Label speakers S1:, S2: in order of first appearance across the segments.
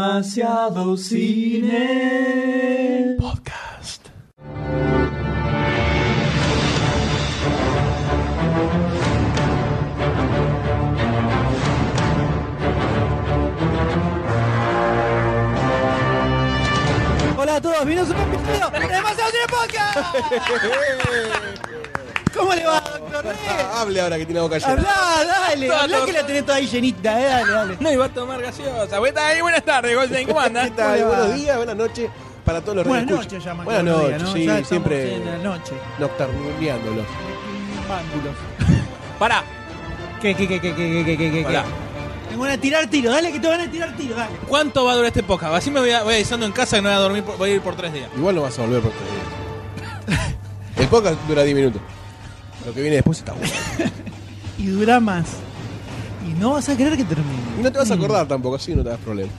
S1: Demasiado cine. Podcast. Hola a todos, bienvenidos a un nuevo episodio de Demasiado Cine Podcast. ¿Cómo le va, doctor? D?
S2: Ah, Hable ahora que tiene la boca llena.
S1: Hablá, dale,
S3: Todo
S1: hablá que
S3: torcido.
S1: la tenés toda ahí llenita, eh, dale, dale.
S3: No iba a tomar gaseosa. Buenas tardes, buenas tardes, Golden. ¿Cómo
S2: ¿Qué
S3: andan?
S2: tal?
S1: Hola.
S2: Buenos días, buenas noches para todos los
S1: Buenas
S2: radioescuchas.
S1: noches, ya más que
S2: Buenas
S1: otro día,
S2: noches,
S1: ¿no?
S2: sí,
S1: Ya estamos
S2: siempre
S1: en la noche.
S2: nocturneándolos.
S1: Bándulos.
S3: Pará,
S1: ¿Qué, qué, qué, qué, qué, qué, qué, qué,
S3: pará.
S1: Te van a tirar tiro, dale, que te van a tirar tiro, dale.
S3: ¿Cuánto va a durar este podcast? Así me voy, a, voy avisando en casa que no voy a dormir, por- voy a ir por tres días.
S2: Igual no vas a volver por tres días. El podcast dura 10 minutos. Lo que viene después está bueno.
S1: Y dura más. Y no vas a querer que termine. Mm.
S2: No te vas a acordar tampoco, así que no te das problema.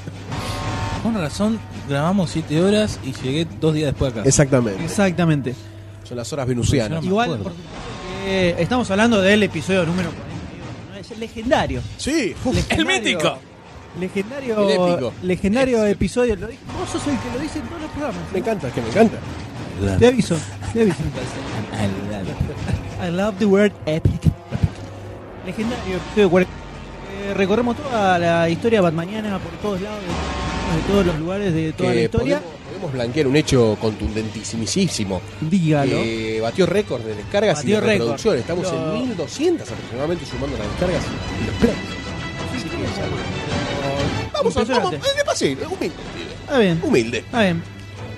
S3: Con razón, grabamos siete horas y llegué dos días después acá.
S2: Exactamente.
S1: Exactamente.
S2: Son las horas venusianas.
S3: me
S1: Igual,
S3: acuerdo.
S1: por supuesto, que estamos hablando del episodio número 41. ¿no? Es el legendario.
S2: Sí, uf,
S3: El
S1: Legendario-
S3: mítico.
S1: Legendario,
S2: El épico.
S1: legendario episodio. Lo dije- vos sos el que lo dice en todos los programas.
S2: me encanta, es que me encanta.
S1: Te aviso, te aviso. I love the word epic. Legendario episodio 40. Eh, recorremos toda la historia batmaniana por todos lados, de, de todos los lugares, de toda la
S2: Que
S1: historia.
S2: podemos, podemos blanquear un hecho contundentísimo.
S1: Dígalo.
S2: Eh, batió récord de descargas
S1: Batió
S2: y de
S1: récord.
S2: reproducción. Estamos
S1: Lo-
S2: en 1200 aproximadamente sumando las descargas y los plays. Así que, vamos, a, vamos,
S1: Impresionante.
S2: eh, de paseo, humilde,
S1: Está bien,
S2: humilde.
S1: está bien.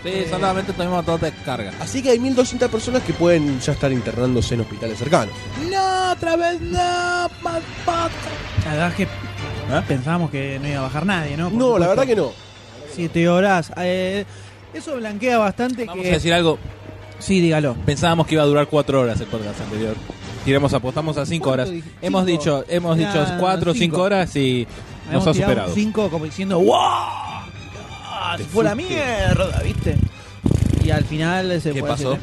S2: Eh.
S3: Sí, solamente tuvimos dos descargas.
S2: Así que hay 1200 personas que pueden ya estar internándose en hospitales cercanos.
S3: No, otra vez no,
S1: La verdad es que pensábamos que no iba a bajar nadie, ¿no? Por
S2: ¿Ah? No, la
S1: supuesto.
S2: verdad que no.
S1: Siete horas. eh, eso blanquea bastante
S3: Vamos
S1: que...
S3: a decir algo.
S1: Sí, dígalo.
S3: Pensábamos que iba a durar cuatro horas el podcast anterior. Tiramos, apostamos a cinco
S1: ¿Cuánto
S3: horas.
S1: dije?
S3: Hemos
S1: Cinco.
S3: dicho, hemos
S1: Nah,
S3: dicho cuatro o
S1: cinco.
S3: cinco horas y nos
S1: Habíamos tirado
S3: ha
S1: un
S3: superado.
S1: Cinco como diciendo ¡Wow! Ah, se fue la
S2: fuiste.
S1: mierda, ¿viste? Y al final se
S3: ¿Qué
S1: fue a
S3: pasó?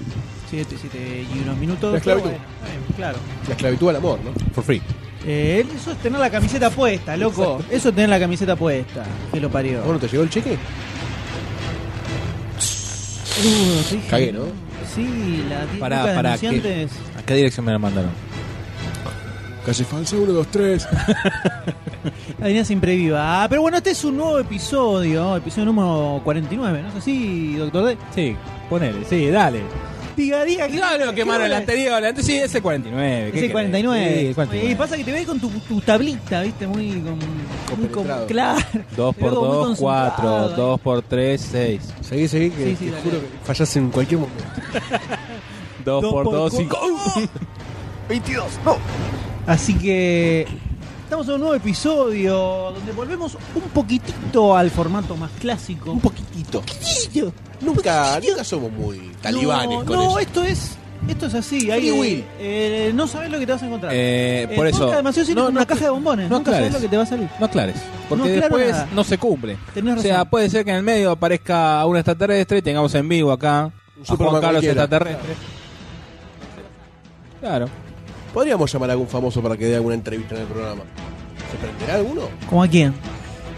S1: Siete, siete, siete y unos minutos.
S2: La esclavitud.
S1: Pero bueno, está bien, claro.
S2: La esclavitud al amor, ¿no? For free.
S1: Eh, eso es tener la camiseta puesta, loco. Eso es tener la camiseta puesta. Que lo parió.
S2: ¿A vos no te llegó el cheque?
S1: Uh, sí.
S2: Cagué, ¿no?
S1: Sí, la tienda
S3: Pará,
S1: de
S3: pará,
S1: anunciantes.
S3: ¿A qué dirección me la mandaron?
S2: Calle falsa 1, 2, 3.
S1: La tenías imprevista. Ah, pero bueno, este es un nuevo episodio, episodio número 49, ¿no es así, doctor D?
S3: Sí, ponele, sí, dale.
S1: Diga, diga. ¿qué-
S3: Claro,
S1: qué
S3: que mano el
S1: hora es?
S3: anterior, antes sí, ese 49. ¿qué
S1: Ese
S3: querés?
S1: 49.
S3: Sí, el 49.
S1: Y pasa que te ves con tu, tu tablita, ¿viste? Muy con. Muy con
S2: Compenetrado.
S1: claro.
S3: 2
S1: Te veo
S3: por
S1: como muy
S3: 2,
S1: concentrado eh.
S3: 4.
S1: ahí.
S3: 2 por 3, 6.
S2: Seguí, seguí, que
S1: Sí, sí,
S2: te
S1: dale.
S2: juro que fallás en cualquier momento.
S3: 2
S1: Dos
S3: por
S1: por
S3: 2,
S1: cu- Uh. ¡Oh!
S3: 5.
S1: Así que. Estamos en un nuevo episodio donde volvemos un poquitito al formato más clásico.
S2: Un poquitito.
S1: poquitito.
S2: Nunca, nunca somos muy talibanes
S1: no,
S2: con
S1: no,
S2: eso.
S1: esto es. Esto es así. Hay,
S2: Free will.
S1: eh, no sabes lo que te vas a encontrar.
S3: Eh,
S1: El
S3: por
S1: podcast
S3: eso.
S1: Demasiado Cine
S3: no,
S1: es una
S3: no
S1: caja de bombones.
S3: no
S1: Nunca sabes lo
S3: aclares.
S1: que te va a salir.
S3: No aclares, porque
S1: No aclaro
S3: después
S1: nada.
S3: no se cumple.
S1: Tenés
S3: o sea,
S1: razón.
S3: puede ser que en el medio aparezca un extraterrestre y tengamos en vivo acá
S2: Un
S3: a
S2: Superman
S3: Juan Carlos
S2: cualquiera.
S3: extraterrestre. Claro.
S2: Podríamos llamar a algún famoso para que dé alguna entrevista en el programa. ¿Se prenderá alguno?
S3: pues-
S1: ¿Como a quién?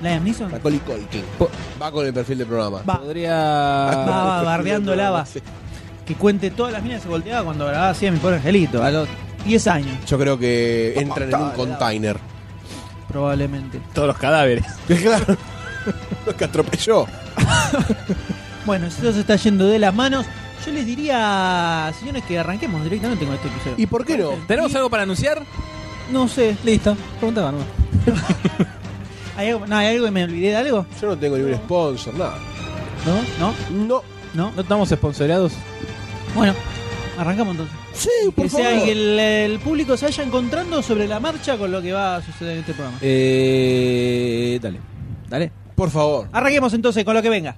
S1: ¿Liam Neeson?
S2: Macaulay Culkin.
S3: Po-
S2: Va con el perfil del programa.
S1: Va.
S3: Podría.
S1: Va, va, bardeando lava.
S2: Sí.
S1: que cuente todas las minas que se volteaba cuando grababa así a mi pobre angelito, a los 10 años,
S2: Yo creo que entran en un container.
S1: probablemente.
S3: Todos los cadáveres.
S2: Claro. Los que atropelló.
S1: Bueno, esto se está yendo de las manos. Yo les diría, señores, que arranquemos directamente con este episodio.
S2: ¿Y por qué no?
S3: ¿Tenemos
S1: Y-
S3: algo para anunciar?
S1: No sé,
S3: Listo. Preguntaba, ¿no?
S1: ¿hay algo, no, ¿hay algo que me olvidé de algo?
S2: Yo no tengo ningún sponsor, nada.
S1: ¿No? ¿No?
S2: No.
S1: ¿No?
S3: ¿No estamos esponsoreados?
S1: Bueno, arrancamos entonces.
S2: Sí,
S1: Que sea y que el, el público se vaya encontrando sobre la marcha con lo que va a suceder en este programa.
S3: Eh, dale. Dale.
S2: Por favor.
S1: Arranquemos entonces con lo que venga.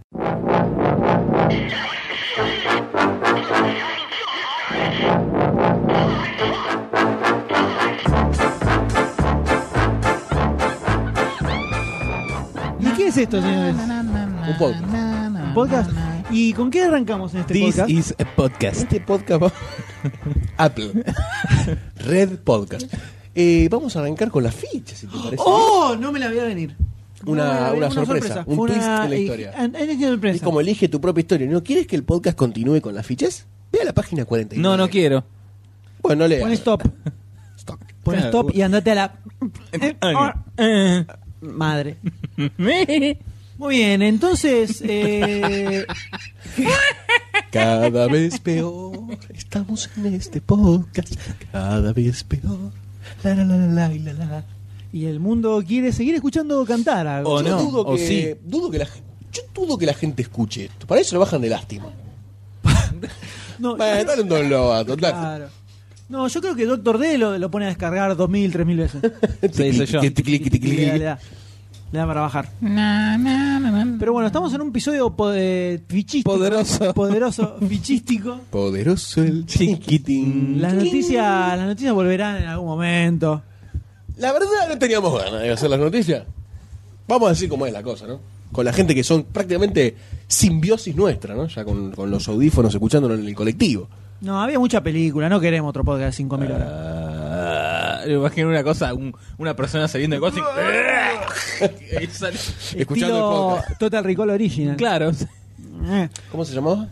S1: ¿Y qué es esto, señores?
S2: Un podcast.
S1: ¿Un podcast? ¿Y con qué arrancamos en este podcast?
S3: is a podcast.
S2: Este podcast va. Apple. Red Podcast. Eh, vamos a arrancar con las fichas, si te parece.
S1: ¡Oh! No me ¡Oh! la voy a venir.
S2: una,
S1: no,
S2: una
S1: una
S2: sorpresa,
S1: sorpresa.
S2: un
S1: Fue
S2: twist
S1: una-
S2: en la
S1: eh,
S2: historia.
S1: an- an- una sorpresa.
S2: Es como elige tu propia historia. ¿No quieres que el podcast continúe con las fichas? Ve a la página 49.
S3: No, no quiero.
S2: Bueno, no
S1: Pon
S2: leas.
S1: stop.
S2: Stop.
S1: Pon
S3: Claro.
S1: stop y andate a la.
S3: Eh.
S1: Madre. Muy bien, entonces. eh,
S2: Cada vez peor estamos en este podcast. Cada vez peor. La la la la la, la la.
S1: y el mundo quiere seguir escuchando cantar. a-
S3: O
S2: yo
S3: no,
S2: dudo
S3: o
S2: que,
S3: sí.
S2: dudo que la gen- yo dudo que la gente escuche esto. Para eso lo bajan de lástima.
S1: No,
S2: Bueno, dale un don loba,
S3: Ah,
S2: total.
S1: claro. No, yo creo que Doctor D lo, lo pone a descargar 2000, 3000 veces.
S3: Sí, soy yo.
S2: Tic, tic, tic, tic,
S1: Y le, da- le
S2: tic.
S1: da, le da para bajar. Pero bueno, estamos en un episodio po- eh, fichístico.
S3: Poderoso.
S1: Poderoso, fichístico.
S2: Poderoso el chiquitín.
S1: Las noticias, las noticias volverán en algún momento.
S2: La verdad no teníamos ganas de hacer las noticias. Vamos a decir cómo es la cosa, ¿no? Con la gente que son prácticamente simbiosis nuestra, ¿no? Ya con, con los audífonos escuchándonos en el colectivo.
S1: No, había mucha película, no queremos otro podcast de 5.000 horas.
S3: Ah, me imagino una cosa, un- una persona saliendo de cosas y- y sale-
S2: Eh, Escuchando el
S1: Estilo
S2: podcast.
S1: Total Recall Original.
S3: Claro.
S1: Eh,
S2: ¿Cómo se llamaba?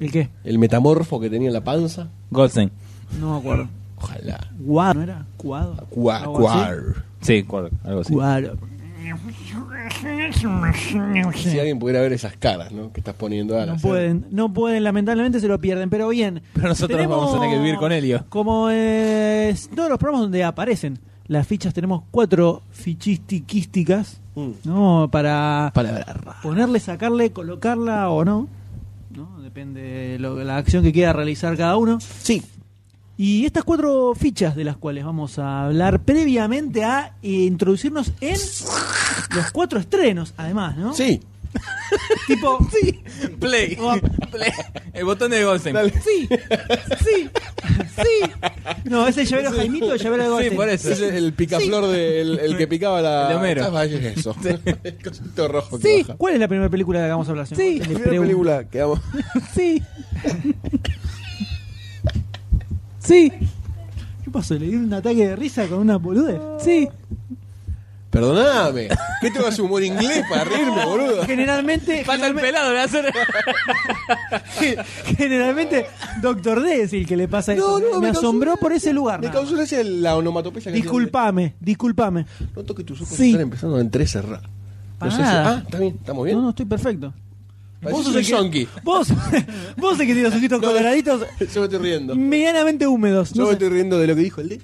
S1: ¿El qué?
S2: El metamorfo que tenía en la panza.
S3: Goldstein.
S1: No me acuerdo.
S2: Ojalá.
S1: ¿Cuadro? ¿No era? ¿Cuadro?
S2: Cua-
S1: Algo así.
S2: cuar.
S3: Sí, cuadro, algo así.
S1: Cuadro.
S2: Si alguien pudiera ver esas caras, ¿no? Que estás poniendo ahora.
S1: No
S2: ¿sí?
S1: pueden, no pueden, lamentablemente se lo pierden, pero bien.
S3: Pero nosotros vamos a tener que vivir con Helio.
S1: Como es todos los programas donde aparecen las fichas, tenemos cuatro fichistiquísticas,
S2: Mm.
S1: ¿no? Para
S2: Palabra.
S1: ponerle, sacarle, colocarla o no, ¿no? Depende de lo- la acción que quiera realizar cada uno.
S2: Sí.
S1: Y estas cuatro fichas de las cuales vamos a hablar previamente a introducirnos en los cuatro estrenos, además, ¿no?
S2: Sí.
S1: Tipo, sí,
S3: Play. Play. El botón de Goldstein.
S2: Dale.
S1: sí, sí, sí. No, ese llavero Jaimito, el llavero de Goldstein.
S3: Sí, por eso.
S2: Ese es el picaflor del el que picaba la.
S3: El de Homero.
S2: Ah, es eso. El cosito rojo que
S1: Sí.
S2: baja.
S1: ¿Cuál es la primera película de la que vamos a hablar? señor?
S3: Sí.
S1: Le
S2: La primera
S1: pregunto.
S2: película que vamos.
S1: Sí.
S3: Sí,
S1: ¿Qué pasó? ¿Le dieron un ataque de risa con una boludez?
S3: sí.
S2: Perdóname. ¿Qué tengo que hacer humor inglés para reírme, boludo?
S1: Generalmente,
S3: Pasa el pelado, le hace.
S1: generalmente Doctor D es el que le pasa eso. me,
S2: causó-
S1: asombró por ese lugar.
S2: Me
S1: nada
S2: causó gracia la onomatopeya
S1: más.
S2: que
S1: Disculpame, disculpame.
S2: tiene. Noto que tus ojos
S1: Sí.
S2: están empezando a entrecerrar.
S1: Para
S2: si-
S1: nada.
S2: Ah, está bien, estamos bien.
S1: No, no, estoy perfecto.
S2: Parece
S1: Vos
S2: que
S1: sos el
S2: soy
S1: que,
S2: yonki.
S1: vos, vos el que tiene los ojitos
S2: No, no.
S1: coloraditos
S2: Yo me estoy riendo.
S1: medianamente húmedos. No
S2: Yo me
S1: sé.
S2: estoy riendo de lo que dijo el D,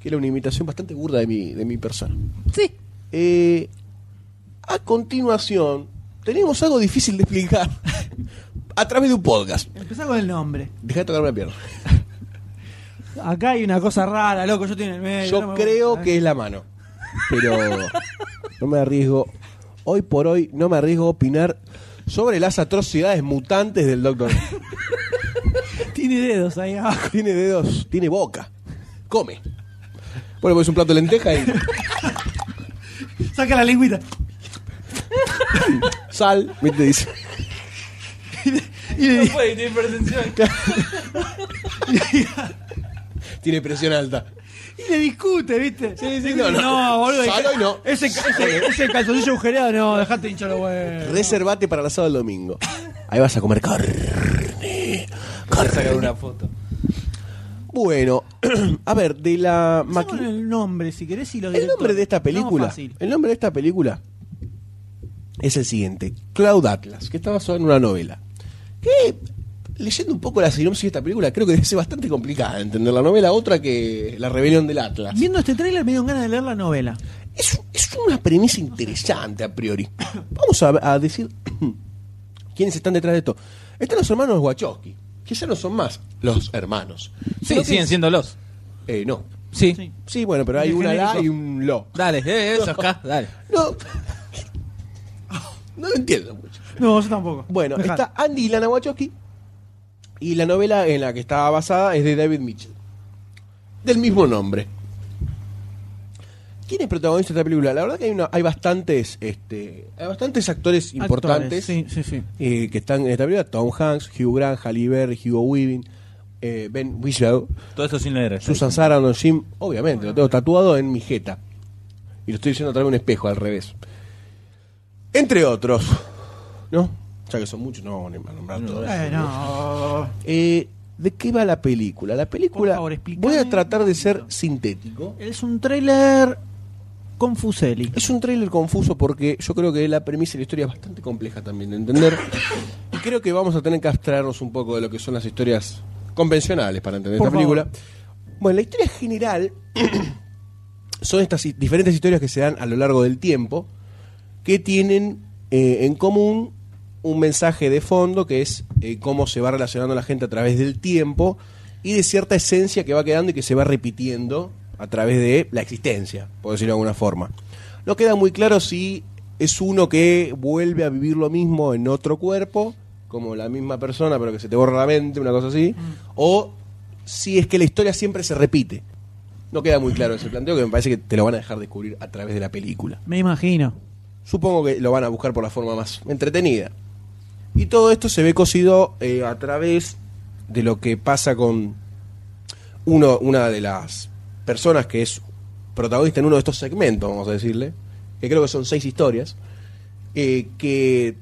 S2: que era una imitación bastante burda de mi, de mi persona.
S3: Sí.
S2: Eh, a continuación, tenemos algo difícil de explicar a través de un podcast.
S1: Empezá con el nombre.
S2: Deja de tocarme la pierna.
S1: Acá hay una cosa rara, loco. Yo estoy en el medio. no
S2: Yo
S1: me
S2: creo
S1: gusta,
S2: que es la mano. Pero no me arriesgo. Hoy por hoy no me arriesgo a opinar sobre las atrocidades mutantes del Doctor.
S1: ¿eh? Tiene dedos ahí abajo.
S2: Tiene dedos, tiene boca. Come. Bueno, pues un plato de lenteja y
S1: Saca la lengüita.
S2: sal, ¿viste? Dice.
S1: Y le-
S3: No puede, tiene hipertensión.
S2: Tiene presión alta.
S1: Y le discute, ¿viste? Sí,
S2: sí, no, no.
S1: boludo.
S2: Sano y no.
S1: Ese, ese, ese calzoncillo agujereado, no, dejate hinchar los huevos.
S2: Reservate para el asado del domingo. Ahí vas a comer carne. Carne.
S3: una foto.
S2: Bueno, a ver, de la
S1: Empezá con
S2: maqui-
S1: el nombre, si querés, y los
S2: El nombre
S1: directores.
S2: de esta
S1: No,
S2: película.
S1: fácil.
S2: El nombre de esta película es el siguiente: Cloud Atlas, que está basado en una novela. Que, leyendo un poco la sinopsis de esta película, creo que debe ser bastante complicada entender la novela. Otra que La Rebelión del Atlas.
S1: Viendo este tráiler me dieron ganas de leer la novela.
S2: Es, es una premisa interesante a priori. Vamos a, a decir quiénes están detrás de esto. Están los hermanos Wachowski, que ya no son más los hermanos.
S3: Sí,
S2: Sino que-
S3: siguen siendo los.
S2: Eh, no.
S3: Sí.
S1: Sí.
S2: Sí, bueno, pero hay
S1: De
S2: una la
S1: genérico.
S2: y un lo.
S3: Dale, eh, eso acá, dale.
S2: No. No lo entiendo mucho.
S1: No, yo tampoco.
S2: Bueno,
S1: Dejá.
S2: está Andy y Lana Wachowski. Y la novela en la que está basada es de David Mitchell. Del mismo nombre. ¿Quién es protagonista de esta película? La verdad que hay, una- hay bastantes este, hay bastantes actores importantes
S1: Actores, Sí, sí, sí.
S2: eh, que están en esta película. Tom Hanks, Hugh Grant, Halle Berry, Hugo Weaving, eh, Ben Whishaw,
S3: Todo eso sin leer.
S2: Susan Sarandon, Jim, obviamente, lo tengo tatuado en mi jeta. Y lo estoy diciendo a través de un espejo, al revés. Entre otros, ¿no? Ya que son muchos, no vamos a nombrar todos.
S1: Bueno,
S2: Eh, ¿De qué va la película? La película.
S1: favor, explícame
S2: voy a tratar de ser
S1: poquito.
S2: sintético.
S1: es un tráiler con Fuseli.
S2: Es un tráiler confuso porque yo creo que la premisa y la historia es bastante compleja también de entender. y creo que vamos a tener que abstraernos un poco de lo que son las historias convencionales para entender
S1: Por
S2: esta
S1: favor.
S2: película. Bueno, la historia general son estas hi- diferentes historias que se dan a lo largo del tiempo que tienen eh, en común un mensaje de fondo que es eh, cómo se va relacionando la gente a través del tiempo y de cierta esencia que va quedando y que se va repitiendo a través de la existencia, por decirlo de alguna forma. No queda muy claro si es uno que vuelve a vivir lo mismo en otro cuerpo, como la misma persona, pero que se te borra la mente, una cosa así, o si es que la historia siempre se repite. No queda muy claro ese planteo que me parece que te lo van a dejar descubrir a través de la película.
S1: Me imagino.
S2: Supongo que lo van a buscar por la forma más entretenida. Y todo esto se ve cocido eh, a través de lo que pasa con uno, una de las personas que es protagonista en uno de estos segmentos, vamos a decirle, que creo que son seis historias, eh, que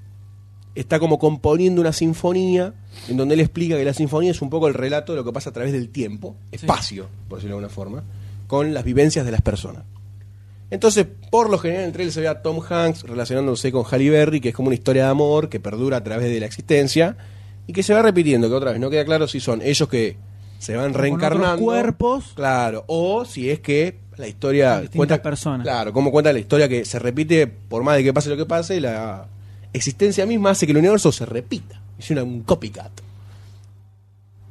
S2: está como componiendo una sinfonía en donde él explica que la sinfonía es un poco el relato de lo que pasa a través del tiempo, espacio, por decirlo de alguna forma, con las vivencias de las personas. Entonces, por lo general, entre él se ve a Tom Hanks relacionándose con Halle Berry, que es como una historia de amor que perdura a través de la existencia y que se va repitiendo, que otra vez no queda claro si son ellos que se van
S1: con
S2: reencarnando.
S1: otros cuerpos.
S2: Claro, o si es que la historia.
S1: Con distintas personas.
S2: Claro, como cuenta la historia que se repite por más de que pase lo que pase, la existencia misma hace que el universo se repita. Es una, un copycat.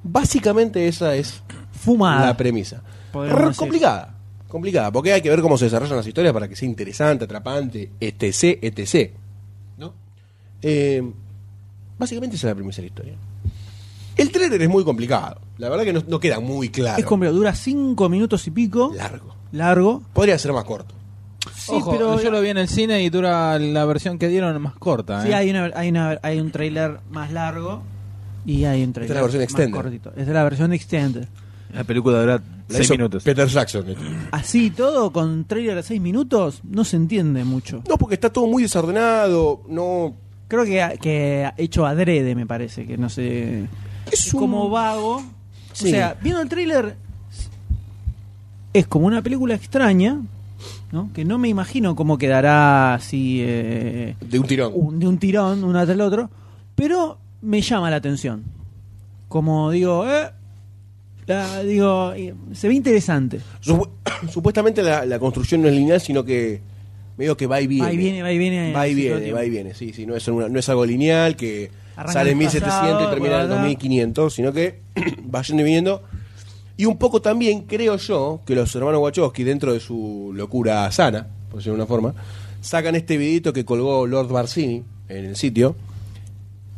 S2: Básicamente esa es
S1: Fumada.
S2: la premisa.
S1: podríamos
S2: Rrr,
S1: decir.
S2: complicada. Complicada, porque hay que ver cómo se desarrollan las historias para que sea interesante, atrapante, etc, etc. ¿No? Eh, básicamente esa es la premisa de la historia. El trailer es muy complicado. La verdad que no, no queda muy claro.
S1: Es complicado, dura cinco minutos y pico.
S2: Largo.
S1: Largo.
S2: Podría ser más corto.
S1: Sí,
S3: Ojo,
S1: pero
S3: yo lo vi en el cine y dura la versión que dieron más corta.
S1: Sí,
S3: ¿eh?
S1: hay, una, hay, una- hay un trailer más largo y hay un trailer
S2: la versión
S1: más
S2: extended.
S1: cortito. Es de la versión extended.
S3: La película dura
S2: La
S3: seis
S2: hizo
S3: minutos.
S2: Peter Jackson.
S1: Así y todo, con trailer de 6 minutos, no se entiende mucho.
S2: No, porque está todo muy desordenado. No.
S1: Creo que, que hecho adrede, me parece, que no sé.
S2: Es
S1: Es,
S2: un-
S1: como vago.
S2: Sí.
S1: O sea, viendo el trailer, es como una película extraña, ¿no? Que no me imagino cómo quedará así. eh,
S2: De un tirón.
S1: un- de un tirón, uno tras el otro, pero me llama la atención. Como digo, eh, la- digo, eh, se ve interesante.
S2: Supu- Supuestamente la, la construcción no es lineal, sino que medio que va y viene.
S1: Va y viene, va y viene,
S2: Va y
S1: al mismo
S2: viene,
S1: tiempo.
S2: va y viene. Sí, sí, no es, una- no es algo lineal que
S1: Arranca
S2: sale en
S1: del
S2: 1700
S1: pasado,
S2: y termina en el
S1: bla, bla.
S2: 2500, sino que va yendo y viniendo. Y un poco también creo yo que los hermanos Wachowski, dentro de su locura sana, por decirlo de una forma, sacan este videito que colgó Lord Barcini en el sitio,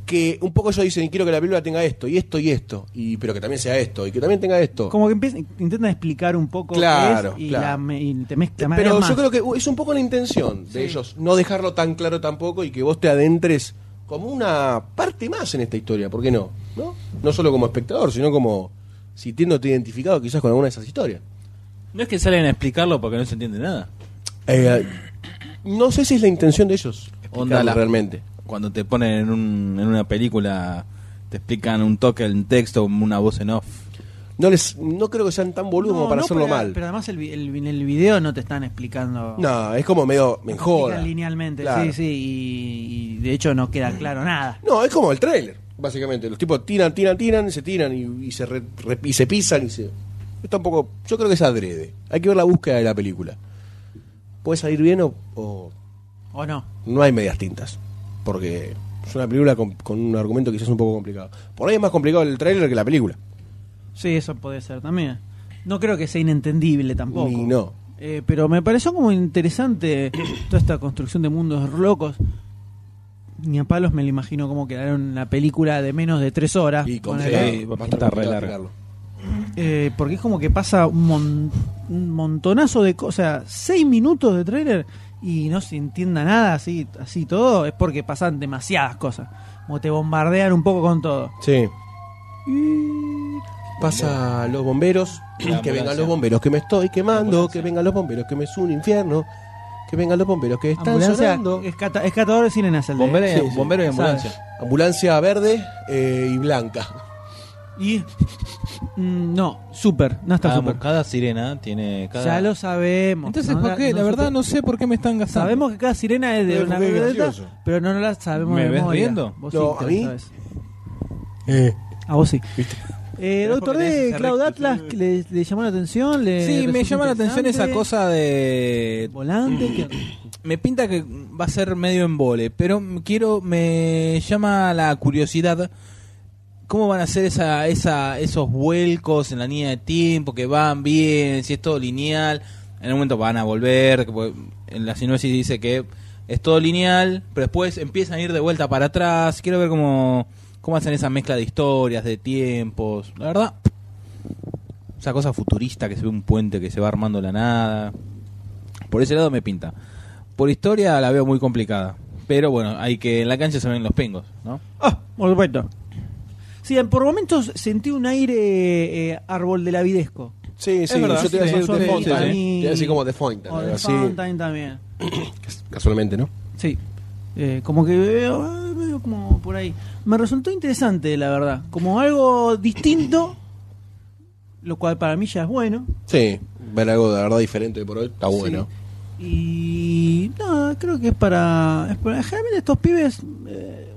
S2: que un poco ellos dicen, quiero que la película tenga esto, y esto, y esto, y pero que también sea esto, y que también tenga esto.
S1: Como que empieza- intentan explicar un poco qué
S2: Claro,
S1: es y,
S2: claro.
S1: la me- y te mezcla más.
S2: Pero
S1: más.
S2: yo creo que uh, es un poco la intención de ellos, no dejarlo tan claro tampoco y que vos te adentres como una parte más en esta historia, ¿por qué no? ¿No? No solo como espectador, sino como sintiéndote identificado quizás con alguna de esas historias.
S3: No es que salen a explicarlo porque no se entiende nada.
S2: Eh, no sé si es la intención de ellos
S3: Onda
S2: explicarlo
S3: la-
S2: realmente.
S3: Cuando te ponen en, un- en una película, te explican un toque, un texto, una voz en off.
S2: No les no creo que sean tan boludos
S1: No,
S2: como para
S1: no,
S2: hacerlo
S1: pero-
S2: mal.
S1: Pero además el, vi- el, en el video no te están explicando.
S2: No, es como medio
S1: no te
S2: me
S1: explican
S2: joda.
S1: linealmente,
S2: Claro. Mm.
S1: sí, sí. Y, y de hecho no queda claro nada.
S2: No, es como el trailer, básicamente. Los tipos tiran, tiran, tiran, se tiran y, y se, re- re- y se pisan y se. Yo tampoco. Yo creo que es adrede. Hay que ver la búsqueda de la película. Puede salir bien o, o
S1: ¿O no?
S2: no hay medias tintas. Porque es una película con, con un argumento quizás un poco complicado. Por ahí es más complicado el trailer que la película.
S1: Sí, eso puede ser también. No creo que sea inentendible tampoco.
S2: Ni no.
S1: Eh, pero me pareció como interesante toda esta construcción de mundos locos. Ni a palos me lo imagino como quedaron la película de menos de tres horas.
S2: Y con
S1: Ah, ponele.
S3: Sí,
S2: va a
S3: está
S2: estar complicado
S3: re larga.
S2: explicarlo.
S1: Eh, porque es como que pasa un, mon- un montonazo de cosas. Seis minutos de trailer y no se entienda nada así, así todo. Es porque pasan demasiadas cosas. Como te bombardean un poco con todo.
S2: Sí. Pasa a los bomberos,
S3: La
S2: que vengan
S3: ambulancia.
S2: los bomberos que me estoy quemando,
S3: ambulancia.
S2: que vengan los bomberos que me es un infierno. Que vengan los bomberos, que están
S1: Ambulancia,
S2: sonando.
S1: escata- escatadores y nenas. el de- ¿eh?
S3: Bombero y,
S2: Sí, sí.
S3: bombero y
S1: ¿Sabes?
S3: ambulancia.
S2: Ambulancia verde eh, y blanca.
S1: Y. Mm, no, super. No está
S2: Ah,
S3: Cada,
S1: super.
S3: cada sirena tiene. Cada...
S1: Ya lo sabemos.
S3: Entonces,
S1: No
S3: ¿por
S1: la-
S3: qué? La
S1: no
S3: verdad,
S1: supe-
S3: no sé por qué me están gastando.
S1: Sabemos que cada sirena es de
S2: Pero
S1: una
S2: porque es
S1: violeta,
S2: gracioso.
S1: pero no, no la sabemos
S3: ¿Me
S1: de
S3: ves
S1: memoria.
S3: riendo?
S1: Vos
S2: No,
S1: sí, te
S2: ¿a
S1: la
S2: mí?
S1: sabés.
S2: Eh.
S1: A vos sí.
S2: ¿Viste?
S1: Eh,
S3: Pero es
S1: doctor
S3: porque tenés
S1: D,
S3: ese
S1: Cloud
S3: recto,
S1: Atlas,
S3: sí.
S1: que le, le llamó la atención? Le
S3: Sí, me
S1: resulta
S3: llama la atención esa
S1: interesante.
S3: cosa de.
S1: Volante. que-
S3: Me pinta que va a ser medio embole, pero quiero. Me llama la curiosidad. ¿Cómo van a ser esa, esa, esos vuelcos en la línea de tiempo? Que van bien, si es todo lineal. En un momento van a volver. que po- En la sinopsis dice que es todo lineal, pero después empiezan a ir de vuelta para atrás. Quiero ver cómo, cómo hacen esa mezcla de historias, de tiempos. La verdad, esa cosa futurista que se ve un puente que se va armando de la nada. Por ese lado me pinta. Por historia la veo muy complicada. Pero bueno, hay que en la cancha se ven los pengos, ¿no?
S1: Ah, por supuesto. Sí, por momentos sentí un aire eh, árbol de la videsco.
S2: Sí, sí,
S3: verdad,
S2: yo te iba a
S3: sí,
S2: decir
S3: sí,
S2: The
S3: sí,
S2: Fountain.
S3: sí,
S1: sí.
S2: Te iba a decir como The Fountain.
S1: O
S2: algo
S1: de
S2: así.
S1: Fountain también.
S2: Casualmente, ¿no?
S1: Sí. Eh, como que veo, ah, veo como por ahí. Me resultó interesante, la verdad. Como algo distinto, lo cual para mí ya es bueno.
S2: Sí, ver algo de verdad diferente por hoy está bueno.
S1: Y no, creo que es para, es para- Generalmente estos pibes eh,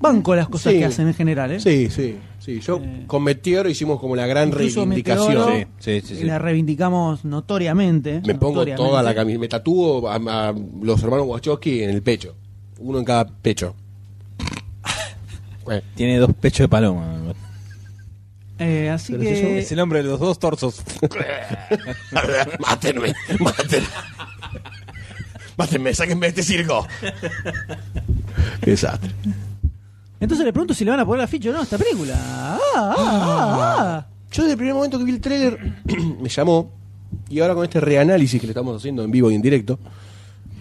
S1: van con las cosas
S2: Sí.
S1: que hacen en general, ¿eh?
S2: Sí, sí, sí. Yo
S1: Eh,
S2: con Meteoro hicimos como la gran
S1: Incluso
S2: reivindicación.
S1: Meteoro,
S3: Sí, sí, sí, sí.
S1: La reivindicamos notoriamente.
S2: Me pongo
S1: notoriamente.
S2: toda la camisa. Me tatúo a, a los hermanos Wachowski en el pecho. Uno en cada pecho. Eh,
S3: Tiene dos pechos de paloma.
S1: Eh, así
S2: Pero si yo-
S1: que.
S3: Es el hombre de los dos torsos.
S2: Mátenme, mátenme. Mátenme, sáquenme de este circo. Qué desastre.
S1: Entonces le pregunto si le van a poner la ficha o no a esta película. Ah, ah, ah, ah.
S2: Yo desde el primer momento que vi el tráiler me llamó y ahora con este reanálisis que le estamos haciendo en vivo y en directo,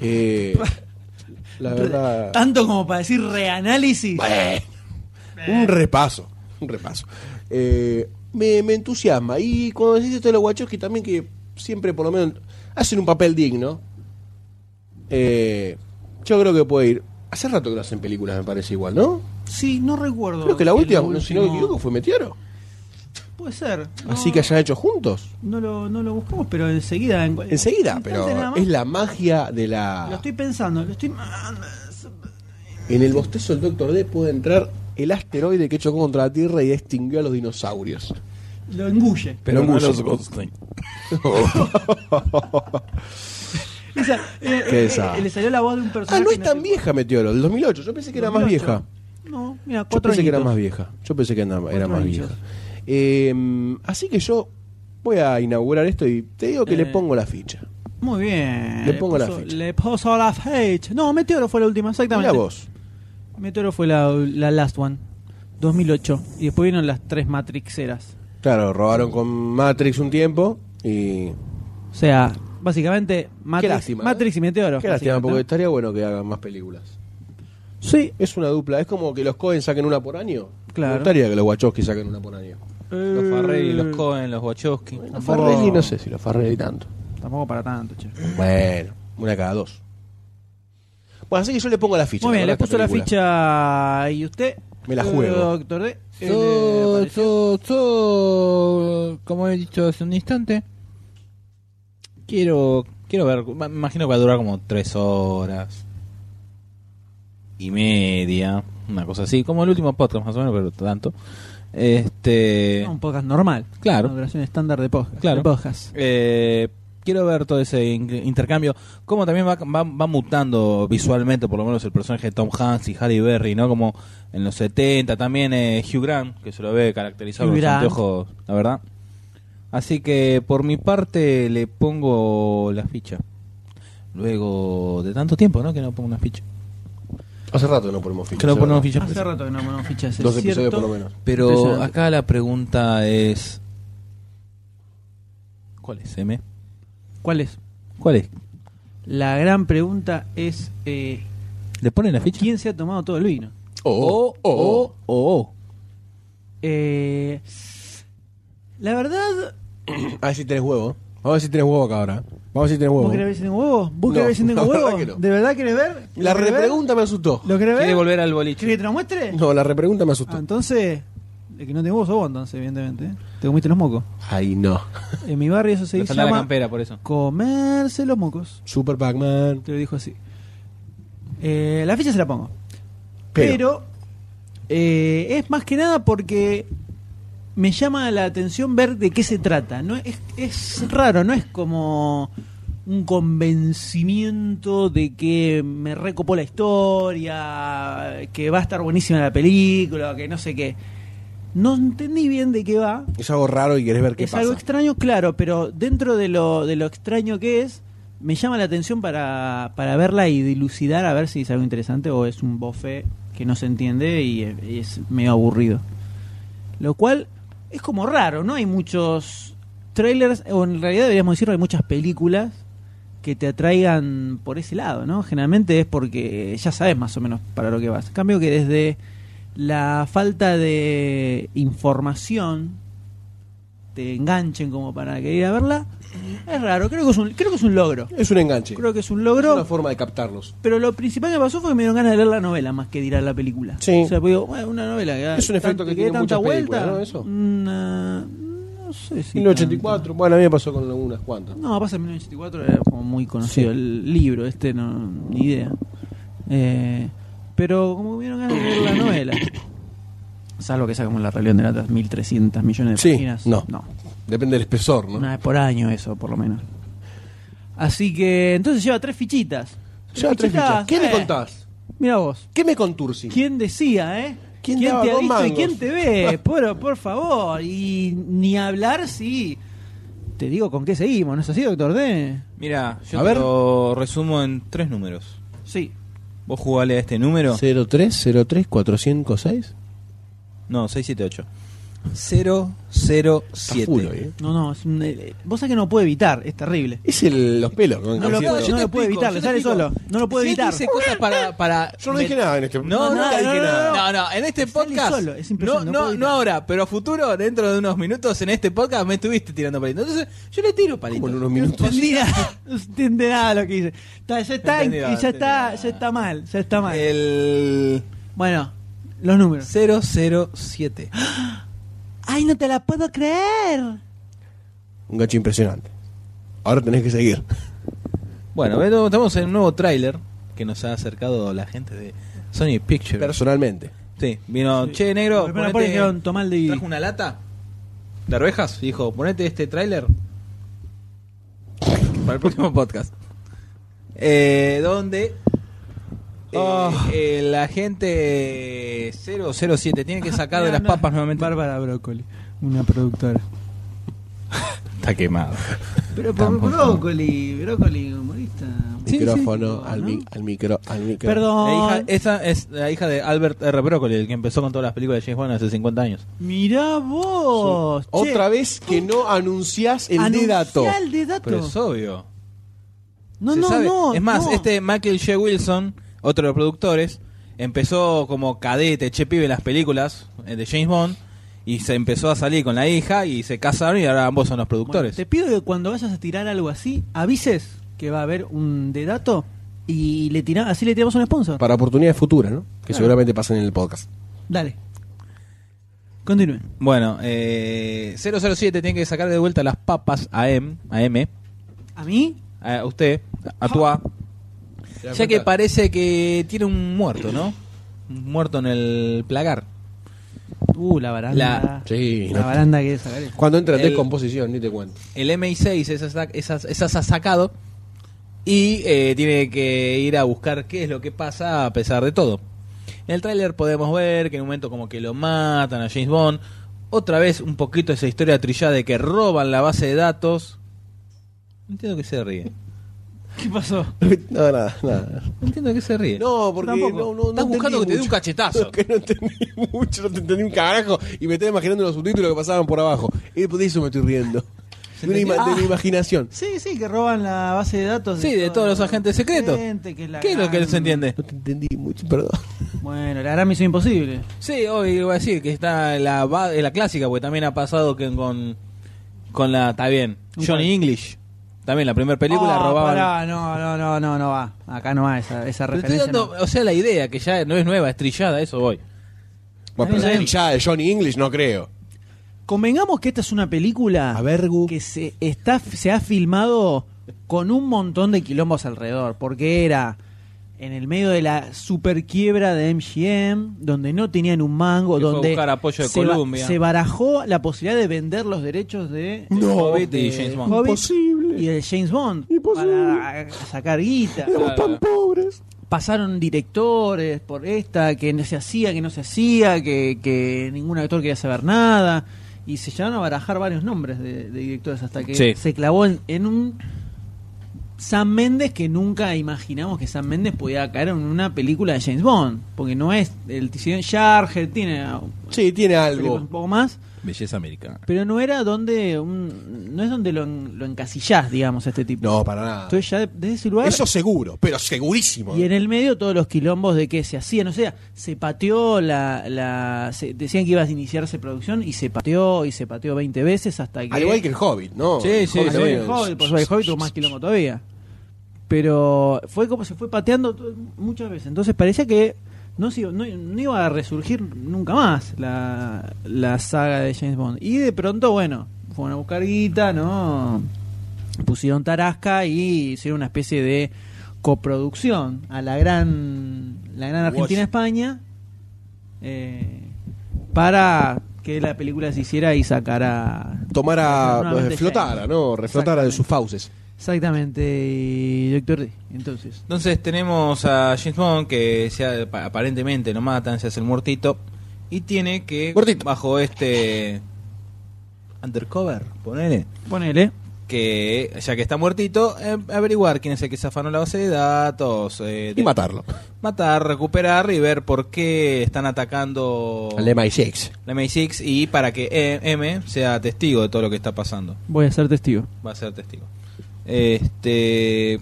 S2: eh, la verdad,
S1: Tanto como para decir reanálisis.
S2: Bueno, un repaso, un repaso. Eh, me, me entusiasma y cuando decís esto de los Wachowski también que siempre por lo menos hacen un papel digno, eh, yo creo que puede ir. Hace rato que no hacen películas, me parece igual, ¿no?
S1: Sí, no recuerdo.
S2: Creo que la
S1: el
S2: última, si no me
S1: último-
S2: equivoco, fue Meteoro.
S1: Puede ser. No,
S2: Así que hayan hecho juntos.
S1: No lo, no lo buscamos, pero enseguida. en-
S2: Enseguida,
S1: instante nada
S2: pero
S1: más.
S2: es la magia de la...
S1: Lo estoy pensando, lo estoy.
S2: En el bostezo del Doctor D puede entrar el asteroide que chocó contra la Tierra y extinguió a los dinosaurios.
S1: Lo engulle.
S2: Pero no los
S3: Goldstein.
S1: Esa- eh,
S2: Qué
S1: eh,
S2: esa.
S1: eh, le salió la voz de un
S2: ah,
S1: personaje.
S2: no es
S1: en
S2: tan
S1: el-
S2: vieja Meteoro, del 2008. Yo pensé que era más
S1: 2008.
S2: vieja.
S1: No, mira,
S2: Yo
S1: cuatro
S2: pensé que era
S1: añitos.
S2: más vieja. Yo pensé que era, era
S1: Cuatro
S2: más
S1: añitos.
S2: vieja. Eh, así que yo voy a inaugurar esto y te digo que le
S1: Eh.
S2: pongo la ficha.
S1: Muy bien.
S2: Le pongo la
S1: puso-
S2: fecha.
S1: Le puso la fecha. No, Meteoro fue la última, exactamente.
S2: Mira vos.
S1: Meteoro fue la, la last one. 2008. Y después vinieron las tres Matrixeras.
S2: Claro, robaron con Matrix un tiempo y...
S1: O sea, básicamente Matrix,
S2: lástima, ¿eh?
S1: Matrix y Meteoro.
S2: Qué lástima, porque
S1: básicamente.
S2: estaría bueno que hagan más películas.
S1: Sí.
S2: Es una dupla, es como que los Cohen saquen una por año.
S1: Claro.
S2: Me gustaría que los Wachowski saquen una por año.
S1: Eh,
S3: Los Farrelly, los
S1: co
S3: Cohen, los Wachowski.
S2: Los
S1: Tampoco-
S2: Farrelly no sé si los Farrelly tanto.
S1: Tampoco para tanto, che.
S2: Bueno, una cada dos. Bueno, así que yo le pongo la ficha.
S1: Muy bien,
S2: ¿verdad?
S1: le
S2: Esta
S1: puso la
S2: película.
S1: ficha y usted. eh,
S2: Me la juego.
S1: Doctor D. ¿qué le
S3: So,
S1: pareció?
S3: so, so, como he dicho hace un instante, quiero quiero ver, me imagino que va a durar como tres horas y media, una cosa así, como el último podcast más o menos, pero tanto. Este,
S1: No, un podcast normal.
S3: Claro.
S1: Una duración estándar de podcast.
S3: Claro.
S1: de podcast.
S3: eh, quiero ver todo ese in- intercambio, cómo también va, va, va mutando visualmente, por lo menos el personaje de Tom Hanks y Halle Berry, ¿no? Como en los 70, también eh, Hugh Grant, que se lo ve caracterizado
S1: Hugh
S3: con los
S1: Grant.
S3: anteojos, la verdad. Así que por mi parte le pongo la ficha. Luego de tanto tiempo, ¿no? Que no pongo una ficha.
S2: Hace rato que no ponemos ficha.
S3: Que no
S2: es
S3: ponemos
S2: verdad.
S3: ficha.
S1: Hace rato que no ponemos fichas. es
S2: Dos episodios
S1: cierto.
S2: por lo menos.
S3: Pero
S1: Impresionante.
S3: acá la pregunta es... ¿Cuál es, M?
S1: ¿Cuál es?
S3: ¿Cuál es?
S1: La gran pregunta es: eh,
S3: ¿Le ponen la ficha?
S1: ¿quién se ha tomado todo el vino?
S2: Oh, oh, oh.
S3: oh.
S1: Eh, la verdad,
S2: A ver si tenés Ah, huevo.
S4: Vamos a ver si tenés huevo acá ahora. Vamos a ver si tenés huevo.
S1: ¿Vos querés ver si tengo huevo? ¿Vos
S2: No,
S1: querés ver si tengo
S2: la
S1: huevo?
S2: verdad que no.
S1: ¿De verdad querés ver?
S2: La
S1: ¿Lo querés ver?
S2: repregunta me asustó.
S1: ¿Lo querés
S3: Quiere
S1: ver?
S3: volver al boliche.
S1: ¿Querés que te lo muestre?
S2: No, la repregunta me asustó.
S1: Ah, entonces, el que no tengo huevo sos vos, entonces, evidentemente. ¿eh? Te comiste los mocos.
S2: Ay, no.
S1: En mi barrio eso
S3: Le
S1: se
S3: falta la
S1: llama
S3: campera por eso.
S1: comerse los mocos.
S4: Super Pac-Man.
S1: Te lo dijo así. Eh, la ficha se la pongo.
S2: Pero.
S1: Pero, eh, es más que nada porque me llama la atención ver de qué se trata. No es, es raro, no es como un convencimiento de que me recopó la historia, que va a estar buenísima la película, que no sé qué. No entendí bien de qué va.
S4: Es algo raro y querés ver qué
S1: Es
S4: pasa.
S1: algo extraño, claro, pero dentro de lo, de lo extraño que es, me llama la atención para, para verla y dilucidar a ver si es algo interesante o es un bofe que no se entiende y eh, y es medio aburrido. Lo cual es como raro, ¿no? Hay muchos trailers, o en realidad deberíamos decirlo, hay muchas películas que te atraigan por ese lado, ¿no? Generalmente es porque ya sabes más o menos para lo que vas. En cambio que desde la falta de información te enganchen como para querer ir a verla, es raro, creo que es un, creo que es un logro.
S2: Es un enganche.
S1: Creo que es un
S2: Es una
S1: logro,
S2: forma de captarlos.
S1: pero lo principal que pasó fue que me dieron ganas de leer la novela más que de ir a la película.
S2: Sí.
S1: O sea, pues digo, bueno, una novela que
S2: Es un efecto que tiene muchas películas, ¿no? Eso.
S1: Una- no sé si
S2: 1984. Bueno, a mí me pasó con algunas cuantas.
S1: tanto. No, pasa en 1984 era como muy conocido el libro, este no ni idea. Eh, pero como me dieron ganas de leer la novela. Salvo que sacamos la Rebelión de latas 1300 millones de
S2: Sí,
S1: páginas.
S2: no.
S1: No.
S2: Depende del espesor, ¿no?
S1: Una vez por año eso, por lo menos. Así que entonces lleva tres fichitas.
S2: Ya tres fichas. ¿Qué me
S1: eh.
S2: contás?
S1: Mira vos.
S2: ¿Qué me contursi?
S1: ¿Quién decía, eh?
S2: ¿Quién
S1: te
S2: daba
S1: ha
S2: dos
S1: visto y
S2: mangos?
S1: quién te ve? Por, por favor. Y ni hablar si... Te digo con qué seguimos, ¿no es así, doctor D?
S3: Mira, yo
S2: A
S3: te
S2: ver.
S3: lo resumo en tres números.
S1: Sí.
S3: Vos jugale a este número.
S2: 0303456.
S3: No, 678. 007.
S2: Está full hoy, ¿eh?
S1: No, no. es un- eh, vos sabés que no puede evitar. Es terrible.
S2: Es el, los pelos.
S1: No lo puedo-
S3: yo
S1: no
S3: te
S1: lo puedo
S3: explico,
S1: evitar,
S3: yo
S1: le
S3: te
S1: sale
S3: explico.
S1: solo. No lo puedo
S3: Si él
S1: evitar.
S3: dice cosas para, para
S2: Yo no dije
S3: met-
S2: nada en este
S3: No,
S1: No,
S3: nunca
S1: no,
S3: dije
S1: no,
S3: nada.
S1: no, no.
S3: No, no, en este
S1: Me sale
S3: podcast.
S1: solo, es
S3: no,
S1: impresionante, no
S3: no,
S1: puedo
S3: no
S1: evitar.
S3: ahora, pero a futuro, dentro de unos minutos, en este podcast me estuviste tirando palitos. Entonces, yo le tiro palitos.
S2: Como en unos minutos.
S1: entendí nada, no entendí nada lo que dice. Está- ya está,
S3: Entendí nada,
S1: y ya
S3: entendí
S1: está,
S3: nada.
S1: ya está mal, ya está mal.
S3: El
S1: Bueno, los números.
S3: 007.
S1: ¡Ay, no te la puedo creer!
S2: Un gacho impresionante. Ahora tenés que seguir.
S3: Bueno, bueno, estamos en un nuevo tráiler que nos ha acercado la gente de Sony Pictures.
S2: Personalmente.
S3: sí, vino, che, negro,
S1: Pero me parece que era un tomal de-
S3: trajo una lata de arvejas y dijo, ponete este tráiler para el próximo podcast. Eh, donde eh,
S1: Ah.
S3: eh, la gente 007 tiene
S1: Ah,
S3: que sacar de las papas nuevamente.
S1: Bárbara Brócoli, una productora.
S3: Está quemado.
S1: Pero
S3: Tampoco.
S1: Brócoli, Brócoli, humorista.
S2: micrófono,
S1: sí.
S2: al,
S1: Ah, ¿No?
S2: mi- al micro, al micro.
S3: La hija,
S1: Perdón.
S3: esa es la hija de Albert R. Broccoli, el que empezó con todas las películas de James Bond hace 50 años.
S1: Mirá vos. che,
S2: Otra vez que no anunciás el
S1: anunciá
S2: de dato.
S1: el de dato.
S3: Pero es obvio.
S1: No,
S3: Se
S1: no,
S3: sabe.
S1: no.
S3: Es más,
S1: no.
S3: este Michael J. Wilson, otro de los productores, empezó como cadete, che pibe en las películas eh, de James Bond. Y se empezó a salir con la hija y se casaron y ahora ambos son los
S1: Bueno,
S3: productores.
S1: te pido que cuando vayas a tirar algo así, avises que va a haber un de dato y le tira, así le tiramos un sponsor.
S2: Para oportunidades futuras, ¿no? Que seguramente pasan en el podcast.
S1: Dale. Continúe.
S3: Bueno, eh, 007 tiene que sacar de vuelta las papas a M, a M,
S1: ¿A mí?
S3: a usted, a tu A. Ya que parece que tiene un muerto, ¿no? Un muerto en el plagar.
S1: Uh, la baranda.
S3: La-
S2: Sí,
S1: La
S2: no.
S1: baranda que sacar eso.
S2: Cuando entra en
S3: El-
S2: descomposición, ni te cuento.
S3: El MI6 esas esas- esas ha sacado y eh, tiene que ir a buscar qué es lo que pasa a pesar de todo. En el tráiler podemos ver que en un momento como que lo matan a James Bond. Otra vez un poquito esa historia trillada de que roban la base de datos. No entiendo que se ríe.
S1: ¿Qué pasó?
S2: No, nada, nada.
S3: No entiendo que se ríe.
S2: No, porque
S1: Tampoco.
S2: no, no, no
S3: Estás buscando
S2: entendí
S3: que te dé un
S2: mucho.
S3: cachetazo.
S2: Que no entendí mucho, no te entendí un carajo. Y me estaba imaginando los subtítulos que pasaban por abajo. Y de eso me estoy riendo. De, una ima- de mi imaginación.
S1: Sí, sí, que roban la base de datos.
S3: Sí, de todos los agentes secretos.
S1: gente, que la
S3: ¿Qué es lo que
S1: gran-
S3: se entiende?
S2: No te entendí mucho, perdón.
S1: Bueno, la gran misión imposible.
S3: Sí, hoy iba a decir que está la, va- la clásica, porque también ha pasado que con Con la. Está bien. Johnny English. También la primera película
S1: Ah,
S3: robaban.
S1: pará, no, no, no, no, no va. Acá no va esa, esa
S3: Pero estoy
S1: referencia.
S3: dando- O sea, la idea, que ya no es nueva, estrellada, eso voy.
S2: Bueno, pero
S5: Está bien.
S2: la hinchada de Johnny English no creo.
S5: Convengamos que esta es una película
S6: A ver, Gu.
S5: que
S1: Ah, que
S5: se...
S1: está, se ha filmado con un montón de quilombos alrededor, porque era en el medio de la super quiebra de MGM, donde no tenían un mango,
S3: Que fue a
S1: donde
S3: buscar apoyo de
S1: se, ba-
S3: Columbia.
S1: se barajó la posibilidad de vender los derechos de
S6: No,
S3: Hobbit y
S1: de
S3: James Bond.
S1: Hobbit
S6: Imposible.
S1: y de James Bond
S6: Imposible.
S1: para sacar guita.
S6: Éramos
S3: Claro.
S6: tan pobres.
S1: Pasaron directores por esta, que no se hacía, que no se hacía, que, que ningún actor quería saber nada. Y se llegaron a barajar varios nombres de, de directores hasta que
S3: Sí.
S1: se clavó en, en un Sam Méndez que nunca imaginamos que Sam Méndez podía caer en una película de James Bond. Porque no es. El Ticidón Sharger tiene
S2: Sí, tiene
S1: películas un
S2: algo.
S1: poco más.
S3: Belleza americana.
S1: Pero no era donde. un- no es donde lo, en- lo encasillás, digamos, a este tipo.
S2: No, para nada.
S1: Entonces ya de- desde ese lugar.
S2: Eso seguro, pero segurísimo.
S1: Y en el medio todos los quilombos de que se hacían, o sea, se pateó la... la se- decían que ibas a iniciarse producción y se pateó y se pateó 20 veces hasta que...
S2: Al igual que el Hobbit, ¿no?
S3: Sí,
S2: El
S3: sí,
S2: Hobbit
S1: Al igual que
S3: sí.
S1: el
S2: también.
S1: Hobbit, por supuesto, el Hobbit tuvo más quilombo todavía. Pero fue como se fue pateando todo- muchas veces, entonces parecía que no, se iba- no, no iba a resurgir nunca más la, la saga de James Bond. Y de pronto, bueno, fueron a buscar guita, ¿no? pusieron Tarasca y hicieron una especie de coproducción a la gran la gran Argentina España eh, para que la película se hiciera y sacara
S2: Tomara,
S1: Nuevamente
S2: eh, flotara,
S1: James.
S2: ¿no? Reflotara de sus fauces.
S1: exactamente y Doctor D entonces
S3: Entonces tenemos a James Bond que se ha- pa- aparentemente lo matan, se hace el muertito. Y tiene que,
S2: Muertito.
S3: bajo este undercover, ponele,
S1: ponele
S3: que ya que está muertito, eh, averiguar quién es el que se afanó la base de datos. eh,
S2: Y
S3: de-
S2: matarlo.
S3: Matar, recuperar y ver por qué están atacando
S2: Al MI6.
S3: la MI6 y para que eh, M sea testigo de todo lo que está pasando.
S1: voy a ser testigo
S3: va a ser testigo. Este.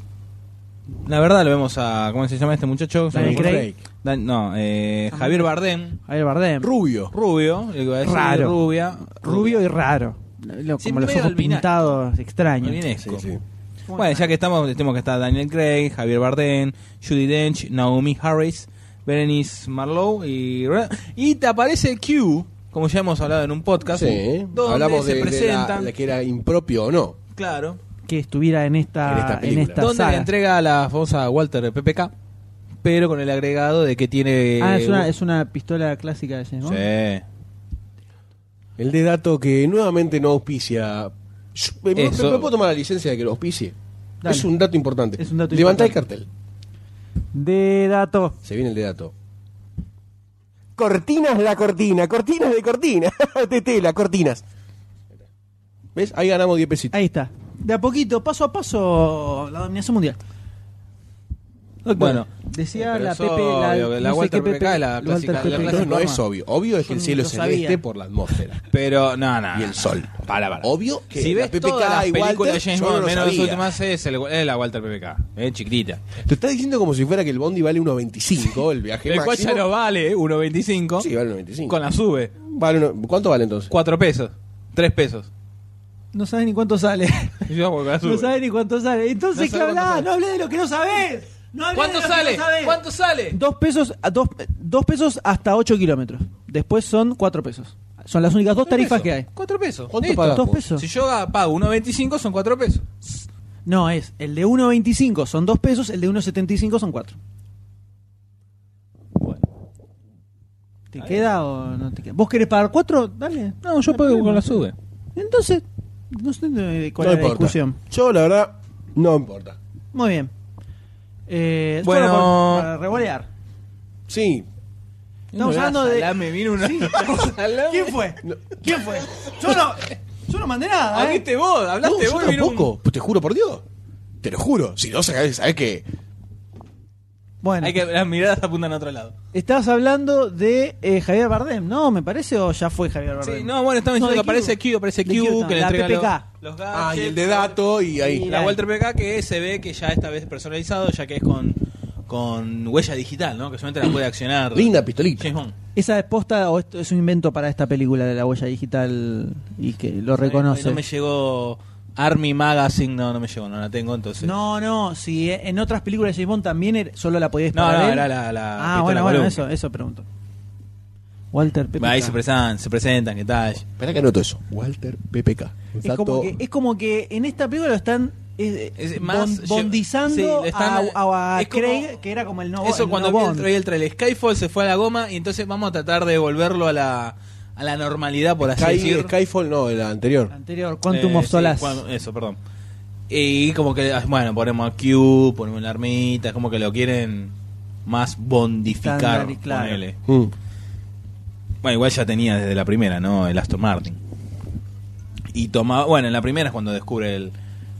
S3: La verdad lo vemos a. ¿Cómo se llama este muchacho?
S1: Daniel
S3: Se me fue.
S1: Craig.
S3: Dan- no, eh, Javier Bardem.
S1: Javier Bardem
S2: Rubio.
S3: Rubio, le iba a decir,
S1: Raro.
S3: rubia.
S1: rubio y raro Lo-
S3: Sí,
S1: como los
S3: medio
S1: ojos
S3: albiná.
S1: pintados extraños
S3: Albinesco.
S2: Sí, sí.
S3: Bueno, ya que estamos, tenemos que estar Daniel Craig, Javier Bardem, Judy Dench, Naomi Harris, Berenice Marlowe y. Y te aparece Q, como ya hemos hablado en un podcast.
S2: Sí.
S3: donde
S2: Hablamos
S3: se
S2: de, de la-
S3: presentan.
S2: la que era impropio o no.
S3: Claro.
S1: que estuviera en
S2: En
S1: esta
S2: esta
S1: en
S2: película.
S1: esta
S3: donde
S1: saga.
S3: le entrega a la famosa Walter PPK, pero con el agregado de que tiene.
S1: Ah, es una, es una pistola clásica de James Bond.
S3: Sí.
S2: El de dato que nuevamente no auspicia. Yo- ¿Me, me-
S3: Eso.
S2: me puedo tomar la licencia de que lo auspicie?
S1: Dale.
S2: Es un dato importante.
S1: Es un dato
S2: Levantá
S1: importante.
S2: el cartel.
S1: De dato.
S2: Se viene el de dato.
S6: Cortinas de la cortina, cortinas de cortina. De tela, cortinas.
S2: ¿Ves? Ahí ganamos 10 pesitos.
S1: Ahí está. De a poquito, paso a paso, la dominación mundial. Doctor,
S3: Bueno,
S1: decía
S3: pero
S1: la
S3: es
S1: Pepe,
S3: obvio que la
S1: no sé
S3: Walter
S1: qué
S3: PPK es la
S1: Walter
S3: clásica- la
S1: Pepe.
S2: No,
S3: clásica-
S2: no es obvio. Obvio es
S1: Yo
S2: que el
S1: ni
S2: cielo
S1: lo
S2: es celeste
S1: sabía.
S2: por la atmósfera
S3: Pero, no, no.
S2: y el sol.
S3: Ah, Para, para.
S2: Obvio que
S3: si
S2: la
S3: ves
S2: PPK
S3: todas las
S2: y
S3: películas
S2: Walter,
S3: de James
S2: yo no
S3: Bond,
S2: lo
S3: menos las
S2: sabía.
S3: últimas, es, el- es la Walter PPK. Eh, chiquitita.
S2: Te está diciendo como si fuera que el Bondi vale 1.25 el viaje
S3: El cual
S2: máximo.
S3: ya no vale 1.25.
S2: Sí, vale 1.25.
S3: Con la sube.
S2: Vale uno- ¿Cuánto vale entonces?
S3: 4 pesos. 3 pesos.
S1: No sabes ni cuánto sale.
S3: Y yo voy con la sube.
S1: no sabes ni cuánto sale. Entonces,
S3: No
S1: ¿qué
S3: sabe cuánto
S1: hablás?
S3: sale.
S1: No hablé de lo que no sabés. No hablé
S3: ¿Cuánto
S1: de lo que
S3: sale?
S1: no sabés.
S3: ¿Cuánto sale?
S1: Dos pesos, a dos, dos pesos hasta 8 kilómetros. Después son 4 pesos. Son las únicas dos tarifas que hay.
S3: 4 pesos.
S2: ¿Cuánto
S3: Listo.
S2: pagás
S1: ¿Dos
S2: vos?
S1: pesos?
S3: Si yo pago 1.25 son 4 pesos.
S1: No, es el de 1.25 son 2 pesos, el de 1.75 son 4. ¿Te queda o no te queda? ¿Vos querés pagar 4? Dale.
S3: No, yo pago con la sube.
S1: Entonces, no sé de cuál
S2: No
S1: es la
S2: importa.
S1: discusión.
S2: Yo, la verdad, no importa.
S1: Muy bien. Eh,
S3: Bueno.
S1: solo para, para revolear.
S2: Sí.
S1: Estamos hablando de-
S3: Me vino una.
S1: ¿Quién fue? ¿Quién fue? Yo no, yo no mandé nada. ¿eh?
S3: Hablaste vos, hablaste
S2: no,
S3: vos.
S2: yo
S3: y vino un-
S2: tampoco. Te juro por Dios. Te lo juro. Si no, sabes, sabes que...
S1: Bueno,
S3: Hay que las miradas apuntan a otro lado.
S1: estabas hablando de eh, Javier Bardem, ¿no? ¿Me parece o ya fue Javier Bardem?
S3: Sí, no, bueno, estamos
S1: No,
S3: diciendo
S1: de
S3: que aparece
S1: Q.
S3: Q, aparece
S1: De Q,
S3: Q,
S1: no,
S3: que le
S1: la
S3: entrega los-
S1: PPK.
S3: los
S2: Ah, y
S3: gadgets,
S2: el de dato y ahí.
S1: Sí.
S3: La Walter PPK que se ve que ya esta vez personalizado, ya que es con con huella digital, ¿no? Que solamente la puede accionar
S2: Linda pistolita.
S3: James Bond.
S1: ¿Esa es posta o esto es un invento para esta película de la huella digital y que lo reconoce?
S3: No me llegó Army Magazine, no, no me llegó, no la tengo entonces.
S1: No, no, si eh, en otras películas de James Bond también era- solo la podías
S3: no,
S1: disparar
S3: no,
S1: él.
S3: era la, la
S1: ah,
S3: pistola
S1: bueno, bueno,
S3: Golub.
S1: eso, eso pregunto. Walter Pepe.
S3: Ahí se presentan, se presentan, qué tal.
S2: Espera que anoto eso. Walter PPK.
S1: es, como
S2: Dato-
S1: que, es como que en esta película lo están eh,
S3: Es
S1: bon-
S3: más-
S1: bondizando
S3: sí, le están-
S1: a, a- a
S3: es como-
S1: Craig, que era como el no
S3: Eso
S1: el
S3: cuando
S1: no
S3: vi el
S1: Bond.
S3: trailer, el trailer Skyfall se fue a la goma y entonces vamos a tratar de volverlo a la, a la normalidad, por así
S2: Sky-
S3: decir.
S2: Skyfall, no, el anterior.
S1: anterior, Quantum
S3: Eh,
S1: of
S3: sí,
S1: Solace.
S3: cuan- eso, perdón. Y como que, ah, bueno, ponemos a Q, ponemos la armita, es como que lo quieren más bondificar.
S1: Standard y claro.
S3: ponele.
S2: Mm.
S3: Bueno, igual ya tenía desde la primera, ¿no? El Aston Martin. Y tomaba, bueno, en la primera es cuando descubre el,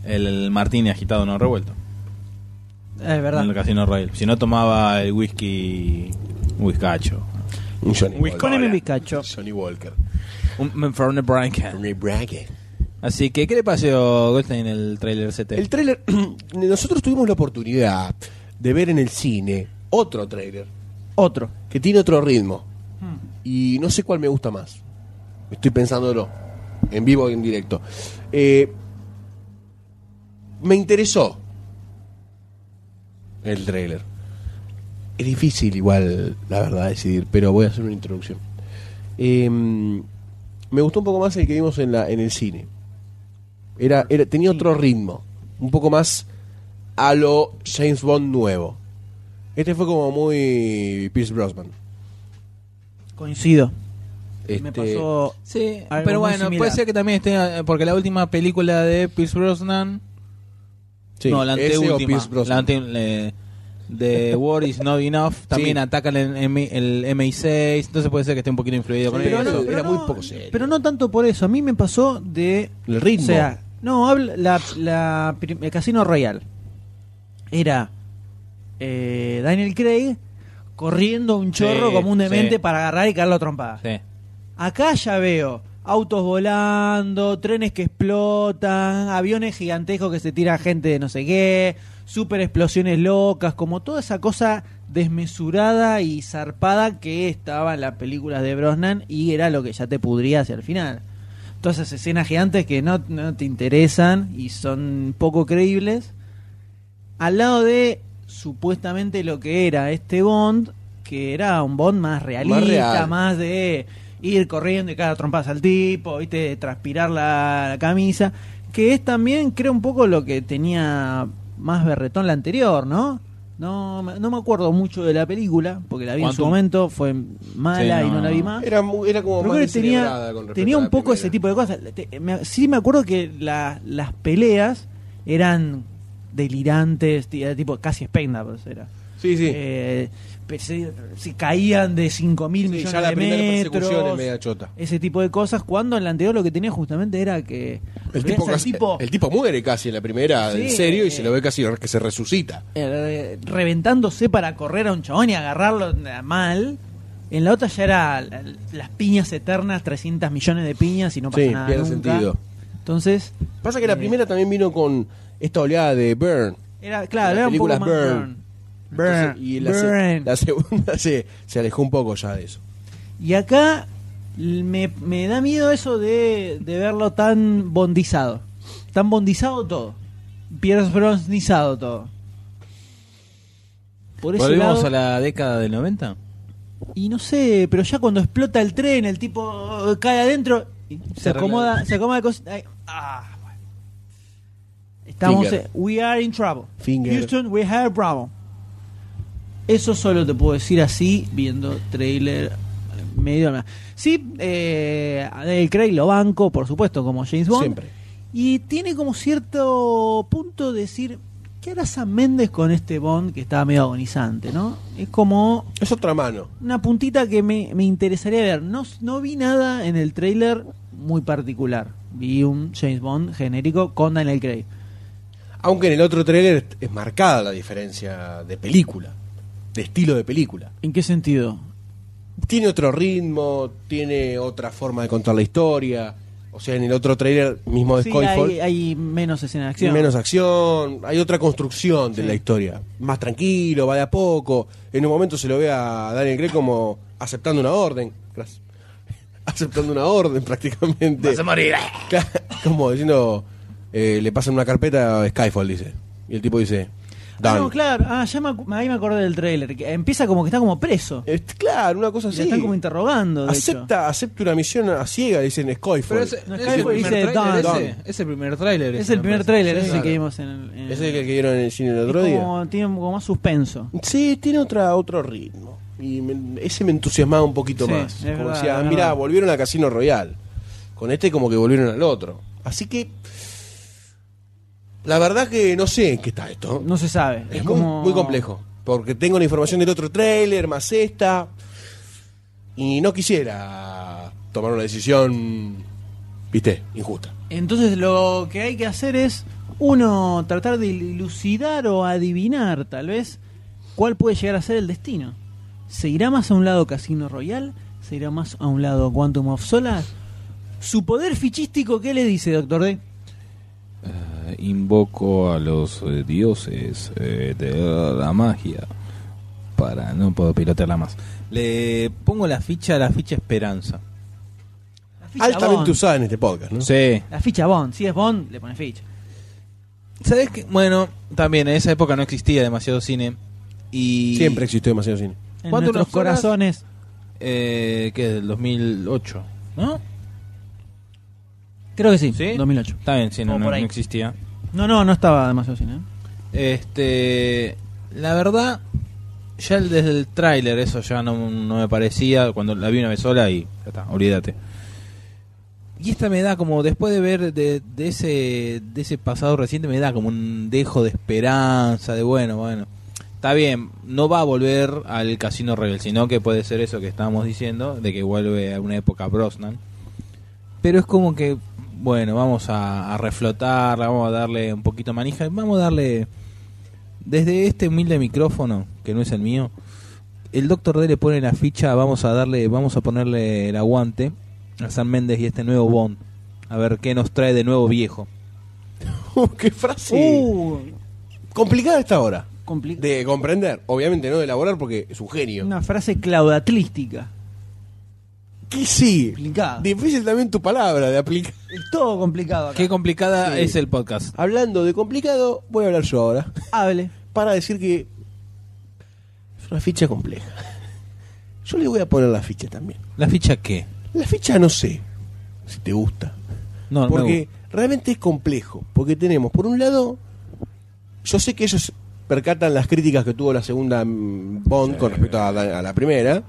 S3: el Martini agitado no revuelto.
S1: es verdad.
S3: En el Casino Royal. Si no tomaba el whisky, un whiskacho.
S2: Un Johnny
S3: Uy,
S2: Walker.
S1: Poneme mi cacho.
S2: Johnny Walker.
S3: Un Menfrone Branca.
S2: Ray Brackett.
S3: Así que, ¿qué le pareció Goldstein el trailer CT?
S2: El tráiler, nosotros tuvimos la oportunidad de ver en el cine otro tráiler
S1: Otro.
S2: que tiene otro ritmo. Y no sé cuál me gusta más. Estoy pensándolo. En vivo y en directo. Eh, me interesó el trailer. Es difícil igual, la verdad, decidir, pero voy a hacer una introducción. Eh, me gustó un poco más el que vimos en, la, en el cine. Era, era, tenía otro ritmo. Un poco más a lo James Bond nuevo. Este fue como muy Pierce Brosnan.
S1: Coincido. Me
S2: Este,
S1: pasó.
S3: Sí,
S1: Algo
S3: pero
S1: muy
S3: bueno,
S1: similar.
S3: puede ser que también esté. eh, Porque la última película de Pierce Brosnan.
S2: sí,
S3: no, la
S2: ese o
S3: anteúltima.
S2: Pierce Brosnan.
S3: La ante, le- de War is Not Enough. También
S2: Sí.
S3: atacan el, M- el MI6. Entonces puede ser que esté un poquito influido con
S2: Sí,
S3: eso.
S2: pero no- era
S1: no-
S2: muy poco serio.
S1: Pero no tanto por eso. A mí me pasó de.
S2: El ritmo.
S1: O sea, no, habla- la, la prim- el Casino Royal. Era eh, Daniel Craig corriendo un chorro
S3: Sí,
S1: como un demente
S3: sí.
S1: para agarrar y caerlo a trompada.
S3: Sí.
S1: Acá ya veo autos volando, trenes que explotan, aviones gigantescos que se tira gente de no sé qué, super explosiones locas, como toda esa cosa desmesurada y zarpada que estaba en las películas de Brosnan y era lo que ya te pudría hacia el final. Todas esas escenas gigantes que no, no te interesan y son poco creíbles. Al lado de supuestamente lo que era este Bond, que era un Bond más realista, más,
S2: real.
S1: de ir corriendo y cada trompadas al tipo, ¿viste? de transpirar la, la camisa, que es también, creo, un poco lo que tenía más berretón la anterior, ¿no? No, me- no me acuerdo mucho de la película, porque la vi en su
S3: Quantum.
S1: momento, fue mala
S3: Sí,
S1: y no
S3: no,
S1: la vi
S3: no.
S1: más.
S2: Era, mu- era como
S1: Pero
S2: más
S1: creo que
S2: descerebrada
S1: tenía,
S2: con respecto
S1: tenía
S2: a la
S1: un poco
S2: primera.
S1: ese tipo de cosas. Te- me- sí me acuerdo que la- las peleas eran delirantes, t- era tipo casi Spectacles era.
S2: Sí, sí.
S1: Eh, pe- se, se caían de 5 mil
S2: Sí,
S1: millones
S2: ya la
S1: de
S2: primera persecución es
S1: metros,
S2: media chota.
S1: ese tipo de cosas, cuando en la anterior lo que tenía justamente era que
S2: El tipo,
S1: veías al
S2: casi-
S1: tipo,
S2: el tipo muere casi en la primera,
S1: Sí,
S2: en serio, y
S1: eh.
S2: se lo ve casi que se resucita.
S1: eh, reventándose para correr a un chabón y agarrarlo eh, mal. En la otra ya era la- las piñas eternas, 300 millones de piñas y no pasa
S2: Sí,
S1: nada.
S2: pierde
S1: nunca.
S2: sentido.
S1: Entonces,
S2: Pasa que la
S1: Eh.
S2: primera también vino con esta oleada de Burn.
S1: Era, claro,
S2: Las
S1: era un poco
S2: películas
S1: más
S2: Burn.
S1: Burn. Burn.
S2: y la, se-
S1: Burn.
S2: la segunda se, se alejó un poco ya de eso.
S1: Y acá l- me, me da miedo eso de, de verlo tan bondizado. Tan bondizado todo. Pierce bronzizado todo. Por ese
S3: Volvemos
S1: lado-
S3: a la década del 90.
S1: Y no sé, pero ya cuando explota el tren, el tipo eh, cae adentro y se,
S3: Se
S1: acomoda,
S3: arregla.
S1: se acomoda cos- ay, ah, bueno. Estamos
S2: Finger.
S1: eh, we are in trouble.
S2: Finger.
S1: Houston, we have problem. Eso solo te puedo decir así viendo trailer eh, medio nada. Sí, eh, a Daniel Craig lo banco, por supuesto, como James Bond.
S2: Siempre.
S1: Y tiene como cierto punto de decir, ¿qué hará Sam Méndez con este Bond que estaba medio agonizante, no? Es como
S2: Es otra mano.
S1: una puntita que me, me interesaría ver. No, no vi nada en el trailer muy particular. Vi un James Bond genérico con Daniel Craig.
S2: Aunque en el otro trailer es marcada la diferencia de película, de estilo de película.
S1: ¿En qué sentido?
S2: Tiene otro ritmo, tiene otra forma de contar la historia, O sea, en el otro trailer mismo de
S1: Sí,
S2: Skyfall.
S1: hay, hay menos escena de
S2: Hay
S1: acción.
S2: menos acción, hay otra construcción de
S1: Sí.
S2: la historia. Más tranquilo, va de a poco. En un momento se lo ve a Daniel Craig como aceptando una orden. Gracias. Aceptando una orden prácticamente. Claro, como diciendo, eh, le pasan una carpeta a Skyfall, dice. Y el tipo dice,
S1: Ah,
S2: "Done".
S1: no, claro. Ah, ya me acu- ahí me acordé del trailer. Que empieza como que está como preso.
S2: Es- claro, una cosa
S1: Y
S2: así.
S1: le están como interrogando. de hecho.
S2: Eh, acepta, acepta una misión a ciega, dicen Skyfall.
S3: Pero ese,
S1: No,
S3: ese
S1: Skyfall
S3: es el primer
S1: dice
S3: tráiler
S1: Dawn.
S3: ese. Es el primer tráiler.
S1: Es
S3: ese,
S1: el
S3: me
S1: primer
S3: parece.
S1: trailer
S3: Sí,
S1: ese
S3: claro.
S1: que vimos en el. en-
S2: Ese es el que vieron en el cine el
S1: es
S2: otro día.
S1: como, Tiene como más suspenso.
S2: Sí, tiene otra, otro ritmo. Y me- ese me entusiasmaba un poquito
S1: Sí,
S2: más.
S1: es
S2: Como
S1: verdad,
S2: decía,
S1: es
S2: mira,
S1: verdad".
S2: volvieron a Casino Royal. Con este como que volvieron al otro. Así que... La verdad que no sé en qué está esto.
S1: No se sabe.
S2: es
S1: Es,
S2: muy,
S1: como.
S2: muy complejo. Porque tengo la información del otro trailer, más esta. Y no quisiera tomar una decisión, viste, injusta.
S1: Entonces lo que hay que hacer es, uno, tratar de dilucidar o adivinar, tal vez, cuál puede llegar a ser el destino. ¿Se irá más a un lado Casino Royal? ¿Se irá más a un lado Quantum of Solace? ¿Su poder fichístico qué le dice, Doctor D?
S7: Eh, invoco a los eh, dioses eh, de la magia para no puedo pilotearla más.
S3: Le pongo la ficha, la ficha Esperanza.
S1: La ficha
S2: Altamente
S1: Bond.
S2: usada en este podcast, ¿no?
S3: Sí.
S1: La ficha Bond. Si es Bond, le pone ficha.
S3: ¿Sabes qué? Bueno, también en esa época no existía demasiado cine. Y
S2: Siempre existió demasiado cine.
S1: En
S3: Quantum
S1: nuestros
S3: of Solace-
S1: corazones.
S3: Eh, que es del 2008, ¿no?
S1: Creo que sí,
S3: ¿Sí?
S1: 2008.
S3: Está bien, sí, no,
S1: Como
S3: no-
S1: por ahí.
S3: no existía.
S1: No, no, no estaba demasiado cine. ¿eh?
S3: Este, la verdad, ya el- desde el tráiler eso ya no, no me parecía. Cuando la vi una vez sola y ya está, olvídate. Y esta me da como, después de ver de, de ese, de ese pasado reciente, me da como un dejo de esperanza, de bueno, bueno. Está bien, no va a volver al Casino Rebel, sino que puede ser eso que estábamos diciendo, de que vuelve a una época Brosnan. Pero es como que, bueno, vamos a, a reflotarla, vamos a darle un poquito manija, y vamos a darle, desde este humilde micrófono, que no es el mío, el Doctor D le pone la ficha, vamos a darle, vamos a ponerle el aguante a San Méndez y este nuevo Bond, a ver qué nos trae de nuevo viejo.
S2: ¡Qué frase!
S1: Uh,
S2: complicada esta hora.
S1: compli-
S2: De comprender, obviamente no de elaborar porque es un genio.
S1: Una frase claudatlística.
S2: Que sí.
S1: Complicada.
S2: Difícil también tu palabra de aplicar.
S1: Es todo complicado acá.
S3: Qué complicada
S2: Sí.
S3: es el podcast.
S2: Hablando de complicado, voy a hablar yo ahora.
S1: Hable.
S2: Para decir que es una ficha compleja. Yo le voy a poner la ficha también.
S3: ¿La ficha qué?
S2: La ficha no sé si te gusta.
S3: No, no me
S2: Porque realmente es complejo. Porque tenemos, por un lado, yo sé que ellos percatan las críticas que tuvo la segunda mm, Bond con respecto a la, a la primera.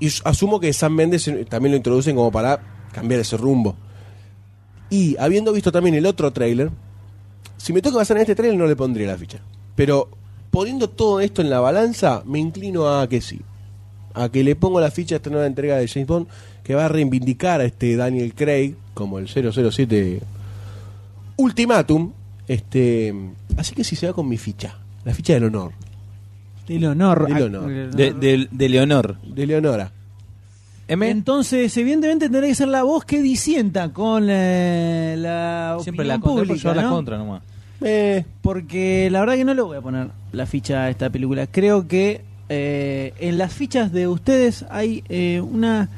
S2: Y s- asumo que Sam Méndez eh, también lo introducen como para cambiar ese rumbo. Y habiendo visto también el otro tráiler, si me toca basar en este tráiler no le pondría la ficha. Pero poniendo todo esto en la balanza, me inclino a que sí. A que le pongo la ficha a esta nueva entrega de James Bond que va a reivindicar a este Daniel Craig como el 007 Ultimatum. Este, así que sí se va con mi ficha, la ficha del honor,
S1: Del honor.
S2: Del
S1: Ah,
S2: honor.
S1: del
S3: De, de- de Leonor.
S2: de Leonora.
S3: M.
S1: Entonces, evidentemente tendrá que ser la voz que disienta con eh, la
S3: Siempre
S1: opinión
S3: la contra, por
S1: pública,
S3: llevar la
S1: ¿no?
S3: contra nomás.
S2: Eh,
S1: Porque la verdad que no le voy a poner la ficha a esta película. Creo que eh, en las fichas de ustedes hay eh, una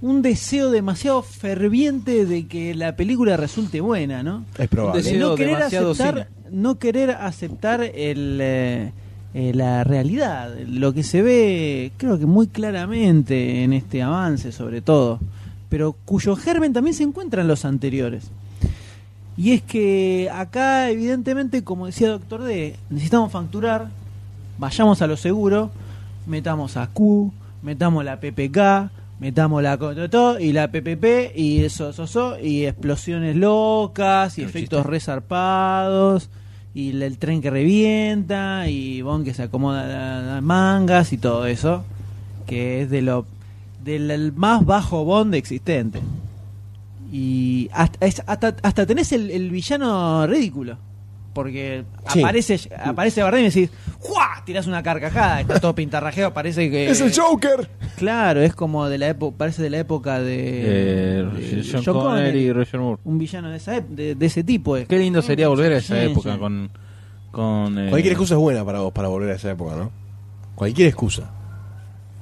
S1: un deseo demasiado ferviente de que la película resulte buena, ¿no?
S2: es probable.
S1: De
S3: Deseo
S1: no querer
S3: demasiado
S1: aceptar, no querer aceptar el, eh, eh, la realidad, lo que se ve, creo que muy claramente en este avance, sobre todo, pero cuyo germen también se encuentra en los anteriores. Y es que acá, evidentemente, como decía Doctor D, necesitamos facturar, vayamos a lo seguro, metamos a Q, metamos la PPK, metamos la Cototó y la PPP y eso, eso, eso, y explosiones locas y
S3: Claro,
S1: efectos
S3: chiste.
S1: resarpados y el, el tren que revienta y Bon que se acomoda la- las mangas y todo eso, que es de lo del el más bajo Bond existente. Y hasta, es- hasta, hasta tenés el, el villano ridículo. Porque
S2: Sí.
S1: aparece, aparece Bardem y decís, ¡Jua! Tirás una carcajada, está todo pintarrajeo, parece que...
S2: ¡Es el Joker!
S1: Claro, es como de la época, parece de la época de,
S7: Eh,
S1: de
S7: John
S1: John
S7: Connery
S1: Connery.
S7: y Roger Moore.
S1: un villano de, esa ep- de, de ese tipo. Es.
S7: Qué lindo sería volver a esa
S1: Sí,
S7: época
S1: sí.
S7: con... con eh,
S2: Cualquier excusa es buena para vos, para volver a esa época, ¿no? Cualquier excusa.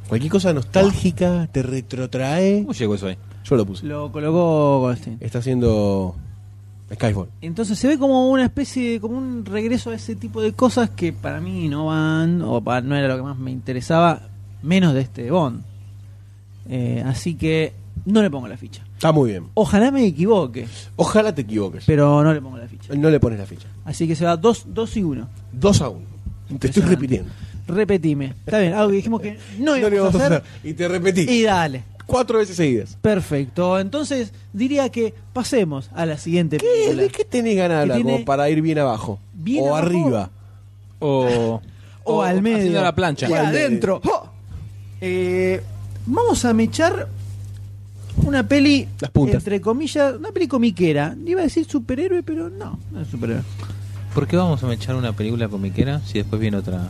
S2: Cualquier cosa nostálgica te retrotrae.
S7: ¿Cómo llegó eso ahí?
S2: Yo lo puse.
S1: Lo colocó Goldstein.
S2: Está haciendo Skyfall.
S1: Entonces se ve como una especie de, como un regreso a ese tipo de cosas que para mí no van, o pa- no era lo que más me interesaba, menos de este Bond. Eh, así que no le pongo la ficha.
S2: Está muy bien.
S1: Ojalá me equivoque,
S2: Ojalá te equivoques.
S1: pero no le pongo la ficha.
S2: No le pones la ficha.
S1: Así que se va 2 dos y 1.
S2: 2 a 1. Te estoy
S1: Impresionante.
S2: repitiendo.
S1: Repetime. Está bien, algo que dijimos que no
S2: No
S1: íbamos
S2: le
S1: a
S2: vamos
S1: hacer.
S2: a hacer. Y te repetí.
S1: Y dale.
S2: Cuatro veces seguidas.
S1: Perfecto. Entonces diría que pasemos a la siguiente
S2: ¿Qué,
S1: película.
S2: ¿De qué tenés ganas de
S1: Que
S2: hablar?
S1: tiene-
S2: Como para ir bien abajo.
S1: Bien
S2: o
S1: abajo.
S2: arriba.
S7: O,
S1: O al medio.
S7: Haciendo la plancha.
S1: Y
S2: Al medio.
S1: adentro. ¡Oh! Eh, vamos a mechar una peli.
S2: Las puntas.
S1: Entre comillas, una peli comiquera. Iba a decir superhéroe, pero no, no es superhéroe.
S7: ¿Por qué vamos a echar una película comiquera si después viene otra?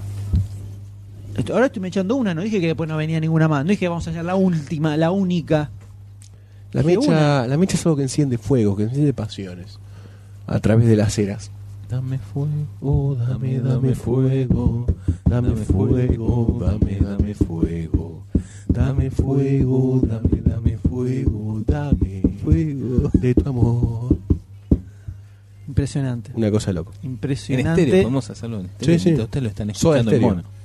S1: Esto- Ahora estoy mechando una, no dije que después no venía ninguna más. No dije que vamos a hacer la última, la única.
S2: La
S1: De
S2: mecha,
S1: una.
S2: la mecha es algo que enciende fuego, que enciende pasiones. A través de las eras.
S7: Dame fuego,
S2: Oh, Dame, dame fuego, dame fuego, dame, dame fuego, dame fuego, dame, dame fuego, dame fuego de tu amor.
S1: Impresionante.
S2: Una cosa loco.
S7: En
S1: Impresionante.
S7: estéreo, podemos hacerlo en estéreo.
S2: Sí, sí.
S7: mientras Ustedes lo están
S2: Soda
S7: escuchando en
S2: estéreo.
S7: mono.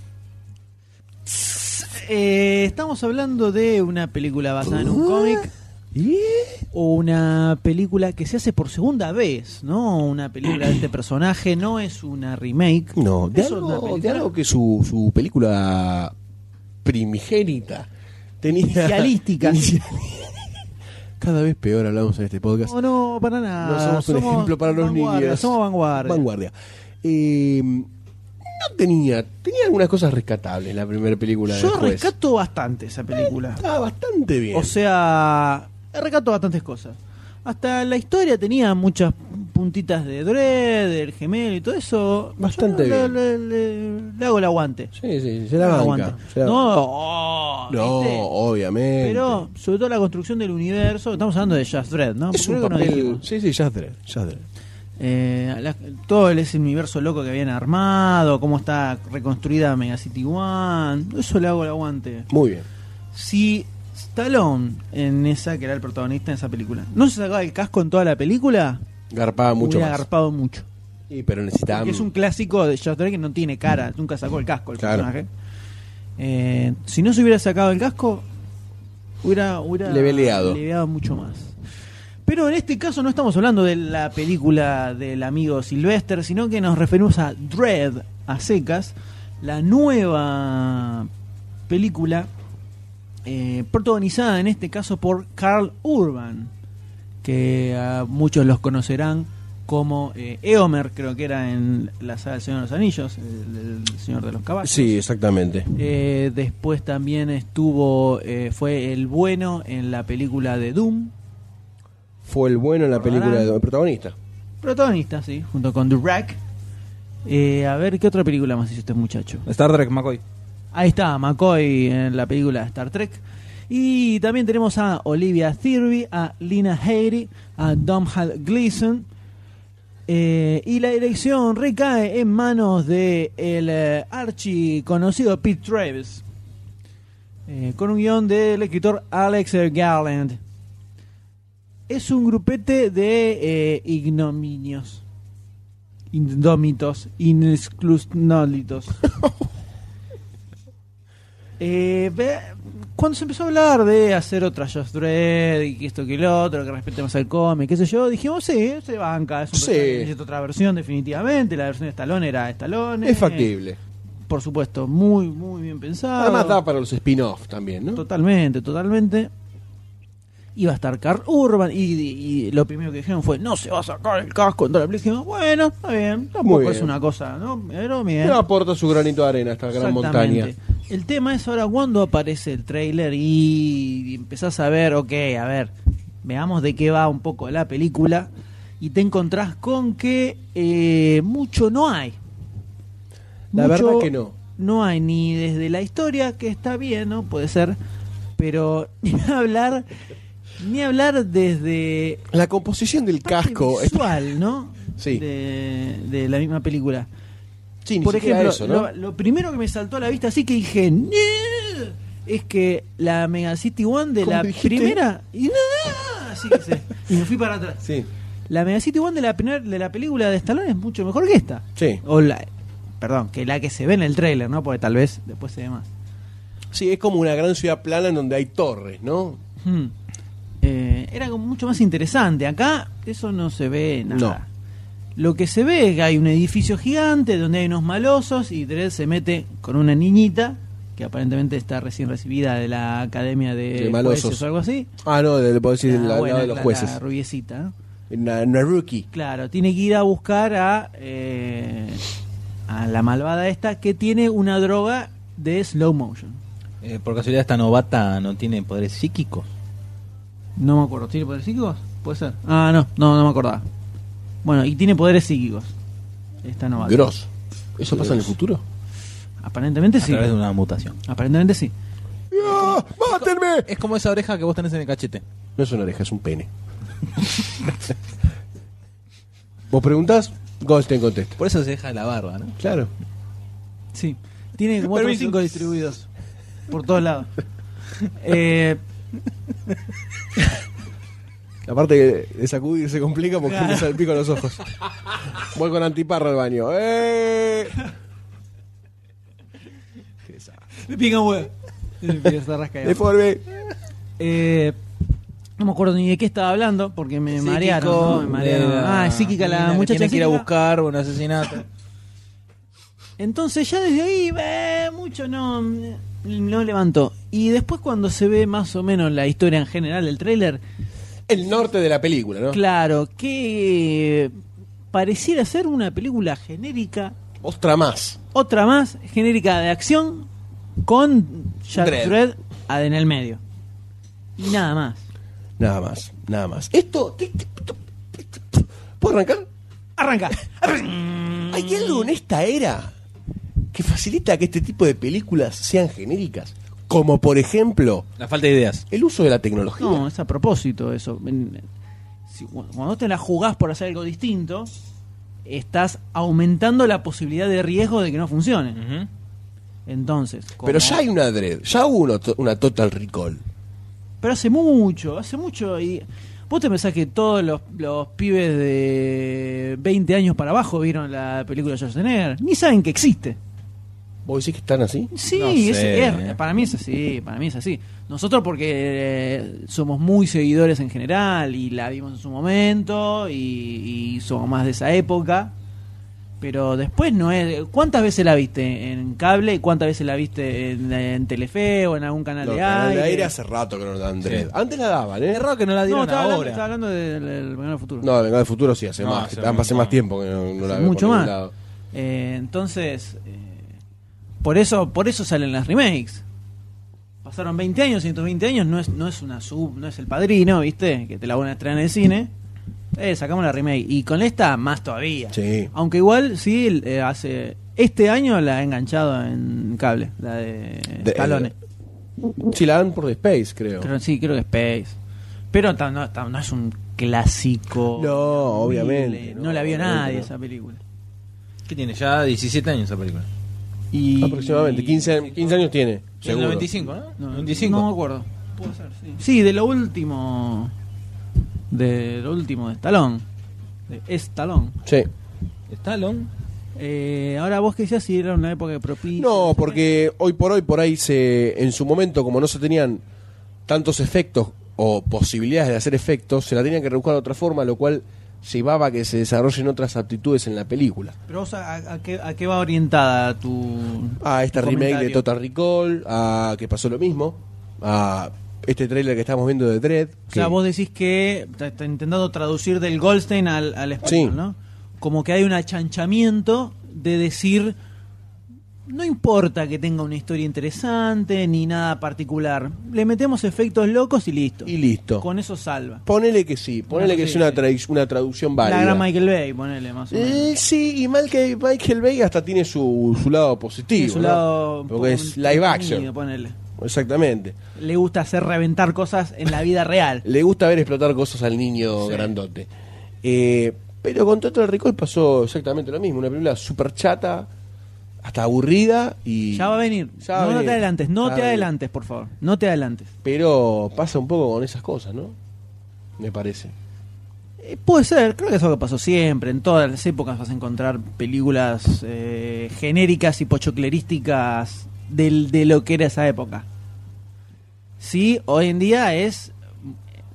S1: Eh, estamos hablando de una película basada en un cómic. O una película que se hace por segunda vez, ¿no? Una película de este personaje, no es una remake.
S2: No, de
S1: Es otra
S2: algo,
S1: película.
S2: de algo que su, su película primigénita tenía.
S1: Inicialística.
S2: Inicial- Cada vez peor hablamos en este podcast.
S1: No, no, para nada.
S2: No somos un ejemplo para los
S1: vanguardia,
S2: niños.
S1: Somos vanguardia.
S2: Vanguardia. Eh, no tenía. Tenía algunas cosas rescatables la primera película de
S1: Yo
S2: después.
S1: rescato bastante esa película.
S2: Estaba bastante bien.
S1: O sea, rescato bastantes cosas. Hasta la historia tenía muchas puntitas de Dredd, del gemelo y todo eso.
S2: Bastante
S1: Yo le-
S2: bien.
S1: Le, le- le hago el aguante.
S2: sí, sí, se
S1: Le
S2: la
S1: hago el
S2: banca.
S1: aguante.
S2: se la
S1: No,
S2: banca.
S1: oh,
S2: No,
S1: ¿viste?
S2: obviamente.
S1: Pero sobre todo la construcción del universo, estamos hablando de Just Dredd, ¿no?
S2: es un
S1: Creo que no
S2: papel.
S1: dijimos.
S2: Sí, sí, ya Dredd, ya Dredd.
S1: Eh, la- todo ese universo loco que habían armado, cómo está reconstruida Mega City One, eso le hago el aguante.
S2: Muy bien.
S1: Si Stallone, en esa que era el protagonista en esa película, no se sacaba el casco en toda la película,
S2: Garpaba mucho
S1: hubiera
S2: más.
S1: agarpado mucho.
S2: Sí, pero necesitaba.
S1: Porque es un clásico de Just Dredd que no tiene cara, nunca sacó el casco el
S2: Claro.
S1: personaje. Eh, si no se hubiera sacado el casco, hubiera, hubiera
S2: Leveleado.
S1: leveleado mucho más. Pero en este caso no estamos hablando de la película del amigo Sylvester, sino que nos referimos a Dread a secas, la nueva película eh, protagonizada en este caso por Carl Urban, que a muchos los conocerán como eh, Eomer, creo que era en la saga del Señor de los Anillos, el, el Señor de los Caballos.
S2: Sí, exactamente.
S1: Eh, después también estuvo, eh, fue el bueno en la película de Doom,
S2: Fue el bueno en la película del protagonista.
S1: Eh, protagonista, sí, junto con Durack. Eh, a ver, ¿qué otra película más hizo este muchacho?
S7: Star Trek, McCoy.
S1: Ahí está, McCoy en la película de Star Trek. Y también tenemos a Olivia Thirby, a Lina Headey, a Domhnall Gleeson. Eh, y la dirección recae en manos de el eh, archi conocido Pete Travis, eh, con un guión del escritor Alex Garland. Es un grupete de eh, ignominios, indómitos, inexclusnólitos. Eh, ve- cuando se empezó a hablar de hacer otra Just Dread y que esto que el otro, que respete más al cómic, qué sé yo, dijimos, sí, se banca, es un
S2: Sí.
S1: personaje, necesita otra versión definitivamente, la versión de Stallone era Stallone.
S2: Es factible.
S1: Por supuesto, muy, muy bien pensado.
S2: Además da para los spin-off también, ¿no?
S1: Totalmente, totalmente. Iba a estar Carl Urban y, y- y lo primero que dijeron fue, no se va a sacar el casco. Entonces le dijimos, bueno, está bien, tampoco
S2: bien.
S1: es una cosa, ¿no? Pero bien.
S2: Pero aporta su granito de arena a esta gran
S1: Exactamente.
S2: montaña.
S1: El tema es ahora cuando aparece el trailer y empezás a ver, ok, a ver, veamos de qué va un poco la película y te encontrás con que eh, mucho no hay.
S2: La
S1: Mucho
S2: verdad que no.
S1: No hay ni desde la historia, que está bien, ¿no? Puede ser, Pero ni hablar, ni hablar desde
S2: La composición del
S1: parte
S2: casco. es-
S1: visual, ¿no?
S2: Sí.
S1: De, de la misma película.
S2: Sí, ni
S1: Por
S2: siquiera
S1: ejemplo,
S2: eso, ¿no?
S1: lo, lo primero que me saltó a la vista, así que dije, "No", es que la Mega City One de
S2: ¿Cómo
S1: la
S2: dijiste?
S1: primera y nada, así que se- y me fui para atrás.
S2: Sí.
S1: La Mega City One de la primer- de la película de Stallone es mucho mejor que esta.
S2: Sí.
S1: O la, perdón, que la que se ve en el tráiler, ¿no? Porque tal vez después se ve más.
S2: Sí, es como una gran ciudad plana en donde hay torres, ¿no?
S1: Hmm. Eh, era como mucho más interesante. Acá eso no se ve nada. Lo que se ve es que hay un edificio gigante donde hay unos malosos y Dredd se mete con una niñita que aparentemente está recién recibida de la academia de,
S2: De malosos.
S1: jueces o algo así.
S2: Ah, no, le puedo decir
S1: La
S2: la,
S1: buena,
S2: la de los
S1: la-
S2: jueces.
S1: La rubiecita. ¿no?
S2: Una, una rookie.
S1: Claro, tiene que ir a buscar a, eh, a la malvada esta que tiene una droga de slow motion.
S3: Eh, por casualidad, esta novata no tiene poderes psíquicos.
S1: No me acuerdo. ¿Tiene poderes psíquicos? Puede ser. Ah, no, no, no me acordaba. Bueno, y tiene poderes psíquicos. Esta novata.
S2: Gross. ¿Eso pasa en el futuro?
S1: Aparentemente
S3: A
S1: sí.
S3: través de una mutación.
S1: Aparentemente sí.
S2: ¡Ah, ¡Mátenme!
S3: Es como esa oreja que vos tenés en el cachete.
S2: No es una oreja, es un pene. ¿Vos preguntás? Goldstein contesta.
S3: Por eso se deja la barba, ¿no?
S2: Claro.
S1: Sí. Tiene como otros
S2: Permiso.
S1: cinco distribuidos. Por todos lados. Eh,
S2: La parte de sacudir se complica porque le salpico los ojos. Voy con antiparra al baño. ¡Eh!
S1: le pica un huevo. Le pica esa rasca ahí abajo.
S2: Deforme.
S1: Eh, no me acuerdo ni de qué estaba hablando porque me
S3: Psíquico,
S1: marearon. ¿no? Me marearon.
S3: de la
S1: Ah, psíquica
S3: mina
S1: la
S3: que
S1: muchacha.
S3: tiene que ir a
S1: psíquica.
S3: buscar un asesinato.
S1: Entonces ya desde ahí eh, mucho no, no levantó. Y después cuando se ve más o menos la historia en general del tráiler,
S2: El norte de la película, ¿no?
S1: claro, que pareciera ser una película genérica,
S2: Ostra más.
S1: otra más, genérica de acción, con Jack
S2: Dredd.
S1: Dredd ad- en el medio. Y nada más.
S2: Nada más, nada más. Esto. te- te- te- te- ¿Puedo arrancar?
S1: Arranca.
S2: Hay algo en esta era que facilita que este tipo de películas sean genéricas. Como por ejemplo,
S3: La falta de ideas.
S2: el uso de la tecnología.
S1: No, es a propósito eso. En- si- cuando te la jugás por hacer algo distinto, estás aumentando la posibilidad de riesgo de que no funcione. Entonces, como-
S2: Pero ya hay una Dread, ya hubo una, to- una Total Recall.
S1: Pero hace mucho, hace mucho. y ¿Vos te pensás que todos los, los pibes de 20 años para abajo vieron la película de Schwarzenegger? Ni saben que existe.
S2: ¿Vos decís que están así?
S1: Sí,
S3: No
S1: es-
S3: sé.
S1: es- para mí es así, para mí es así. Nosotros porque eh, somos muy seguidores en general y la vimos en su momento y, y somos más de esa época. Pero después no es... ¿Cuántas veces la viste en cable y cuántas veces la viste en, en Telefe o en algún canal
S2: No,
S1: de
S2: Canal
S1: aire?
S2: de aire hace rato que no dan Dread.
S3: Sí.
S2: Antes la daban, ¿eh?
S3: Error que no la
S1: No,
S3: dieron
S1: estaba hablando,
S3: ahora.
S1: estaba hablando del del Vengador del Futuro.
S2: No, Venga del Futuro sí hace
S3: No,
S2: más.
S3: hace
S2: que- hace
S3: un
S2: más
S3: montón.
S2: tiempo que no, no la
S1: Hace
S2: veo
S1: mucho
S2: por ningún
S1: más.
S2: lado.
S1: Eh, entonces, eh, por eso por eso salen las remakes. Pasaron 20 años, 120 años, no es, no es una sub, no es el padrino, ¿viste? Que te la van a estrenar en el cine. Eh, sacamos la remake. Y con esta, más todavía.
S2: Sí.
S1: Aunque igual, sí, el- eh, hace. Este año la he enganchado en cable, la de,
S2: De- eh,
S1: Stallone.
S2: Sí, la dan por The Space, creo.
S1: Creo- sí, creo que Space. Pero ta- no, ta- no es un clásico.
S2: No,
S1: horrible.
S2: obviamente,
S1: No,
S2: no,
S1: la vio
S2: obviamente
S1: nadie
S2: no.
S1: esa película.
S3: ¿Qué tiene? Ya 17 años esa película.
S2: Y... Aproximadamente, 15, 15 años tiene.
S3: El
S2: Seguro.
S3: 95, ¿no?
S1: No,
S3: 95.
S1: No me acuerdo. Puede ser, sí. Sí, de lo último. De lo último de Stallone. De Stallone.
S2: Sí.
S3: Stallone.
S1: Eh, ahora vos que decías si era una época de propicia.
S2: No,
S1: sé
S2: porque hoy por hoy, por ahí, se, en su momento, como no se tenían tantos efectos o posibilidades de hacer efectos, se la tenían que rebuscar de otra forma, lo cual llevaba a que se desarrollen otras aptitudes en la película.
S1: qué. Pero vos, a, a qué, a qué va orientada tu.
S2: A Ah, esta
S1: tu
S2: remake de
S1: comentario?
S2: Total Recall, a que pasó lo mismo, a este trailer que estamos viendo de Dread.
S1: O sea,
S2: que-
S1: vos decís que. te- te intentando traducir del Goldstein al, al español,
S2: Sí.
S1: ¿no? Como que hay un achanchamiento de decir. No importa que tenga una historia interesante ni nada particular. Le metemos efectos locos y listo.
S2: Y listo.
S1: Con eso salva.
S2: Ponele que sí, ponele
S1: Bueno,
S2: que
S1: sí,
S2: es una,
S1: sí.
S2: tradu- una traducción válida.
S1: La gran Michael Bay, ponele más o menos.
S2: Eh, sí, y mal que Michael Bay hasta tiene su, su lado positivo.
S1: Tiene su
S2: ¿no?
S1: lado un poco
S2: Porque es live
S1: entretenido,
S2: action.
S1: Ponele.
S2: Exactamente.
S1: Le gusta hacer reventar cosas en la vida real.
S2: Le gusta ver explotar cosas al niño grandote. Eh, pero con Total Recall pasó exactamente lo mismo. Una película super chata, hasta aburrida y.
S1: Ya va a venir.
S2: Ya va a
S1: no, no
S2: venir.
S1: te adelantes, no
S2: Ya
S1: te
S2: va a venir.
S1: adelantes, por favor. No te adelantes.
S2: Pero pasa un poco con esas cosas, ¿no? Me parece.
S1: Eh, puede ser, creo que es algo que pasó siempre. En todas las épocas vas a encontrar películas eh, genéricas y pochoclerísticas del, de lo que era esa época. Sí, hoy en día es.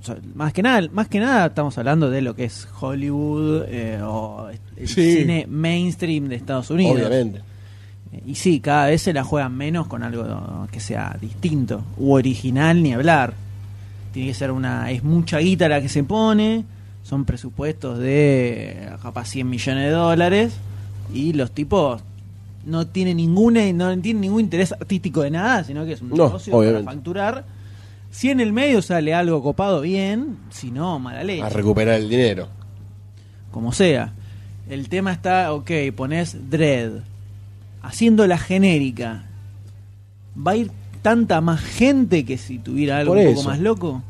S1: so- Más que nada, más que nada estamos hablando de lo que es Hollywood eh, o el
S2: Sí.
S1: cine mainstream de Estados Unidos.
S2: Obviamente.
S1: Eh, Y sí, cada vez se la juegan menos con algo que sea distinto u original ni hablar. Tiene que ser una. Es mucha guita la que se pone. Son presupuestos de eh, capaz 100 millones de dólares. Y los tipos no tienen ninguna no tienen ningún interés artístico de nada, sino que es un
S2: No,
S1: negocio
S2: obviamente.
S1: para facturar. Si en el medio sale algo copado, bien. Si no, mala leche
S2: A recuperar el dinero.
S1: como sea. El tema está, ok, pones Dread, haciéndola genérica. ¿Va a ir tanta más gente que si tuviera algo
S2: Por
S1: un poco
S2: eso.
S1: más loco?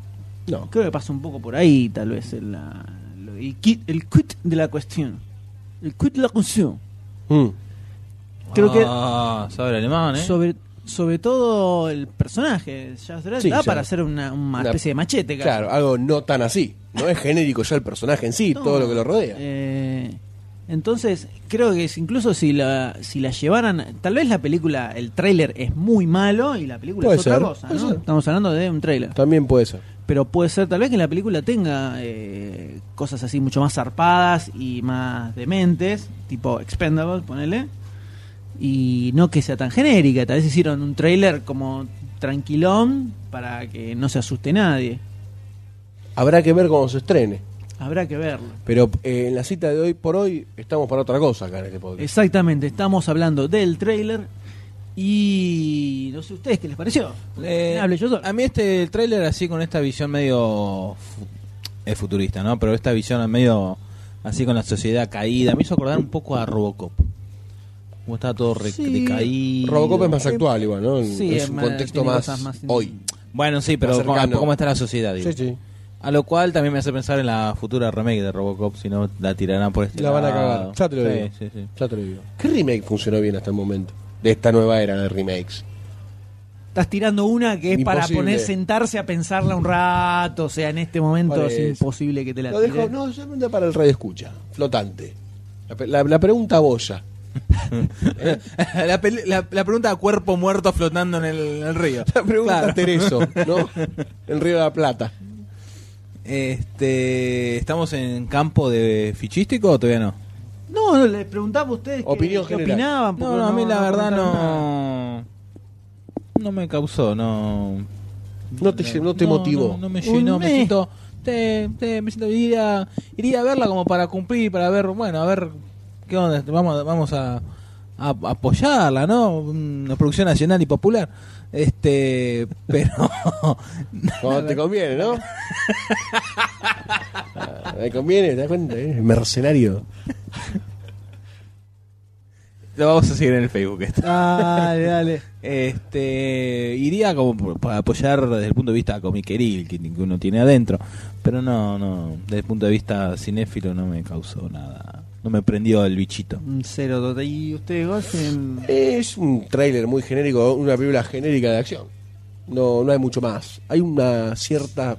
S2: No.
S1: Creo que pasa un poco por ahí, tal vez, el, la- lo- el, kit- el quit de la cuestión. El quit de la cuestión.
S2: Mm.
S1: Creo que
S3: Ah, sabe el alemán, ¿eh?
S1: sobre, sobre todo el personaje, Jazz Dredd,
S2: Sí,
S1: da
S2: ya.
S1: para hacer una, una
S2: Una-
S1: especie de machete. casi.
S2: Claro, algo no tan así. No es genérico ya el personaje en sí,
S1: No,
S2: todo lo que lo rodea.
S1: eh, entonces, creo que es- incluso si la, si la llevaran, tal vez la película, el tráiler es muy malo y la película
S2: Puede
S1: es otra
S2: ser,
S1: cosa,
S2: puede
S1: ¿no?
S2: ser.
S1: Estamos hablando de un tráiler.
S2: También puede ser.
S1: Pero puede ser tal vez que la película tenga eh, cosas así mucho más zarpadas y más dementes, tipo Expendables, ponele. Y no que sea tan genérica, tal vez hicieron un tráiler como tranquilón para que no se asuste nadie.
S2: Habrá que ver cómo se estrene.
S1: Habrá que verlo.
S2: Pero eh, en la cita de hoy por hoy estamos para otra cosa acá en este podcast.
S1: Exactamente, estamos hablando del trailer y no sé ustedes qué les pareció.
S3: Eh,
S1: Hablo yo solo.
S3: A mí este tráiler así con esta visión medio fu- es futurista, ¿no? Pero esta visión medio así con la sociedad caída me hizo acordar un poco a Robocop. Como estaba todo re-
S1: Sí.
S3: decaído.
S2: Robocop es más actual igual, ¿no? En-
S1: Sí,
S2: en
S1: es
S2: su
S1: más-
S2: contexto
S1: tiene
S2: más,
S1: cosas más-
S2: hoy.
S3: Bueno, sí, pero
S2: Más
S3: como,
S2: cercano.
S3: como está la sociedad, digo.
S2: Sí, sí.
S3: A lo cual también me hace pensar en la futura remake de Robocop, si no la tirarán por este
S2: La van a
S3: lado.
S2: cagar. Ya te lo
S3: Sí,
S2: digo.
S3: sí, sí.
S2: Ya te lo digo. ¿Qué remake funcionó bien hasta el momento? De esta nueva era de remakes.
S1: Estás tirando una que es para
S2: Imposible.
S1: poner sentarse a pensarla un rato, o sea, en este momento
S2: Parece.
S1: es imposible que te la
S2: Lo dejo,
S1: tire.
S2: no, es una pregunta para el radio escucha. Flotante. La, pe- la- la pregunta boya.
S3: la, peli- la- la pregunta a cuerpo muerto flotando en el, en el río.
S2: La pregunta
S3: Claro.
S2: Tereso, ¿no? En Río de la Plata.
S3: Este, ¿Estamos en campo de fichístico o todavía no?
S1: No, no, les preguntaba a ustedes qué-
S2: Opinión
S1: qué,
S2: general.
S1: opinaban.
S3: No,
S1: porque
S3: no, a mí la verdad
S1: comentaron nada.
S3: no. No me causó, no.
S2: No te, no te motivó.
S3: No, no me
S1: Un
S3: llenó, me
S1: mes.
S3: siento. te- te- me siento iría, iría a verla como para cumplir, para ver, bueno, a ver qué onda. Vamos, a- vamos a, a apoyarla, ¿no? Una producción nacional y popular. Este, pero.
S2: Cuando te conviene, ¿no? Ah, Me conviene, ¿te das cuenta? eh? Mercenario.
S3: Lo vamos a seguir en el Facebook esto.
S1: Dale, dale.
S3: Este, iría como por- para apoyar desde el punto de vista comiqueril que, que uno tiene adentro, pero no, no, desde el punto de vista cinéfilo no me causó nada, no me prendió el bichito.
S1: Un cero, dos, y ustedes
S2: Eh,
S1: gocen.
S2: Es un tráiler muy genérico, una película genérica de acción. No, no hay mucho más. Hay una cierta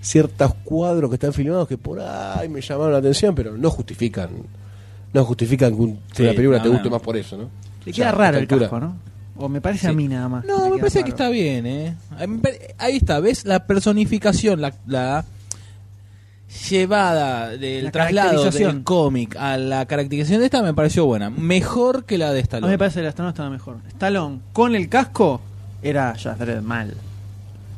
S2: ciertos cuadros que están filmados que por ahí me llamaron la atención, pero no justifican no justifican que, un- que
S3: Sí,
S2: una película
S3: no,
S2: te guste
S3: no.
S2: más por eso, ¿no?
S1: Te
S2: Ya,
S1: queda
S2: a
S1: raro
S2: esta
S1: el
S2: altura.
S1: casco, ¿no? O me parece a
S3: Sí.
S1: mí nada más.
S3: No,
S1: Me
S3: me
S1: queda
S3: parece que
S1: raro.
S3: está bien, eh. Ahí me pare- Ahí está, ¿ves? La personificación, la, la llevada del
S1: La
S3: traslado del
S1: caracterización.
S3: cómic a la caracterización de esta me pareció buena, mejor que la de esta.
S1: A mí me parece que el Stallone estaba mejor. Stallone con el casco era Jazz Dredd mal.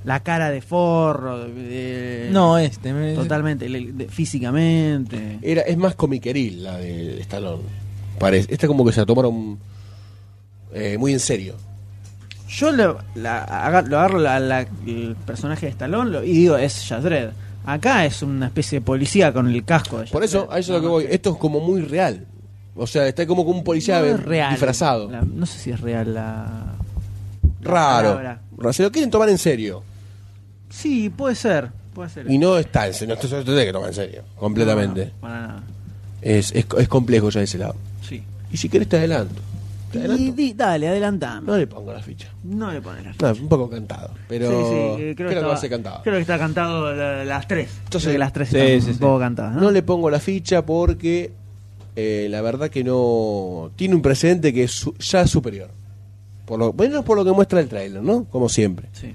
S1: La cara de forro. de-
S3: No, este, me-
S1: Totalmente, le- de- físicamente.
S2: Era, es más comiqueril la de Stallone. Parece. Esta como que se la tomaron eh, muy en serio.
S1: Yo lo, la, aga- lo agarro la- la- el personaje de Stallone lo- y digo, es Jazz Dredd. Acá es una especie de policía con el casco. de Jazz
S2: Por eso,
S1: Dredd.
S2: a eso es lo que
S1: No,
S2: voy. Esto es como muy real. O sea, está como con un policía
S1: no es real.
S2: disfrazado.
S1: La- no sé si es real la. la
S2: Raro.
S1: palabra.
S2: se lo quieren tomar en serio.
S1: Sí, puede ser. Puede ser.
S2: Y no está en serio, no se lo tiene que tomar en serio, completamente.
S1: No, para nada.
S2: Es, es, es complejo ya ese lado.
S1: Sí.
S2: Y si querés te adelanto. Te
S1: Y
S2: adelanto.
S1: di- dale, adelantame.
S2: No le pongo la ficha.
S1: No le pones la
S2: No, un poco cantado, pero
S1: Sí, sí, eh,
S2: creo, que, va
S1: estaba-
S2: a ser cantado.
S1: Creo que está cantado la- las tres.
S2: Entonces-
S1: Creo que las tres
S3: Sí,
S1: están
S3: sí,
S1: un
S3: sí.
S1: poco cantadas. ¿no?
S2: No le pongo la ficha porque eh, la verdad que no tiene un precedente que es su- ya superior. Por lo menos por lo que muestra el tráiler, ¿no? Como siempre.
S1: Sí.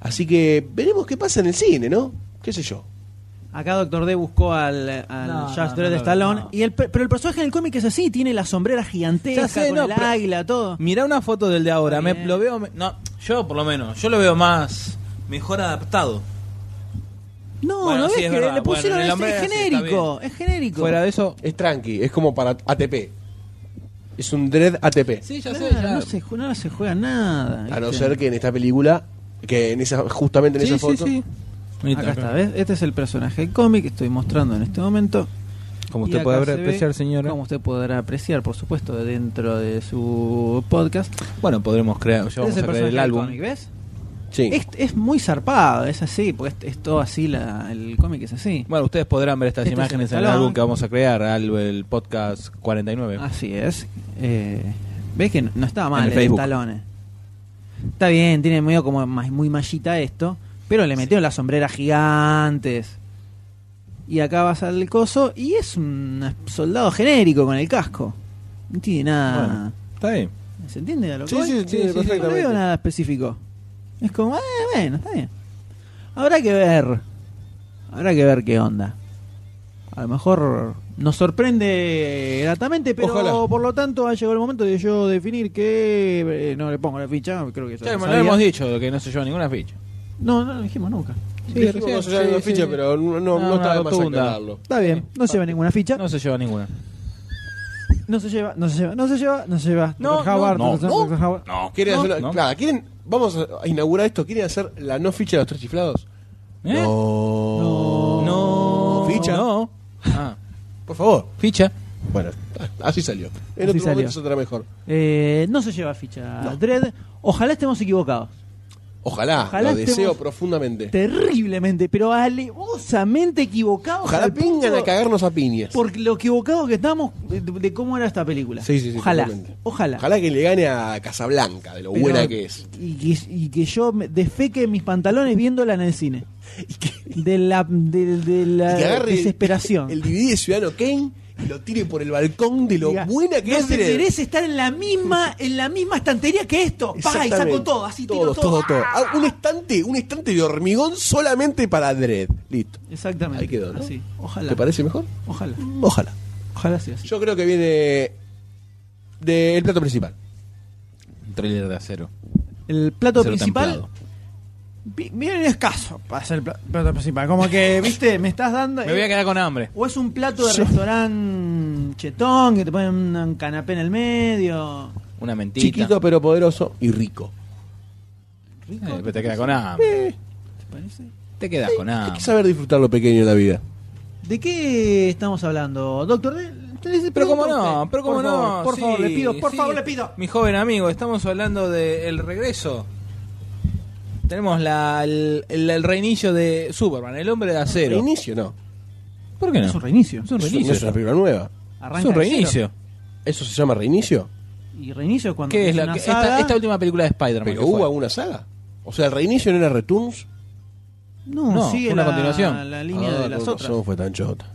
S2: Así que veremos qué pasa en el cine, ¿no? ¿Qué sé yo?
S1: Acá Doctor D buscó al, al
S3: No,
S1: Judge
S3: no, no
S1: Dredd
S3: lo-
S1: Stallone.
S3: no.
S1: Y el, pe- pero el personaje en el cómic es así, tiene la sombrera gigantesca
S3: Ya sé,
S1: con
S3: no,
S1: el
S3: pero- Mm.
S1: águila, todo.
S3: Mirá una foto del de ahora,
S1: Está
S3: me,
S1: bien.
S3: lo veo, me- no, yo por lo menos, yo lo veo más mejor adaptado.
S1: No,
S3: Bueno,
S1: no
S3: sí,
S1: ves
S3: es
S1: que
S3: verdad.
S1: le
S3: Bueno,
S1: pusieron
S3: en el
S1: ese-
S3: hombre
S1: es
S3: sí, está
S1: genérico, es genérico.
S3: Fuera de eso,
S2: Es tranqui, es como para ATP. Es un dread ATP.
S3: sí, ya
S1: Claro,
S3: sé, ya.
S1: No, se, ju- no se juega nada.
S2: A no
S1: ¿viste?
S2: ser que en esta película, que en esa justamente en
S3: Sí,
S2: esa
S3: sí,
S2: foto,
S3: sí. Ahí
S1: Acá está, ¿ves? Este es el personaje del cómic que estoy mostrando en este momento.
S7: Como
S1: Y
S7: usted
S1: acá
S7: puede
S1: se ve
S7: apreciar, señora.
S1: Como usted podrá apreciar, por supuesto, dentro de su podcast.
S7: Bueno, podremos crear, ya
S1: Este
S7: vamos
S1: es
S7: a
S1: el
S7: crear
S1: personaje
S7: el
S1: del
S7: álbum.
S1: cómic, ¿ves?
S2: sí.
S1: Es, es muy zarpado, es así, porque es, es todo así, la, el cómic es así.
S7: Bueno, ustedes podrán ver estas
S1: Este es
S7: imágenes
S1: el
S7: en el
S1: salón.
S7: álbum que vamos a crear, al- el podcast 49.
S1: Así es. Eh, ¿Ves que no, no estaba mal
S7: En el
S1: el,
S7: Facebook.
S1: talón? Está bien, tiene medio como ma- muy mallita esto, pero le metió las sombreras gigantes. Y acá vas al coso y es un soldado genérico con el casco. No tiene nada.
S7: Bueno. Está bien.
S1: ¿Se entiende a lo que
S2: Sí,
S1: voy?
S2: sí, sí,
S7: sí, sí,
S1: No
S2: perfectamente.
S1: veo nada específico. Es como, eh, bueno, está bien. Habrá que ver. Habrá que ver qué onda. A lo mejor nos sorprende gratamente, pero
S2: Ojalá.
S1: por lo tanto ha llegado el momento de yo definir que eh, no le pongo la ficha, creo que eso
S7: Ya
S1: lo
S7: lo
S1: sabía.
S7: hemos dicho, que no se lleva ninguna ficha.
S1: No, no lo dijimos nunca.
S2: Dijimos
S7: recién,
S2: que no se lleva
S7: sí,
S2: la
S7: sí,
S2: ficha,
S7: sí.
S2: pero no,
S7: No,
S2: no, no está
S7: una
S2: de más
S7: rotunda.
S2: aclararlo.
S1: Está bien, no se lleva ninguna ficha.
S7: No se lleva ninguna.
S1: No se lleva, no se lleva, no se lleva, no se lleva.
S7: No,
S1: Dr.
S7: no,
S1: Howard,
S7: no,
S1: Dr.
S7: no.
S1: Dr. Howard.
S7: No.
S2: ¿Quieren hacer-
S7: no.
S2: claro, ¿quieren, vamos a inaugurar esto, ¿quieren hacer la no ficha de los tres chiflados?
S7: ¿Eh?
S2: No.
S7: No.
S2: Ficha.
S7: No. Ah,
S2: Por favor.
S7: ficha.
S2: Bueno, así salió. En
S1: Así
S2: otro
S1: salió.
S2: momento saldrá mejor.
S1: Eh, no se lleva ficha Dredd. Ojalá estemos equivocados.
S2: Ojalá,
S1: Ojalá
S2: lo deseo
S1: estemos-
S2: profundamente.
S1: Terriblemente, pero alevosamente equivocados.
S2: Ojalá
S1: al punto
S2: vengan a cagarnos a piñas.
S1: Por lo equivocados que estamos de, de cómo era esta película.
S2: Sí, sí, sí,
S1: ojalá,
S2: totalmente.
S1: ojalá.
S2: Ojalá que le gane a Casablanca, de lo
S1: Pero-
S2: buena que es.
S1: Y que, y que yo me desfeque mis pantalones viéndola en el cine. De la, de, de la
S2: Y que agarre el-
S1: desesperación.
S2: El, DVD de Ciudadano Kane y lo tire por el balcón de lo
S1: Diga,
S2: buena que
S1: no
S2: es.
S1: se
S2: Dredd".
S1: merece estar en la misma en la misma estantería que esto. Pa, y saco
S2: Exactamente.
S1: todo, así
S2: todo,
S1: tiro todo.
S2: todo, todo. Ah, un estante, un estante de hormigón solamente para Dredd. Listo.
S1: Exactamente.
S2: Ahí quedó, ¿no?
S1: Así. Ojalá. Mm.
S2: ¿Te parece mejor?
S1: Ojalá.
S2: Ojalá.
S1: Ojalá sea así.
S2: Yo creo que viene del plato principal.
S7: Un trailer de acero.
S1: El plato
S7: Acero
S1: principal.
S7: templado.
S1: vi- Miren, escaso para ser el pla- plato principal. Como que, viste, me estás dando.
S7: Me voy a
S1: eh,
S7: quedar con hambre.
S1: o es un plato de restaurante chetón que te ponen un un canapé en el medio.
S7: Una mentita.
S2: Chiquito pero poderoso y rico.
S1: Ah.
S7: Eh, pero te quedas con hambre.
S1: ¿Te parece?
S7: Te quedas con
S2: Hay que
S7: hambre.
S2: saber disfrutar lo pequeño de la vida.
S1: ¿De qué estamos hablando, doctor? D? Ustedes
S7: Pero cómo no,
S1: preguntan usted.
S7: pero
S1: Por
S7: cómo
S1: favor,
S7: no.
S1: Por
S7: sí,
S1: favor, le pido, por
S7: sí.
S1: favor, le pido.
S7: Mi joven amigo, estamos hablando del regreso. Tenemos la, el, el- el reinillo de Superman, el hombre de acero.
S2: Inicio no.
S7: ¿Por qué no?
S1: Es un reinicio.
S7: Es un
S2: Eso no
S7: reinicio.
S2: es una película nueva.
S1: Arranca
S7: Es un
S1: de cero.
S7: reinicio.
S2: ¿Eso se llama reinicio?
S1: Y reinicio es cuando
S7: ¿Qué es la
S1: empieza una
S7: que-
S1: saga.
S7: esta, esta última película de Spider-Man?
S2: Pero
S7: que
S2: hubo
S7: fue?
S2: alguna saga. O sea, el reinicio no era Returns.
S1: No,
S7: No,
S1: sigue
S7: una
S1: la,
S7: continuación.
S1: la línea
S2: Ah,
S1: de las
S2: con
S1: otras.
S2: razón fue tan chota.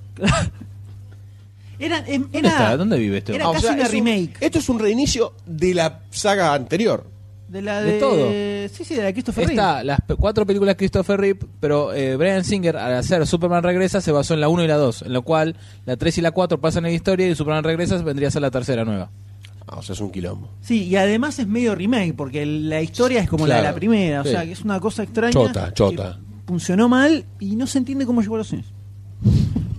S1: Eran, em-
S7: ¿Dónde
S1: era-
S7: está? ¿Dónde vive este
S1: era
S7: hombre?
S2: Ah, o
S1: casi
S2: sea,
S1: una
S2: es un-
S1: remake.
S2: esto es un reinicio de la saga anterior.
S1: De la de,
S7: De todo.
S1: Sí, sí, de la de Christopher Reeve.
S7: Está las pe- cuatro películas de Christopher Reeve, pero eh, Brian Singer al hacer Superman Regresa se basó en la 1 y la 2, en lo cual la 3 y la 4 pasan en la historia y Superman Regresa vendría a ser la tercera nueva.
S2: Ah, o sea, es un quilombo.
S1: Sí, y además es medio remake, porque la historia es como la de la
S2: Claro,
S1: primera, o
S2: sí.
S1: sea, que es una cosa extraña.
S2: Chota,
S1: que
S2: chota.
S1: Funcionó mal y no se entiende cómo llegó a los cines.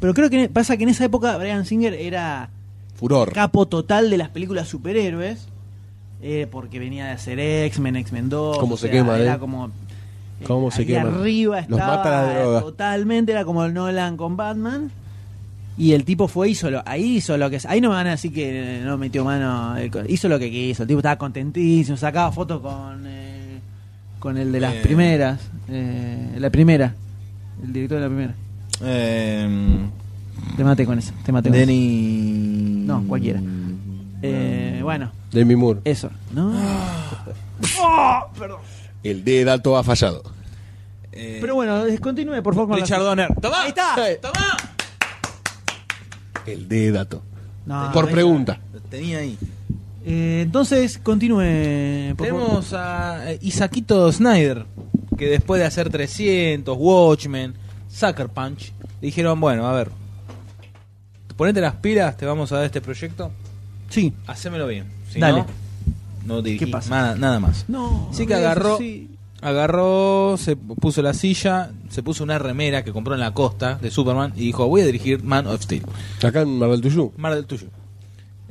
S1: Pero creo que pasa que en esa época Brian Singer era
S2: Furor.
S1: capo total de las películas superhéroes, eh, porque venía de hacer X-Men, X-Men 2.
S2: ¿Cómo
S1: o
S2: se
S1: sea,
S2: quema,
S1: Era
S2: eh?
S1: como.
S2: ¿Cómo se
S1: ahí
S2: quema?
S1: arriba
S2: Los
S1: estaba eh,
S2: mata la droga.
S1: totalmente, era como el Nolan con Batman. Y el tipo fue, hizo lo, ahí hizo lo que, ahí no me van a decir que eh, no metió mano, eh, co- hizo lo que quiso, el tipo estaba contentísimo, sacaba fotos con, eh, con el de las
S3: Eh.
S1: primeras. eh, la primera. El director de la primera.
S3: Eh,
S1: Te maté con eso. Te maté con eso.
S3: Denny.
S1: No, cualquiera. Eh, bueno,
S2: De mi muro.
S1: eso. No.
S2: Ah. El de dato ha fallado.
S3: Eh,
S1: Pero bueno, descontinúe, por favor. con la-
S3: Richard Donner. ¡Toma!
S1: Ahí está.
S3: ¡Toma!
S2: El de dato.
S1: Ah, No,
S2: Por
S1: no,
S2: pregunta.
S3: Lo tenía ahí.
S1: eh, entonces, continúe. por favor.
S3: Tenemos a eh, Isaquito Snyder, que después de hacer 300, Watchmen, Sucker Punch, le dijeron, bueno, a ver, ponete las pilas, te vamos a dar este proyecto,
S1: Sí.
S3: hacémelo bien. Si
S1: Dale.
S3: No, no dirigí
S1: ¿Qué pasa?
S3: Nada, nada más.
S1: No.
S3: Sí que
S1: no digas
S3: agarró-
S1: así.
S3: Agarró, se puso la silla, se puso una remera que compró en la costa de Superman y dijo, voy a dirigir Man of Steel.
S2: Acá en Marvel Tuyú.
S3: Mar del Tuyo.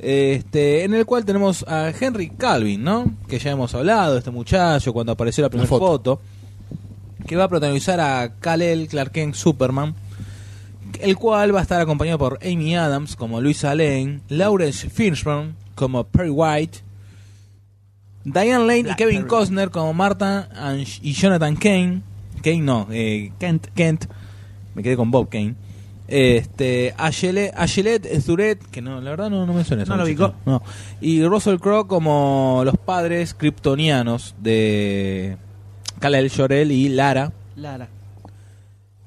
S3: Este, en el cual tenemos a Henry Calvin, ¿no? Que ya hemos hablado, este muchacho, cuando apareció la primera
S2: foto.
S3: foto. Que va a protagonizar a Kal-El, Clark Kent, Superman. El cual va a estar acompañado por Amy Adams como Luisa Lane, Lawrence Fishburne como Perry White, Diane Lane y Kevin Costner como Martha and- y Jonathan Kane. Kane no, eh, Kent. Kent. Me quedé con Bob Kane. Este, Ashele- Ashelet Zuret, que no, la verdad no, no me suena eso.
S1: No lo
S3: muchacho.
S1: ubicó.
S3: No. Y Russell Crowe como los padres kryptonianos de Kal-El, Jorel y Lara.
S1: Lara.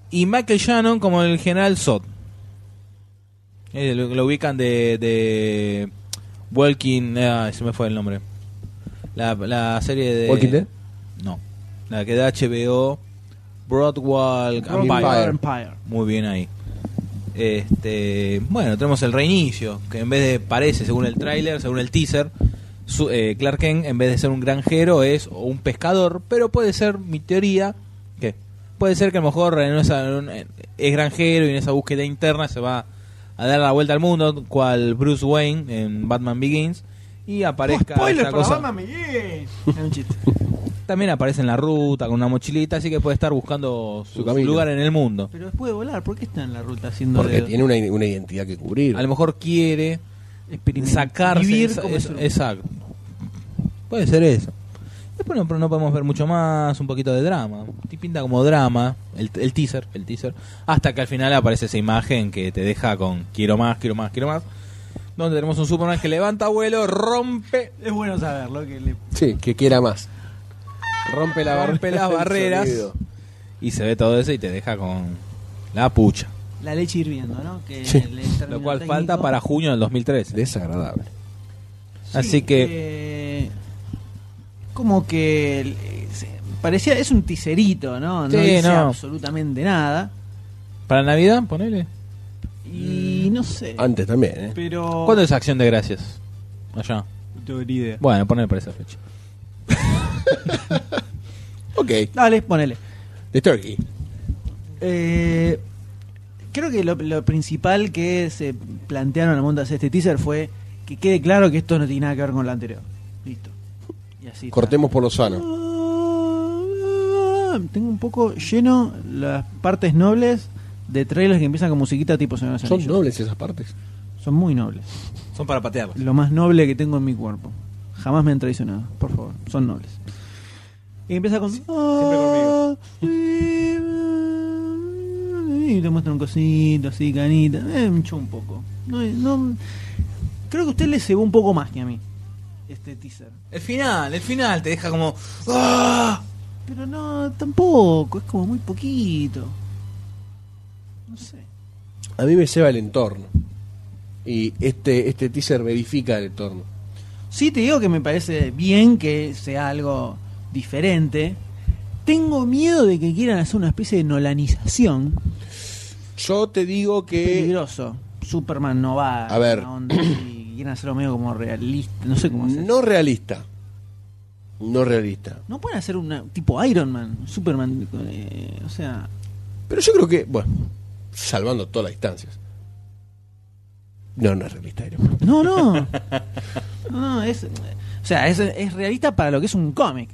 S3: Y Michael Shannon como el general Zod. Eh, lo, lo ubican de, de Walking... ah, se me fue el nombre. La, la serie de...
S2: ¿Walking Dead?
S3: No. La que da HBO Broadwalk
S2: Empire.
S3: Empire.
S1: Empire.
S3: Muy bien ahí. Este, bueno, tenemos el reinicio, que en vez de parece, según el tráiler, según el teaser, su- eh, Clark Kent en vez de ser un granjero es o un pescador, pero puede ser mi teoría que puede ser que a lo mejor en esa- en- en- es granjero y en esa búsqueda interna se va a dar la vuelta al mundo, cual Bruce Wayne en Batman Begins y
S1: Oh,
S3: aparezca esta cosa.
S1: Es un chiste.
S3: También aparece en la ruta con una mochilita, así que puede estar buscando su, su
S2: camino.
S3: lugar en el mundo.
S1: Pero después de volar, ¿por qué está en la ruta haciendo
S2: Porque
S1: de-
S2: tiene una, una identidad que cubrir.
S3: A lo mejor quiere
S1: experiment-
S3: sacarse
S1: vivir
S3: esa-
S1: como
S3: es-
S1: es un-
S3: exacto puede ser eso después no, pero no podemos ver mucho más un poquito de drama te pinta como drama el, el teaser el teaser hasta que al final aparece esa imagen que te deja con quiero más quiero más quiero más donde tenemos un Superman que levanta vuelo rompe
S1: Es bueno saberlo que le
S2: Sí, que quiera más. Rompe la
S3: Rompe las
S2: del
S3: barreras.
S2: sonido.
S3: y se ve todo eso y te deja con la pucha
S1: La leche hirviendo, ¿no? Que
S2: Sí.
S1: el término
S3: lo cual
S1: técnico-
S3: falta para junio del 2013
S2: Desagradable.
S1: Sí,
S3: así que-
S1: eh, como que el- eh, se- parecía es un ticerito, ¿no? No
S3: Sí,
S1: dice
S3: no.
S1: absolutamente nada
S3: para navidad ponele
S1: y
S3: Mm.
S1: no sé.
S2: Antes también, ¿eh?
S1: Pero
S3: ¿cuándo es Acción de Gracias? allá
S1: No tengo ni idea.
S3: bueno ponele para esa fecha
S2: Ok.
S1: Dale, ponele.
S2: The Turkey.
S1: Eh, creo que lo, lo principal que se plantearon al mundo hacer este teaser fue que quede claro que esto no tiene nada que ver con lo anterior. Listo. Y así. está.
S2: Cortemos por lo sano.
S1: Ah, Tengo un poco lleno las partes nobles de trailers que empiezan con musiquita tipo Señor de los
S2: Son
S1: Anillos.
S2: nobles esas partes.
S1: Son muy nobles.
S3: son para patearlos
S1: Lo más noble que tengo en mi cuerpo. Jamás me han traicionado. Por favor, son nobles. Y empieza con. Ah, Y te muestran un cosito así, canita. Eh, me hinchó un poco. No, no- creo que a usted le cebó un poco más que a mí. Este teaser.
S3: El final, el final te deja como. ¡Ah!
S1: Pero no, tampoco. Es como muy poquito. No sé.
S2: A mí me ceba el entorno. Y este, este teaser verifica el entorno.
S1: Sí, te digo que me parece bien que sea algo diferente. Tengo miedo de que quieran hacer una especie de nolanización.
S2: Yo te digo que.
S1: Peligroso. Superman no va
S2: Eh, A ver.
S1: esa onda y quieren hacerlo medio como realista. No sé cómo hacer.
S2: No realista. No realista.
S1: No pueden hacer una tipo Iron Man, Superman. eh, o sea,
S2: Pero yo creo que, bueno, salvando todas las distancias. No, no es realista. Iron Man.
S1: no, no. No, no, es. O sea, es, es realista para lo que es un cómic.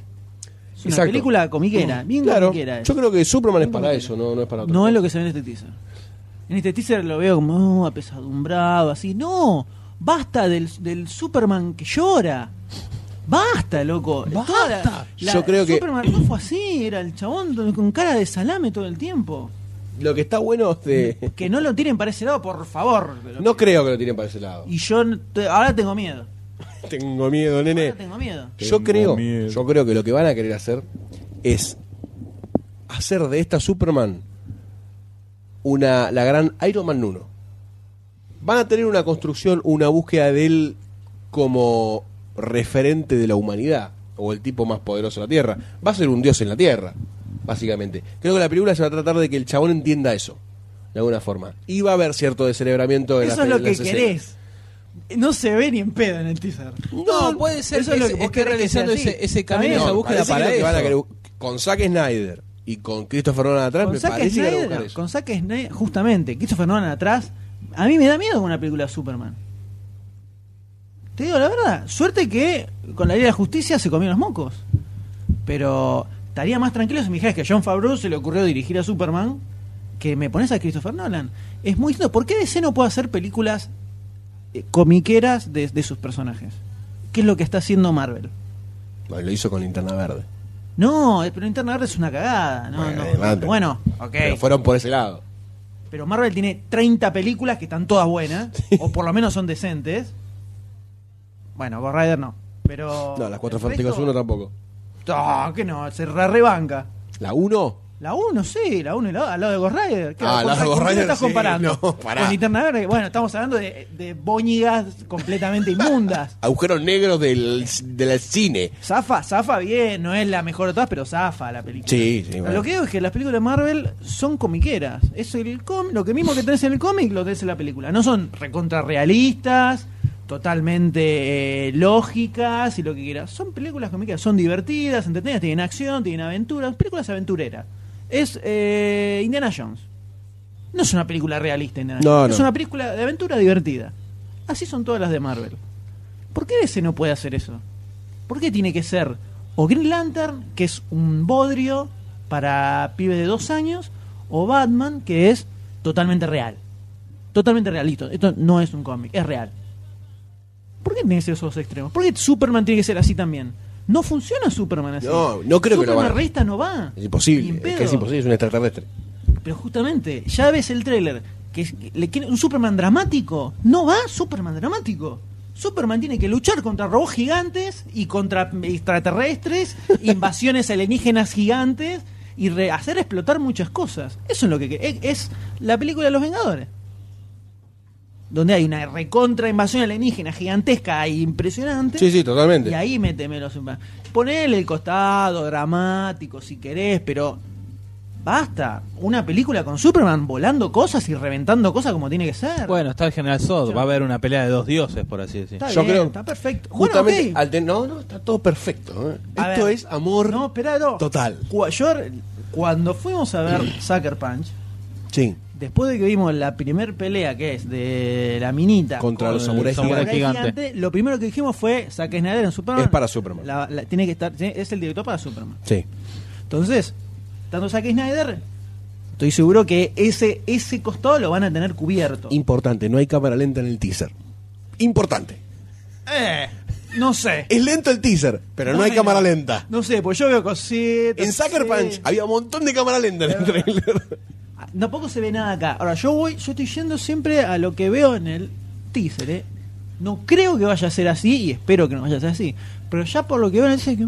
S1: Es una
S2: Exacto. Mm,
S1: película comiquera, bien
S2: Claro,
S1: comiquera. es.
S2: yo creo que Superman es
S1: Bien
S2: para
S1: comiquera.
S2: eso, no, no es para otro.
S1: No es lo que se ve en este teaser. En este teaser lo veo como oh, apesadumbrado, así. No, basta del, del Superman que llora. Basta, loco. Toda la- la-
S2: Yo creo que-
S1: Superman no fue así, era el chabón to- con cara de salame todo el tiempo.
S2: Lo que está bueno es de.
S1: Que no lo tiren para ese lado, por favor. Pero-
S2: No creo que lo tiren para ese lado.
S1: Y yo n- te- ahora tengo miedo.
S2: Tengo miedo, nene.
S1: Ahora tengo miedo.
S2: Yo creo, yo creo que lo que van a querer hacer es hacer de esta Superman una la gran Iron Man 1. Van a tener una construcción, una búsqueda de él como referente de la humanidad o el tipo más poderoso de la Tierra. Va a ser un dios en la Tierra, básicamente. Creo que la película se va a tratar de que el chabón entienda eso, de alguna forma. Y va a haber cierto descerebramiento de
S1: Eso
S2: las-
S1: es lo
S2: de
S1: que
S2: las escenas.
S1: querés. No se ve ni en pedo en el teaser.
S2: No,
S7: puede ser
S1: eso
S7: que
S1: es lo
S7: es-
S1: que vos
S7: esté
S1: querés que sea
S7: realizando
S1: así.
S7: ese, ese
S1: Está
S7: camino,
S1: bien.
S7: esa
S2: No,
S7: búsqueda
S2: parece que
S7: para
S2: lo que van a
S7: eso.
S2: querer- con Zack Snyder y con Christopher Nolan atrás,
S1: Con
S2: me
S1: Zack
S2: parece que van a buscar
S1: Snyder,
S2: eso.
S1: con Zack Snyder, justamente, Christopher Nolan atrás, a mí me da miedo una película de Superman. Te digo la verdad, suerte que con la Liga de la Justicia se comió los mocos. Pero estaría más tranquilo si me dijeras que a John Favreau se le ocurrió dirigir a Superman que me pones a Christopher Nolan. Es muy distinto. ¿Por qué DC no puede hacer películas eh, comiqueras de, de sus personajes? ¿Qué es lo que está haciendo Marvel?
S2: Bueno, lo hizo con Linterna Verde.
S1: No, eh, pero Internet Verde es una cagada. No,
S2: Bueno,
S1: no.
S2: adelante.
S1: bueno, ok.
S2: Pero fueron por ese lado.
S1: Pero Marvel tiene 30 películas que están todas buenas, o por lo menos son decentes. Bueno, Ghost Rider no. Pero.
S2: No, las cuatro
S1: el
S2: fantásticas
S1: resto-
S2: 1 tampoco.
S1: No, que no, se re- rebanca.
S2: ¿La 1?
S1: La 1, sí, la 1 y la 2, al lado de Ghost Rider. ¿Qué,
S2: Ah,
S1: con-
S2: la de
S1: con
S2: Ghost
S1: quién
S2: Rider,
S1: estás
S2: sí,
S1: comparando?
S2: no, pará.
S1: Con Linterna Verde, bueno, estamos hablando de, de boñigas completamente inmundas.
S2: Agujeros negros del, del cine.
S1: Zafa, zafa bien, no es la mejor de todas, pero zafa la película.
S2: Sí, sí,
S1: Pero
S2: bueno.
S1: Lo que digo es que las películas de Marvel son comiqueras. Es el com- lo que mismo que tenés en el cómic lo tenés en la película. No son recontrarrealistas, totalmente eh, lógicas y lo que quieras. Son películas comiqueras, son divertidas, entretenidas, tienen acción, tienen aventuras, películas aventureras. Es eh, Indiana Jones. No es una película realista, Indiana
S2: No,
S1: Jones. Es
S2: no.
S1: una película de aventura divertida. Así son todas las de Marvel. ¿Por qué DC no puede hacer eso? ¿Por qué tiene que ser o Green Lantern, que es un bodrio para pibes de dos años, o Batman, que es totalmente real? Totalmente realito. Esto no es un cómic, es real. ¿Por qué tiene que ser esos extremos? ¿Por qué Superman tiene que ser así también? No funciona Superman así.
S2: No, no creo que lo
S1: Superman
S2: van a-
S1: realista no va.
S2: Es
S1: Ni en
S2: imposible. Es que
S1: pedo.
S2: es imposible, es un extraterrestre.
S1: Pero justamente, ya ves el tráiler, que es- que le quiere- un Superman dramático. No va Superman dramático. Superman tiene que luchar contra robots gigantes y contra extraterrestres, invasiones alienígenas gigantes y re- hacer explotar muchas cosas. Eso es lo que que- es, es la película de los Vengadores. Donde hay una recontra invasión alienígena gigantesca e impresionante.
S2: Sí, sí, totalmente.
S1: Y ahí méteme los Superman. Ponele el costado dramático si querés, pero basta. Una película con Superman volando cosas y reventando cosas como tiene que ser.
S7: Bueno, está el general Zod, va a haber una pelea de dos dioses, por así decir.
S1: está
S2: yo
S1: bien,
S2: creo-
S1: está perfecto. Bueno,
S2: Justamente,
S1: ok.
S2: al ten- no, no, está todo perfecto. ¿eh?
S1: A
S2: Esto
S1: ver.
S2: es amor.
S1: No, espera, no.
S2: Total.
S1: Cu- yo, cuando fuimos a ver Sucker Punch,
S2: Sí.
S1: después de que vimos la primer pelea que es de la minita
S2: Contra
S1: con
S2: los
S1: el
S2: samuráis
S1: samurái
S7: gigantes.
S1: lo primero que dijimos fue Zack Snyder en Superman.
S2: Es para Superman.
S1: La- la- tiene que estar, tiene- es el director para Superman.
S2: Sí.
S1: Entonces, tanto Zack Snyder, estoy seguro que ese, ese costado lo van a tener cubierto.
S2: Importante, no hay cámara lenta en el teaser. Importante.
S1: Eh, no sé.
S2: Es lento el teaser, pero no, hay
S1: Bueno,
S2: cámara lenta.
S1: No sé, pues yo veo cositas.
S2: En Sucker
S1: sí.
S2: Punch había un montón de cámara lenta en el trailer.
S1: Ah, Tampoco se ve nada acá. Ahora, yo voy, yo estoy yendo siempre a lo que veo en el teaser, eh. No creo que vaya a ser así y espero que no vaya a ser así. Pero ya por lo que veo en el teaser, que.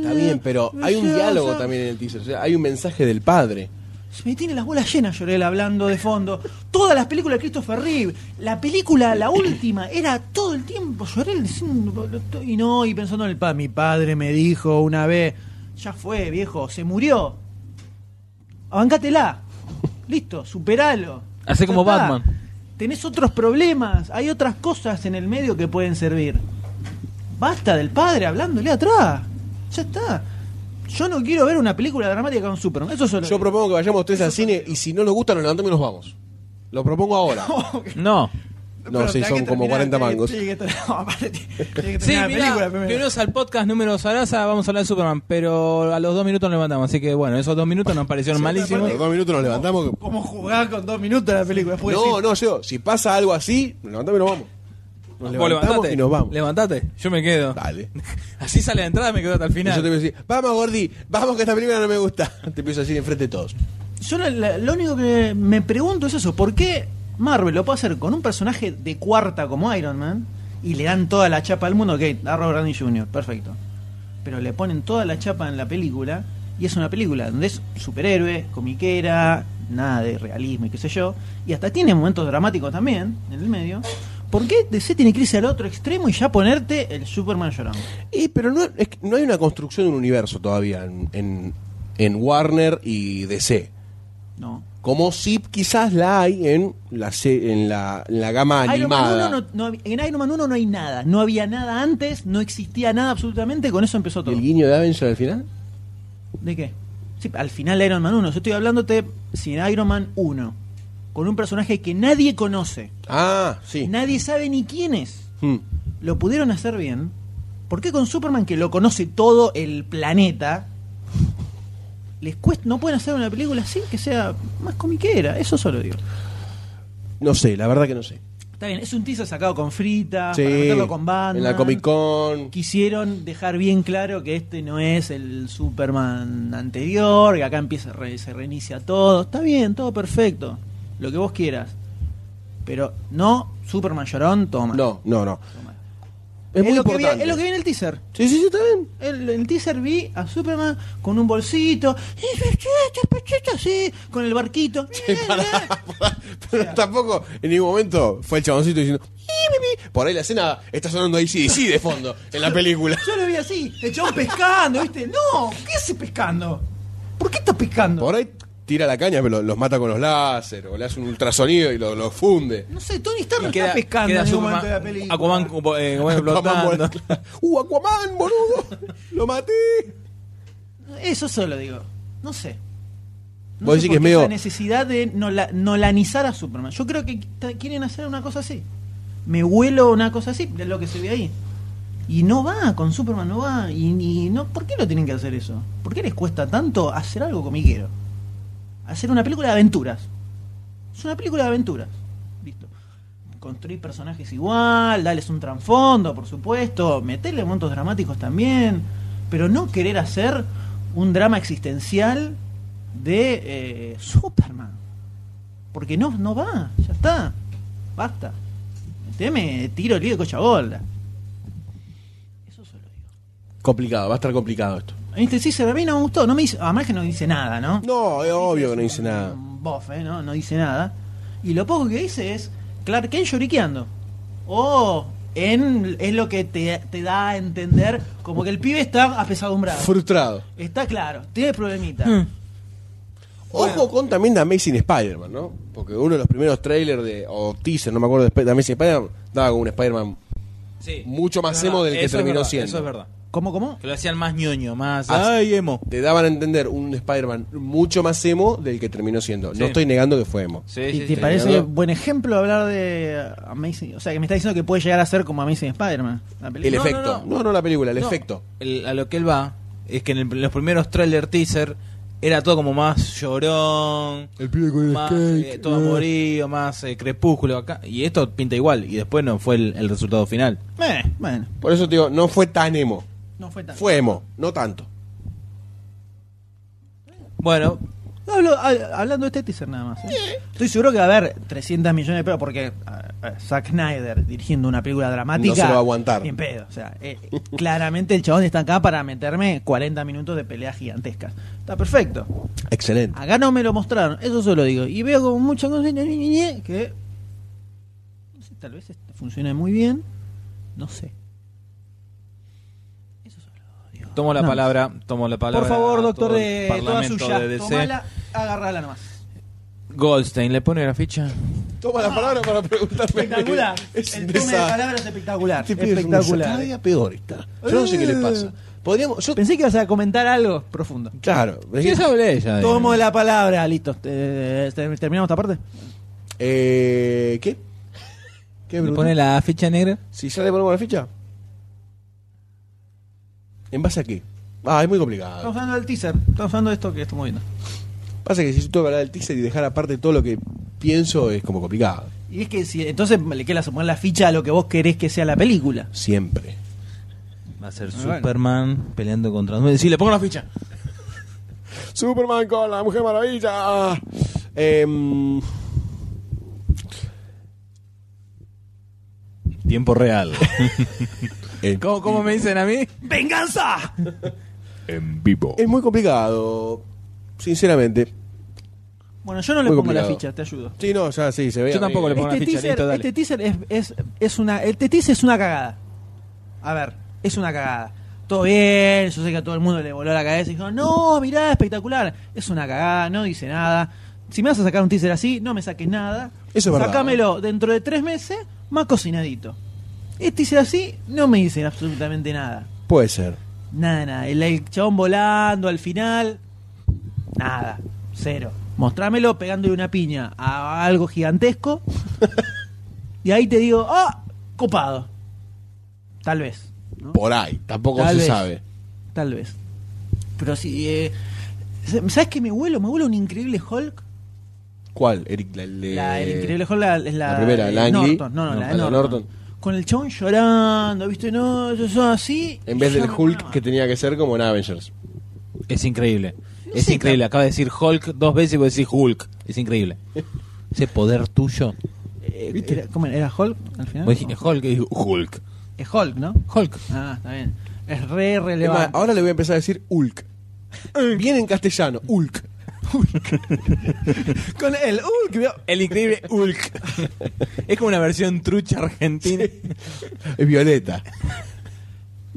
S2: Está bien, pero hay un diálogo también en el teaser. O sea, hay un mensaje del padre.
S1: Se me tiene las bolas llenas Llorel hablando de fondo. Todas las películas de Christopher Reeve. La película, la última, era todo el tiempo Llorel diciendo... Y no, y pensando en el padre. Mi padre me dijo una vez... Ya fue, viejo, se murió. Abancátela. Listo, superalo.
S7: Hacé
S1: Ya
S7: como
S1: está.
S7: Batman.
S1: Tenés otros problemas. Hay otras cosas en el medio que pueden servir. Basta del padre hablándole atrás. Ya está. Yo no quiero ver una película dramática con Superman. Eso solo.
S2: Yo propongo que vayamos tres al cine y si no nos gusta, nos levantamos y nos vamos. Lo propongo ahora.
S7: No.
S2: No, sí, son como 40 mangos.
S7: Sí,
S1: Sí,
S7: mirá, bienvenidos al podcast número Sarasa, vamos a hablar de Superman, pero a los dos minutos nos levantamos, así que bueno, esos dos minutos nos parecieron malísimos.
S2: Bueno, dos minutos nos levantamos.
S1: Como jugar con dos minutos la película. Después
S2: No,
S1: decís,
S2: no, yo, si pasa algo así, nos levantamos y nos vamos. Nos
S7: Vos
S2: levantamos y nos vamos.
S7: Levantate, yo me quedo.
S2: Dale.
S7: Así sale la entrada, me quedo hasta el
S2: Y yo
S7: final.
S2: te voy a decir, vamos Gordi, vamos que esta película no me gusta. Te empiezo a decir enfrente de todos.
S1: Yo la- la- lo único que me pregunto es eso, ¿por qué Marvel lo puede hacer con un personaje de cuarta como Iron Man y le dan toda la chapa al mundo? Ok, a Robert Downey Jr., perfecto. Pero le ponen toda la chapa en la película y es una película donde es superhéroe, comiquera, nada de realismo y qué sé yo, y hasta tiene momentos dramáticos también en el medio. ¿Por qué DC tiene que irse al otro extremo y ya ponerte el Superman llorando?
S2: Y, pero no, es que no hay una construcción de un universo todavía en, en- en Warner y DC.
S1: No.
S2: Como si quizás la hay en la, se- en la, en la gama
S1: Iron Man
S2: animada.
S1: 1 no- no había- en Iron Man 1 no hay nada. No había nada antes, no existía nada absolutamente, con eso empezó
S2: ¿Y
S1: todo.
S2: el guiño de Avenger al final?
S1: ¿De qué? Sí, al final Iron Man 1. Yo estoy hablándote sin Iron Man 1. Con un personaje que nadie conoce.
S2: Ah, sí.
S1: Nadie sabe ni quién es.
S2: Hmm.
S1: Lo pudieron hacer bien. ¿Por qué con Superman, que lo conoce todo el planeta, les cuesta, no pueden hacer una película así que sea más comiquera? Eso solo digo.
S2: No sé, la verdad que no sé.
S1: Está bien, es un teaser sacado con frita,
S2: Sí,
S1: Ah, para meterlo con banda.
S2: en la Comic Con.
S1: quisieron dejar bien claro que este no es el Superman anterior, que acá empieza re- se reinicia todo. Está bien, todo perfecto. Lo que vos quieras. Pero no, Superman llorón, toma.
S2: No, no, no.
S1: Toma.
S2: Es muy
S1: lo que vi-
S2: importante.
S1: es lo que viene el teaser.
S2: Sí, sí, sí, está bien.
S1: El, el teaser vi a Superman con un bolsito, sí, con el barquito.
S2: Pero tampoco en ningún momento fue el chaboncito diciendo. "Ii, mi, mi". Por ahí la escena está sonando ahí sí, sí, de fondo, en la película.
S1: Yo lo vi así, el chabón pescando, ¿viste? No, ¿qué hace pescando? ¿Por qué está pescando?
S2: Por ahí tira la caña, pero lo- los mata con los láser, o le hace un ultrasonido y los lo funde.
S1: No sé, Tony Stark no
S7: queda-
S1: está pescando
S7: queda
S1: en ningún
S7: Superman-
S1: momento de la película.
S7: Aquaman, como, eh, como
S2: Aquaman,
S7: flotando.
S2: boludo. ¡Uh, Aquaman, boludo! ¡Lo maté!
S1: Eso solo digo. No sé. No
S2: Vos
S1: sé por
S2: decís que es
S1: qué
S2: medio-
S1: esa necesidad de nola- nolanizar a Superman. Yo creo que t- quieren hacer una cosa así. Me vuelo una cosa así, de lo que se ve ahí. Y no va, con Superman no va. Y, y no, ¿Por qué lo tienen que hacer eso? ¿Por qué les cuesta tanto hacer algo comiquero? Hacer una película de aventuras. Es una película de aventuras. Listo. Construir personajes igual, darles un trasfondo, por supuesto, meterle momentos dramáticos también, pero no querer hacer un drama existencial de eh, Superman. Porque no, no va, ya está. Basta. Meteme tiro el lío de Cochabola. Eso solo digo.
S2: Complicado, va a estar complicado esto.
S1: En Este sí, a mí no me gustó. No me dice, además que no dice nada, ¿no?
S2: No, es obvio que no dice nada.
S1: un bofe, ¿no? No dice nada. Y lo poco que dice es Clark Kent lloriqueando. O en, es lo que te, te da a entender como que el pibe está apesadumbrado.
S2: Frustrado.
S1: Está claro, tiene problemita.
S3: Hmm.
S2: Ojo con también The Amazing Spider-Man, ¿no? Porque uno de los primeros trailers de, o teaser, no me acuerdo, de Sp- The Amazing Spider-Man, daba como un Spider-Man
S7: Sí.
S2: mucho más
S7: Es
S2: emo
S7: verdad,
S2: del que
S7: eso es
S2: terminó
S7: verdad,
S2: siendo.
S7: Eso es verdad.
S1: ¿Cómo, cómo?
S7: Que lo hacían más ñoño, más.
S2: Ah,
S7: Ay, emo.
S2: Te daban a entender un Spider-Man mucho más emo del que terminó siendo.
S7: Sí.
S2: No estoy negando que fue emo.
S7: Sí,
S1: ¿Y
S7: sí,
S1: te
S3: este
S7: sí.
S1: parece
S2: ¿no?
S1: buen ejemplo hablar de Amazing? O sea, que me está diciendo que puede llegar a ser como Amazing Spider-Man. la película.
S2: El
S7: No,
S2: efecto. No
S7: no,
S2: no.
S7: no.
S2: la película, el
S7: No,
S2: efecto.
S7: el- a lo que él va es que en, el- en los primeros trailer teaser era todo como más llorón.
S2: El pibe con el
S7: más,
S2: skate,
S7: eh, todo amorío, más eh, crepúsculo acá. Y esto pinta igual. Y después no fue el, el resultado final.
S1: Eh, bueno,
S2: Por eso te digo, no fue tan emo.
S1: no fue tan.
S2: Fue emo, no tanto.
S7: Bueno,
S1: Hablo- hab- hablando de este teaser nada más. ¿eh? Estoy seguro que va a haber 300 millones de pedos porque a- a Zack Snyder dirigiendo una película dramática.
S2: No se lo va a aguantar.
S1: ni en pedo. O sea, eh, claramente el chabón está acá para meterme 40 minutos de peleas gigantescas. Está perfecto.
S2: Excelente.
S1: Acá no me lo mostraron, eso solo digo. Y veo como mucha cosa ñe, ñe, ñe, ñe, que. No sé, tal vez este funcione muy bien. No sé. Eso solo digo.
S7: tomo la
S1: Nada más.
S7: palabra. Tomo la palabra.
S1: Por favor,
S7: a
S1: doctor
S7: todo el
S1: de toda
S7: parlamento
S1: suya.
S7: de DC.
S1: Tomala, agarrala nomás.
S7: Goldstein, ¿le pone la ficha?
S2: Toma la palabra para preguntarme.
S1: Ah. Espectacular.
S2: Es
S1: el
S2: un
S1: tome de
S2: desastre.
S1: palabras es espectacular.
S2: Este pibe es un desastre. Cada
S1: espectacular.
S2: día peor está. Yo no sé qué le pasa. Podríamos. Yo,
S1: Pensé que ibas a comentar algo profundo.
S2: claro.
S7: ¿Qué sabe ella?
S1: Tomo la palabra, listo. eh, te- ¿Terminamos esta parte?
S2: Eh, ¿Qué? ¿Qué
S7: ¿Le
S2: preguntó?
S7: pone la ficha negra?
S2: Si ya le ponemos la ficha. ¿En base a qué? Ah, es muy complicado.
S1: Estamos hablando del teaser. Estamos hablando de esto que estamos viendo.
S2: Pasa que si yo tengo que hablar del teaser y dejar aparte todo lo que pienso es como complicado.
S1: Y es que si, entonces le queda sumar la ficha a lo que vos querés que sea la película.
S2: Siempre.
S8: Va a ser
S7: Ah,
S8: Superman peleando contra Superman. Sí, le pongo la ficha.
S2: Superman con la Mujer Maravilla. Em,
S8: Tiempo real.
S2: eh,
S8: ¿Cómo, cómo me dicen a mí?
S1: ¡Venganza!
S8: En vivo.
S2: es muy complicado, sinceramente.
S1: Bueno, yo no le
S2: Muy
S1: pongo
S2: complicado.
S1: la ficha, te ayudo.
S2: Sí, no, ya sí, se ve. eh.
S8: Yo
S2: a mí.
S8: tampoco le pongo la
S1: Este
S8: ficha.
S1: teaser,
S8: listo, dale.
S1: este teaser es, es, es una. El teaser es una cagada. A ver, es una cagada. Todo bien, yo sé que a todo el mundo le voló la cabeza y dijo, no, mirá, espectacular. Es una cagada, no dice nada. Si me vas a sacar un teaser así, no me saques nada.
S2: Eso es verdad.
S1: Sácamelo dentro de tres meses, más cocinadito. Este teaser así no me dicen absolutamente nada.
S2: Puede ser.
S1: Nada, nada. El, el chabón volando al final. Nada. Cero. Mostrámelo pegándole una piña a algo gigantesco. y ahí te digo, ¡ah! copado. Tal vez. ¿no?
S2: Por ahí, tampoco
S1: Tal
S2: se
S1: vez.
S2: sabe.
S1: Tal vez. Pero si. eh, ¿Sabes qué me huelo? Me huelo un increíble Hulk.
S2: ¿Cuál? Eric, la, el de-
S1: La, el increíble Hulk la, es la.
S2: Eh, la primera,
S1: de
S2: la Ang Lee.
S1: Norton. No, no,
S2: No,
S1: la de
S2: la de
S1: Norton.
S2: Norton.
S1: Con el chabón llorando, ¿viste? No, yo soy así.
S2: En vez
S1: Yo
S2: del
S1: no,
S2: Hulk
S1: no.
S2: que tenía que ser como en Avengers.
S3: Es increíble. Es
S1: Sí,
S3: increíble. Acaba de decir Hulk dos veces y voy a decir Hulk. Es increíble. Ese poder tuyo.
S1: Eh, era, ¿cómo era? ¿Era Hulk al final?
S3: Vos dijiste Hulk y dije, Hulk.
S1: Es Hulk, ¿no?
S3: Hulk.
S1: Ah, está bien. Es re
S2: Es más,
S1: relevante.
S2: ahora le voy a empezar a decir Hulk. Bien en castellano, Hulk.
S8: Con el Hulk, ¿vio? el increíble Hulk. es como una versión trucha argentina.
S2: Es violeta.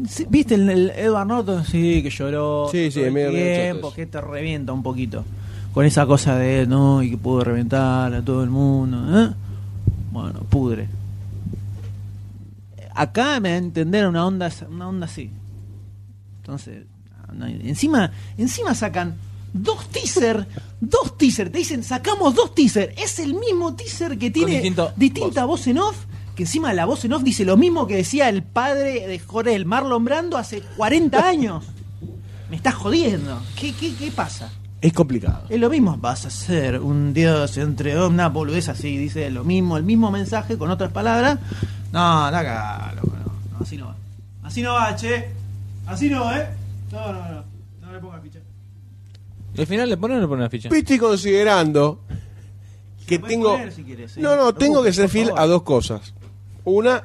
S1: Sí, ¿Viste el, el Edward Norton? Sí, que lloró.
S2: Sí, sí,
S1: todo el
S2: medio- medio chato
S1: tiempo,
S2: eso.
S1: que te revienta un poquito. Con esa cosa de, no, y que pude reventar a todo el mundo. ¿eh? Bueno, pudre. Acá me da a entender una onda, una onda así. Entonces, no hay- encima, encima sacan dos teaser, dos teaser. Te dicen, sacamos dos teaser. Es el mismo teaser que tiene
S8: distinto
S1: distinta voz. en off. Que encima la voz en off dice lo mismo que decía el padre de Jorge, el Marlon Brando, hace 40 años. Me estás jodiendo. ¿Qué, qué, qué pasa?
S2: Es complicado.
S1: Es Eh, lo mismo. Vas a ser un dios entre una boludez así. Dice lo mismo, el mismo mensaje con otras palabras. No, anda acá, loco, no, no, así no va. Así no va, che. Así no, va, eh. No, no, no. No le pongas ficha.
S3: ¿Al final le ponen o no le ponen la ficha?
S2: Viste considerando que
S1: Lo puedes
S2: tengo.
S1: poner si quieres, ¿eh? sí.
S2: No, no,
S1: No te
S2: tengo que
S1: preocupes,
S2: ser
S1: por
S2: fiel
S1: favor.
S2: a dos cosas. Una,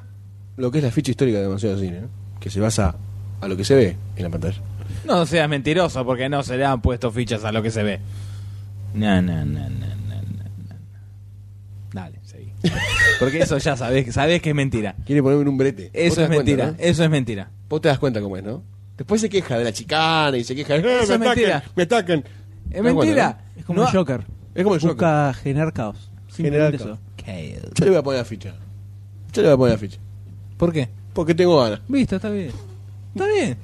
S2: lo que es la ficha histórica de demasiado cine, ¿no? que se basa a lo que se ve en la pantalla.
S3: No seas mentiroso porque no se le han puesto fichas a lo que se ve. No, no, no, no, no, no, no. Dale, seguí. Porque eso ya sabes, sabes que es mentira.
S2: Quiere ponerme en un brete. Vos
S3: Eso
S2: te
S3: es
S2: das
S3: mentira,
S2: cuenta, ¿no?
S3: eso es mentira.
S2: Vos te das cuenta cómo es, ¿no? Después se queja de la chicana y se queja de. "Eh,
S3: Eso
S2: me
S3: es
S2: ataquen,
S3: mentira.
S2: me atacan.
S3: Es mentira.
S1: Es como
S3: No-
S1: el Joker.
S2: Es como el Joker.
S1: Busca generar caos.
S2: Generar
S1: Simplemente
S2: caos.
S1: eso.
S2: Yo le voy a poner la ficha. Yo le voy a poner la ficha.
S3: ¿Por qué?
S2: Porque tengo ganas.
S3: Visto, está bien. Está bien.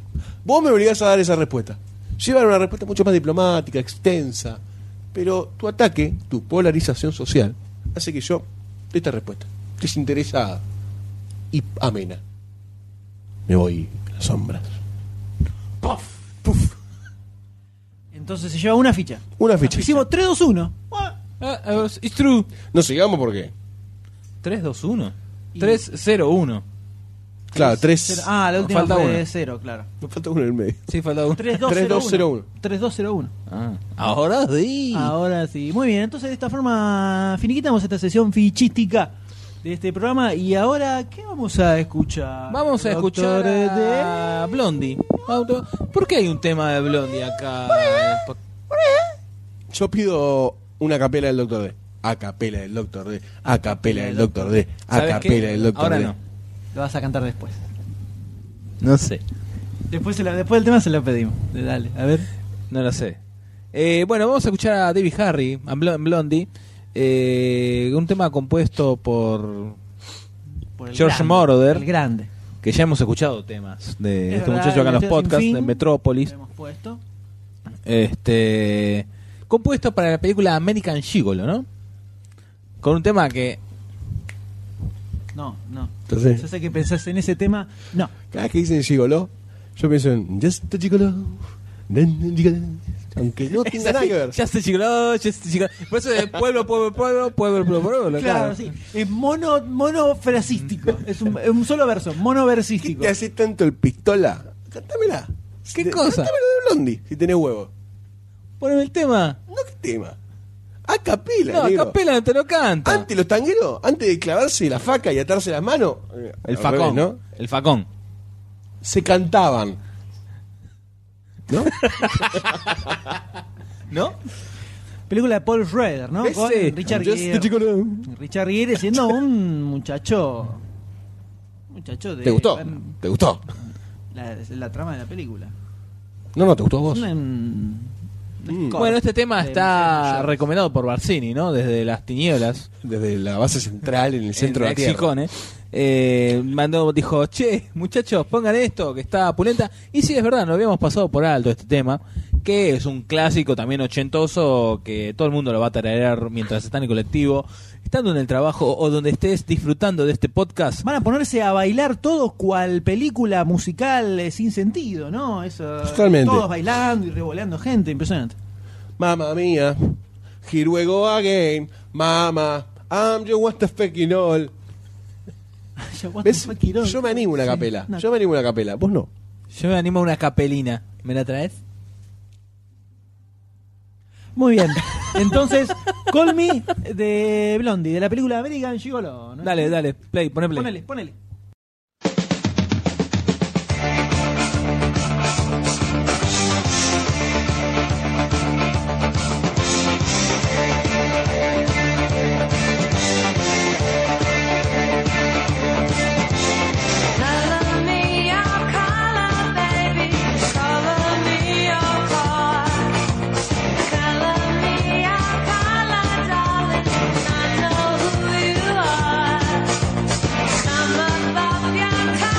S2: Vos me obligás a dar esa respuesta. Llevar una respuesta mucho más diplomática, extensa. Pero tu ataque, tu polarización social, hace que yo dé esta respuesta. Desinteresada y amena. Me voy a las sombras. ¡Puf! ¡Puf!
S1: Entonces se lleva una ficha.
S2: Una ficha.
S1: Hicimos 3-2-1.
S3: Ah, ah, es- it's true.
S2: No sigamos porque.
S3: 3-2-1. 3-0-1.
S2: Claro, tres.
S1: Ah, la última
S3: Falta
S1: fue
S3: una.
S1: de 0, claro.
S2: Me falta uno en el medio.
S3: Sí, falta uno.
S1: 3-2-0-1. 3-2-0-1.
S3: Ah, ahora sí.
S1: Ahora sí. Muy bien, entonces de esta forma finiquitamos esta sesión fichística de este programa. Y ahora, ¿qué vamos a escuchar?
S3: Vamos a escuchar
S1: Doctores
S3: a Blondie. Auto- ¿Por qué hay un tema de Blondie acá? Pa-
S2: Yo pido una capela del Doctor D. A capela del Doctor D. A capela del Doctor D. A
S3: ¿Sabes
S2: capela
S3: qué?
S2: del Doctor
S3: Ahora
S2: D.
S3: no.
S1: Lo vas a cantar después.
S3: No sé.
S1: Después, se la- después del tema se lo pedimos. Dale, a ver.
S3: No lo sé. Eh, bueno, vamos a escuchar a David Harry, a Blo- Blondie. eh, un tema compuesto por.
S1: Por el
S3: George
S1: grande,
S3: Moroder.
S1: El grande.
S3: Que ya hemos escuchado temas de
S1: Es
S3: este
S1: verdad,
S3: muchacho acá en los
S1: Sin
S3: podcasts
S1: Fin,
S3: de
S1: Lo
S3: Metrópolis.
S1: hemos puesto.
S3: Este. Compuesto para la película American Gigolo, ¿no? Con un tema que.
S1: No, no.
S2: Entonces-
S1: Yo sé que pensás en ese tema. No.
S2: Cada vez que dicen gigoló, yo pienso en Just a gigoló. then a gigoló, Aunque no
S3: Es
S2: tenga nada
S3: así,
S2: que ver.
S3: Ya se chicló, ya se chicló. Por eso es pueblo, pueblo, pueblo, pueblo, pueblo, pueblo.
S1: Claro,
S3: Claro,
S1: sí. Es mono, monofrasístico. Es un, es un solo verso,
S2: ¿Qué
S1: monoversistico.
S2: te hace tanto el pistola? Cantámela. Si
S3: ¿Qué
S2: te-
S3: cosa?
S2: Cantámela de Blondie, si tenés huevo.
S3: Poneme el tema.
S2: No, ¿qué tema? A capela,
S3: No,
S2: negro.
S3: Capela no te lo canta.
S2: Antes los tangueros, antes de clavarse la faca y atarse las manos, eh,
S7: El
S2: al
S7: facón.
S2: revés, ¿no?
S7: El facón.
S2: Se cantaban. ¿No?
S3: ¿No?
S1: Película de Paul Schroeder, ¿no?
S3: Ese,
S1: Con Richard
S2: Just
S1: Gere.
S2: the Gigolo.
S1: Richard Gere siendo un muchacho. Muchacho de.
S2: ¿Te gustó? ¿Te gustó?
S1: La, la trama de la película.
S2: No, no, ¿te gustó a vos?
S1: Un- un
S2: Mm.
S1: corte
S3: Bueno, este tema
S1: de
S3: está
S1: Michelle Jones.
S3: recomendado por Barcini, ¿no? Desde las tinieblas.
S2: Desde la base central en el centro
S3: en
S2: de la tierra.
S3: Mexicone, eh, mandó, dijo, che, muchachos, pongan esto, que está pulenta. Y sí, es verdad, no habíamos pasado por alto este tema, que es un clásico también ochentoso, que todo el mundo lo va a tararear mientras está en el colectivo, estando en el trabajo o donde estés disfrutando de este podcast.
S1: Van a ponerse a bailar todos cual película musical eh, sin sentido, ¿no? Eso,
S2: Totalmente.
S1: Todos bailando y revoleando gente, impresionante.
S2: Mamma mía, here we go again. Mama, I'm just what the fucking all.
S1: Ya, what the
S2: ¿Ves?
S1: fuck, Quirón.
S2: Yo me animo a una
S1: Sí,
S2: capela.
S1: no.
S2: Yo me animo a una capela. Vos no.
S3: Yo me animo a una capelina. ¿Me la traes?
S1: Muy bien. Entonces, Call Me de Blondie, de la película American Gigolo. ¿no?
S3: Dale, dale, play, poné play.
S1: Ponele, ponele.
S9: Color me your color, baby. Color me your heart. Color me your color, darling. I know who you are. Summer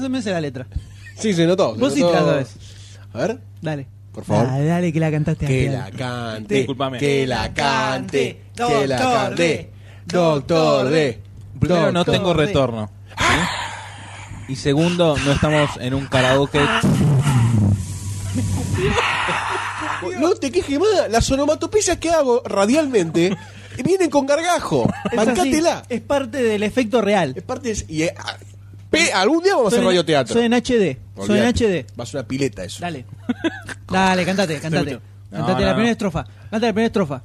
S1: sabes la letra.
S2: Sí, se notó. se
S1: Vos sí
S2: notó.
S1: te la sabés.
S2: A ver,
S1: Dale.
S2: por favor.
S1: Ah, dale, que la cantaste
S2: Que
S1: antes,
S2: la
S1: dale.
S2: cante.
S3: Discúlpame.
S2: Que la cante. Que la
S1: Doctor
S2: cante.
S1: D.
S2: Doctor D.
S3: Primero, no
S2: Doctor
S3: tengo
S2: D.
S3: retorno. ¿sí? Y segundo, no estamos en un karaoke.
S2: No te quejes más. Las onomatopeyas que hago radialmente vienen con gargajo.
S1: Es así,
S2: Bancátela.
S1: Es parte del efecto real.
S2: Es parte de- y, eh, ah, pe- algún día vamos a hacer
S1: Soy en-
S2: radioteatro.
S1: Soy en HD. Soy en
S2: Olvídate.
S1: HD.
S2: Va a ser una pileta eso.
S1: Dale. Dale, cantate, cantate.
S3: No,
S1: cantate
S3: no,
S1: la
S3: no.
S1: primera estrofa. Cantate la primera estrofa.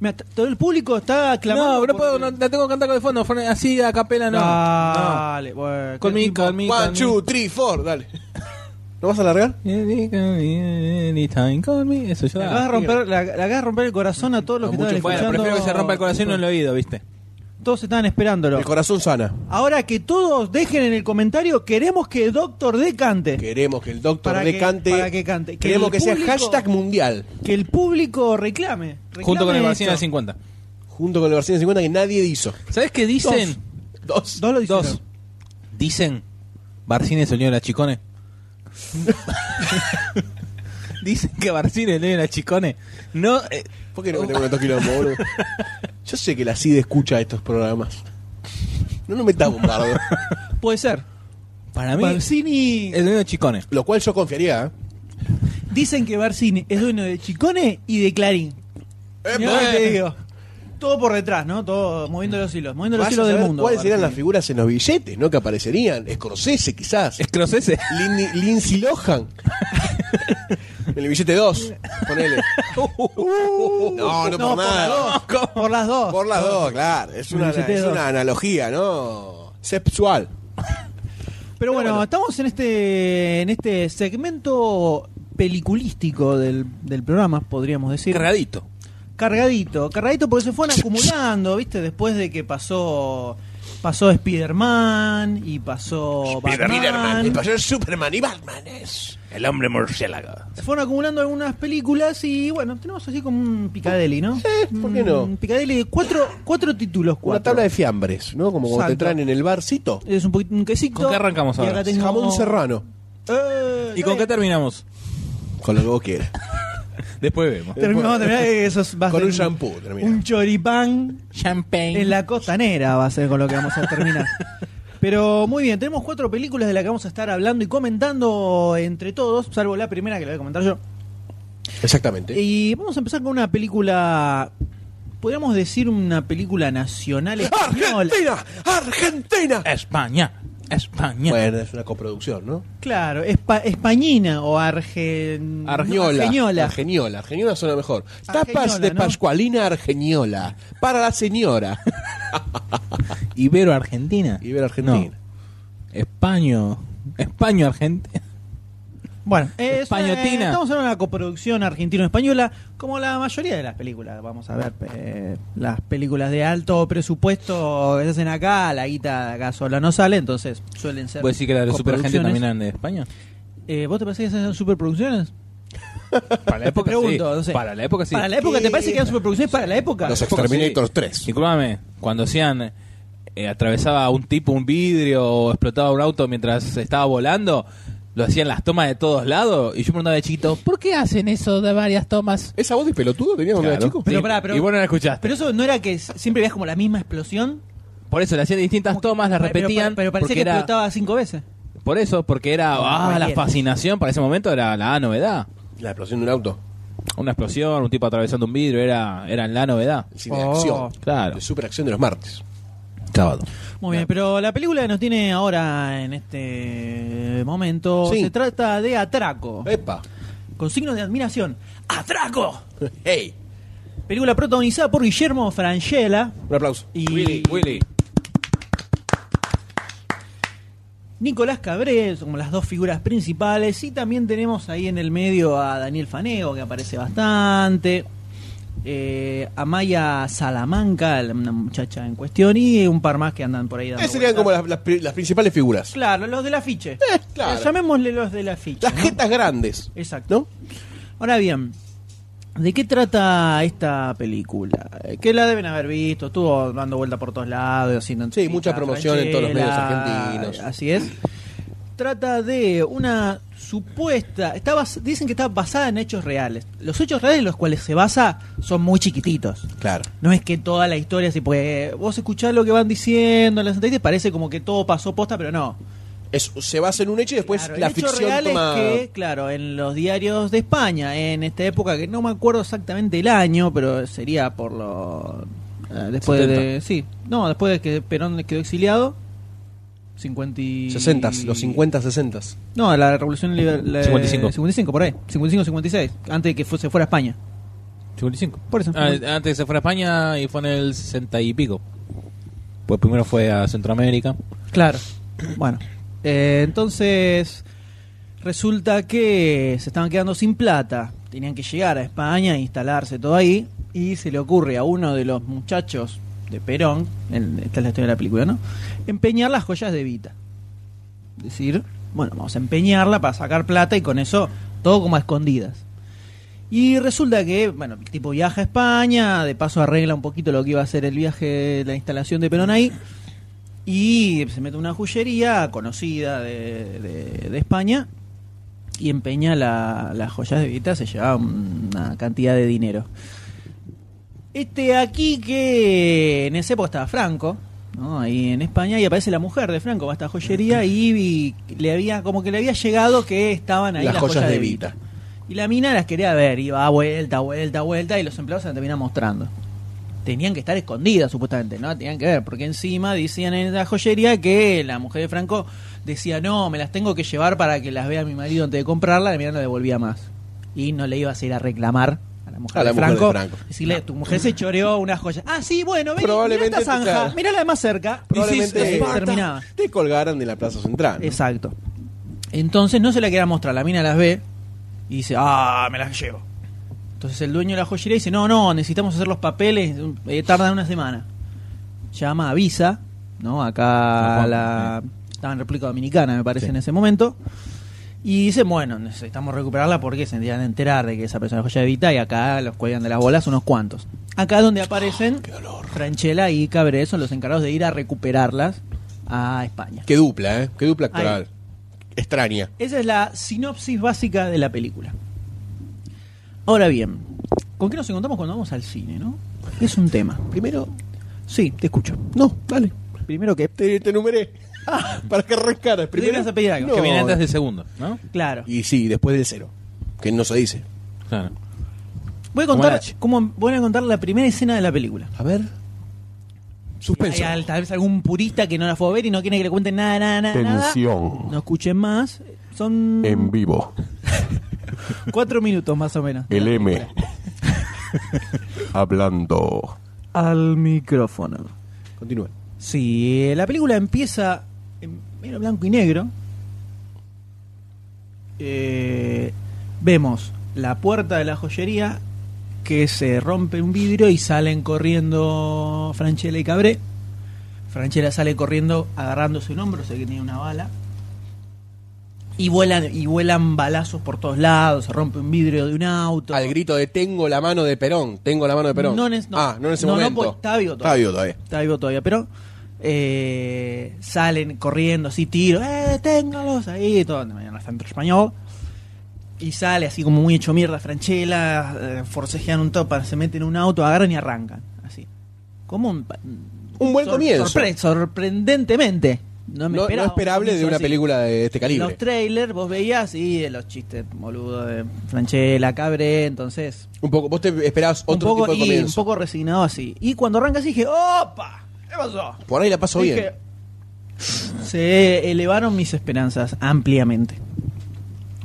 S1: Mira, t- todo el público está aclamando.
S3: no, pero
S1: por-
S3: puedo, no, la tengo que cantar con el fondo, fondo, así a capela no. no.
S1: Dale, bueno,
S3: Con
S1: qué
S3: mi,
S1: tipo-
S3: con Ah, mi,
S2: One,
S3: con mi.
S2: two, three, four. Dale. ¿No vas a alargar?
S3: Anytime, call me. Eso
S1: Le
S3: ya
S1: acabas, de
S3: da.
S1: romper, le ac- le acabas de romper el corazón a todos los que estaban
S3: Bueno,
S1: escuchando.
S3: prefiero que se rompa el corazón y no el oído, ¿viste?
S1: Todos estaban esperándolo.
S2: El corazón sana.
S1: Ahora que todos dejen en el comentario, queremos que Doctor D cante.
S2: Queremos que el doctor
S1: Eh. Para
S2: D
S1: que-
S2: cante.
S1: para que cante. Que
S2: Queremos
S1: el
S2: que sea
S1: público-
S2: hashtag mundial.
S1: Que el público reclame. reclame
S3: Junto con el
S1: esto.
S3: vacío del 50.
S2: Junto con el versión 50 que nadie hizo.
S3: ¿Sabes qué dicen?
S2: Dos.
S1: Dos lo dijeron.
S3: Dos. Dicen. Barcines el niño de las chicones. Dicen que Barcines el niño de las chicones. No. eh,
S2: ¿Por qué no metemos tanto quilombo, boludo? Yo sé que la CID escucha estos programas. No nos metamos bombardo.
S1: Puede ser.
S3: para mí.
S1: Barcini.
S3: El niño de chicones.
S2: Lo cual yo confiaría. ¿eh?
S1: Dicen que Barcini es dueño de Chicone y de Clarín. Mirá lo que te digo. Todo por detrás, ¿no? Todo moviendo los hilos. Moviendo los
S2: Vas a
S1: hilos del
S2: saber
S1: mundo.
S2: ¿Cuáles serían las
S1: Barcini.
S2: figuras en los billetes, no? Que aparecerían. Scorsese, quizás.
S3: Escrocese.
S2: Lin- Lindsay Lohan. en el billete 2. Ponele. no, Uh. no, por nada.
S1: Por las dos.
S2: Por las dos, claro. Es una,
S1: billete
S2: es
S1: dos.
S2: una analogía, ¿no? Sexual.
S1: Pero bueno, estamos en este en este segmento peliculístico del, del programa, podríamos decir.
S3: Cargadito.
S1: Cargadito, cargadito porque se fueron acumulando, ¿viste? Después de que pasó pasó Spider-Man y pasó Batman.
S2: Spider-Man. Pasó Superman y Batman. Es el hombre murciélago.
S1: Se fueron acumulando algunas películas y bueno, tenemos así como un Picadelli, ¿no?
S2: Eh, ¿por qué no?
S1: Un Picadelli de cuatro, cuatro títulos,
S2: Una
S1: cuatro.
S2: tabla de fiambres, ¿no? Como cuando te
S1: Exacto.
S2: traen en el barcito.
S1: Es un poquito un quesito.
S3: ¿Con qué arrancamos
S1: Y
S3: ahora?
S1: acá tengo-
S2: Jamón serrano.
S1: Eh,
S3: ¿Y con qué
S1: dale.
S3: terminamos?
S2: Con lo que vos quieras.
S3: Después vemos.
S1: Terminamos, terminamos, eh, esos va a
S2: Con
S1: ser
S2: un shampoo, termina.
S1: Un choripán
S3: Champagne.
S1: En la costanera va a ser con lo que vamos a terminar. Pero muy bien, tenemos cuatro películas de las que vamos a estar hablando y comentando entre todos, salvo la primera que la voy a comentar yo.
S2: Exactamente.
S1: Y vamos a empezar con una película, podríamos decir una película nacional española.
S2: ¡Argentina! ¡Argentina!
S3: España. España.
S2: Bueno, es una coproducción, ¿no?
S1: Claro, espa- españina o argen...
S2: Argeniola.
S1: argeniola.
S2: Argeniola. Argeniola suena mejor.
S1: Argeniola,
S2: Tapas de
S1: ¿no?
S2: Pascualina Argeniola. Para la señora.
S3: Ibero Argentina.
S2: Ibero Argentina.
S3: Españo. Españo Argentina.
S1: Bueno, eh, es una-
S3: Españotina.
S1: estamos en una coproducción argentino-española, como la mayoría de las películas. Vamos a ver, eh, las películas de alto presupuesto que se hacen acá, la guita de acá sola no sale, entonces suelen ser.
S3: ¿Puedes decir que la de Super Argentina
S1: coproducciones.
S3: también eran de España?
S1: Eh, ¿Vos te pensás que esas eran superproducciones?
S3: Para la época
S1: pregunto,
S3: sí.
S1: no sé.
S3: Para la época sí.
S1: ¿Para la época te parece que eran superproducciones? ¿Para la época?
S2: Los
S3: Tampoco
S2: Exterminator
S3: sí.
S2: 3.
S3: Disculpame, cuando hacían. eh, atravesaba un tipo un vidrio o explotaba un auto mientras estaba volando, lo hacían las tomas de todos lados. Y yo me preguntaba de chiquito, ¿por qué hacen eso de varias tomas?
S2: ¿Esa voz de pelotudo tenías cuando era
S3: Claro.
S2: chico?
S1: Pero
S3: Sí,
S1: pará, pero-
S3: y vos no la escuchaste.
S1: Pero eso no era que s- siempre veías como la misma explosión.
S3: Por eso le hacían distintas tomas, las
S1: Pero- pero-
S3: repetían.
S1: Pero, parecía
S3: porque
S1: que
S3: era-
S1: explotaba cinco veces.
S3: Por eso, porque era
S1: Como
S3: ah, la
S1: cualquiera.
S3: fascinación para ese momento era la novedad.
S2: La explosión de un auto.
S3: Una explosión, un tipo atravesando un vidrio, era, era la novedad.
S2: El cine
S1: Oh,
S2: de acción.
S3: claro.
S2: De superacción de los martes.
S3: Sábado.
S1: Muy bien, pero la película que nos tiene ahora en este momento
S2: Sí.
S1: se trata de Atraco,
S2: Epa.
S1: con signos de admiración. ¡Atraco!
S2: Hey.
S1: Película protagonizada por Guillermo Francella
S2: Un aplauso.
S1: y
S3: Willy, Willy.
S1: Nicolás Cabré, son como las dos figuras principales, y también tenemos ahí en el medio a Daniel Faneo, que aparece bastante, eh, a Maya Salamanca, la- una muchacha en cuestión, y un par más que andan por ahí dando
S2: Esas serían
S1: vueltas.
S2: como las, las pri- las principales figuras.
S1: Claro, los del afiche.
S2: Eh, claro.
S1: Llamémosle los del afiche.
S2: Las
S1: ¿no?
S2: jetas grandes.
S1: Exacto.
S2: ¿No?
S1: Ahora bien, ¿de qué trata esta película? Eh, Que la deben haber visto, estuvo dando vuelta por todos lados. haciendo
S2: Sí, mucha
S1: entrevistas,
S2: promoción en todos los medios
S1: Franchella,
S2: argentinos.
S1: Así es. trata de una supuesta. Está bas- dicen que está basada en hechos reales. Los hechos reales en los cuales se basa son muy chiquititos.
S2: Claro.
S1: No es que toda la historia, así, porque vos escuchás lo que van diciendo en la sentencia y te parece como que todo pasó posta, pero no.
S2: Es- se basa en un hecho y después
S1: Claro,
S2: pues la
S1: el hecho
S2: ficción
S1: real es
S2: toma.
S1: que, claro, en los diarios de España, en esta época que no me acuerdo exactamente el año, pero sería por lo eh, después de sí, no, después de que Perón quedó exiliado 50 y
S2: 60, los 50, 60.
S1: No, la Revolución Liber- la-
S3: 55.
S1: 55 por ahí, 55 56, antes de que fu- se fuera a España.
S3: 55.
S1: Por eso.
S3: Ah, antes se fue a España y fue en el 60 y pico. Pues primero fue a Centroamérica.
S1: Claro. Bueno, eh, entonces resulta que se estaban quedando sin plata. Tenían que llegar a España, instalarse todo ahí. Y se le ocurre a uno de los muchachos de Perón, el- esta es la historia de la película, ¿no? Empeñar las joyas de Vita. Es decir, bueno, vamos a empeñarla para sacar plata y con eso todo como a escondidas. Y resulta que, bueno, el tipo viaja a España, de paso arregla un poquito lo que iba a ser el viaje, la instalación de Perón ahí. Y se mete a una joyería conocida de, de- de España y empeña la- las joyas de Vita, se lleva una cantidad de dinero. Este aquí que en ese época estaba Franco, ¿no? ahí en España, y aparece la mujer de Franco, va a esta joyería y, y le había, como que le había llegado que estaban ahí las, joyas, de Vita. Y la mina las quería ver, iba a vuelta, vuelta, vuelta, y los empleados se las terminan mostrando. Tenían que estar escondidas, supuestamente, ¿no? Tenían que ver, porque encima decían en la joyería que la mujer de Franco decía, no, me las tengo que llevar para que las vea mi marido antes de comprarla, la mina no le devolvía más. Y no le ibas a ir a reclamar a la mujer,
S2: A la
S1: de,
S2: mujer de
S1: Franco,
S2: Franco.
S1: Decirle, tu mujer se choreó una joya. Ah, sí, bueno, ven, mirá esta
S2: Probablemente te
S1: zanja,
S2: cae.
S1: mirá la de más cerca. Y sí,
S2: Probablemente
S1: sí, terminaba.
S2: te colgaran de la Plaza Central. ¿no?
S1: Exacto. Entonces no se la quería mostrar, la mina las ve y dice, ah, me las llevo. Entonces el dueño de la joyería dice, no, no, necesitamos hacer los papeles, eh, tardan una semana. Llama, avisa, ¿no? Acá a la... Estaba en República Dominicana, me parece, en ese momento. Y dicen, bueno, necesitamos recuperarla porque se tendrían de enterar de que esa persona es joya de Vita y acá los cuelgan de las bolas unos cuantos. Acá es donde aparecen Franchella y Cabré son los encargados de ir a recuperarlas a España.
S2: Qué dupla, ¿eh? Qué dupla
S1: Ahí.
S2: actoral. Extraña.
S1: Esa es la sinopsis básica de la película. Ahora bien, ¿con qué nos encontramos cuando vamos al cine, no? Es un tema.
S2: Primero,
S1: Sí, te escucho.
S2: no, dale. este.
S1: Primero que
S2: Te, te enumeré. Para que arrancaras.
S1: Primero
S2: Primero.
S1: vas Ah. a pedir algo.
S3: Que viene antes del segundo, ¿no?
S1: Claro.
S2: Y sí, después del cero. Que no se dice.
S3: Claro.
S1: Voy a contar
S3: H.
S1: cómo voy a contar la primera escena de la película.
S2: A ver. Suspenso.
S1: Hay al- tal vez algún purista que no la fue a ver y no quiere que le cuenten nada, nada, nada, nada.
S6: Tensión.
S1: No escuchen más. Son
S6: En vivo.
S1: cuatro minutos más o menos.
S6: El M. Hablando.
S1: Al micrófono.
S2: Continúa.
S1: Sí, la película empieza en mero blanco y negro. Eh, vemos la puerta de la joyería que se rompe un vidrio y salen corriendo Franchella y Cabré. Franchella sale corriendo agarrándose un hombro, sé que tiene una bala. Y vuelan, y vuelan balazos por todos lados, se rompe un vidrio de un auto.
S2: Al grito de tengo la mano de Perón. Tengo la mano de Perón.
S1: No en es- no.
S2: Ah, no en ese
S1: No, no,
S2: momento.
S1: porque está vivo todavía.
S2: Está vivo todavía.
S1: está vivo todavía, pero eh, salen corriendo así, tiro, ¡eh, téngalos! Ahí, todo, de mañana está en español. Y sale así como muy hecho mierda, Franchela, eh, forcejean un topa, se meten en un auto, agarran y arrancan. Así. Como un, pa- mm,
S2: Un buen
S1: sor-
S2: comienzo.
S1: sorpre- sorprendentemente. No, Ah, me
S2: No, no
S1: esperaba un
S2: esperable de
S1: comienzo
S2: una
S1: así.
S2: película de este
S1: Los
S2: calibre.
S1: trailers vos veías y eh, los chistes boludo de Franchella, Cabré, entonces
S2: Un poco, vos te esperabas otro
S1: un poco,
S2: tipo de
S1: y,
S2: comienzo.
S1: un poco resignado así. Y cuando arrancas dije, ¡opa! ¿Qué pasó?
S2: Por ahí la paso
S1: Dije,
S2: bien.
S1: Se elevaron mis esperanzas ampliamente.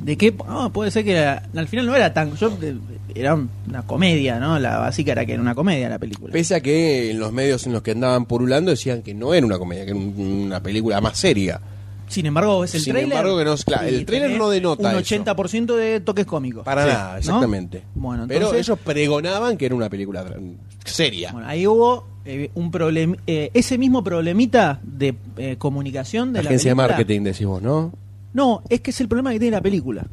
S1: De que ah, puede ser que era- al final no era tan. Yo, eh, era un- una comedia, ¿no? La básica era que era una comedia la película.
S2: Pese a que en los medios en los que andaban purulando decían que no era una comedia, que era un- una película más seria.
S1: Sin embargo, es el
S2: Sin
S1: trailer.
S2: embargo, que no es- claro, el tráiler no denota
S1: Un
S2: eso.
S1: 80% de toques cómicos.
S2: Para
S1: Sí,
S2: nada,
S1: ¿no?
S2: exactamente.
S1: Bueno,
S2: Pero
S1: entonces-
S2: ellos pregonaban que era una película dra- seria.
S1: Bueno, ahí hubo eh, un problema. ese mismo problemita de eh, comunicación de
S2: Agencia de
S1: la película.
S2: marketing, decís vos, ¿no?
S1: No, es que es el problema que tiene la película.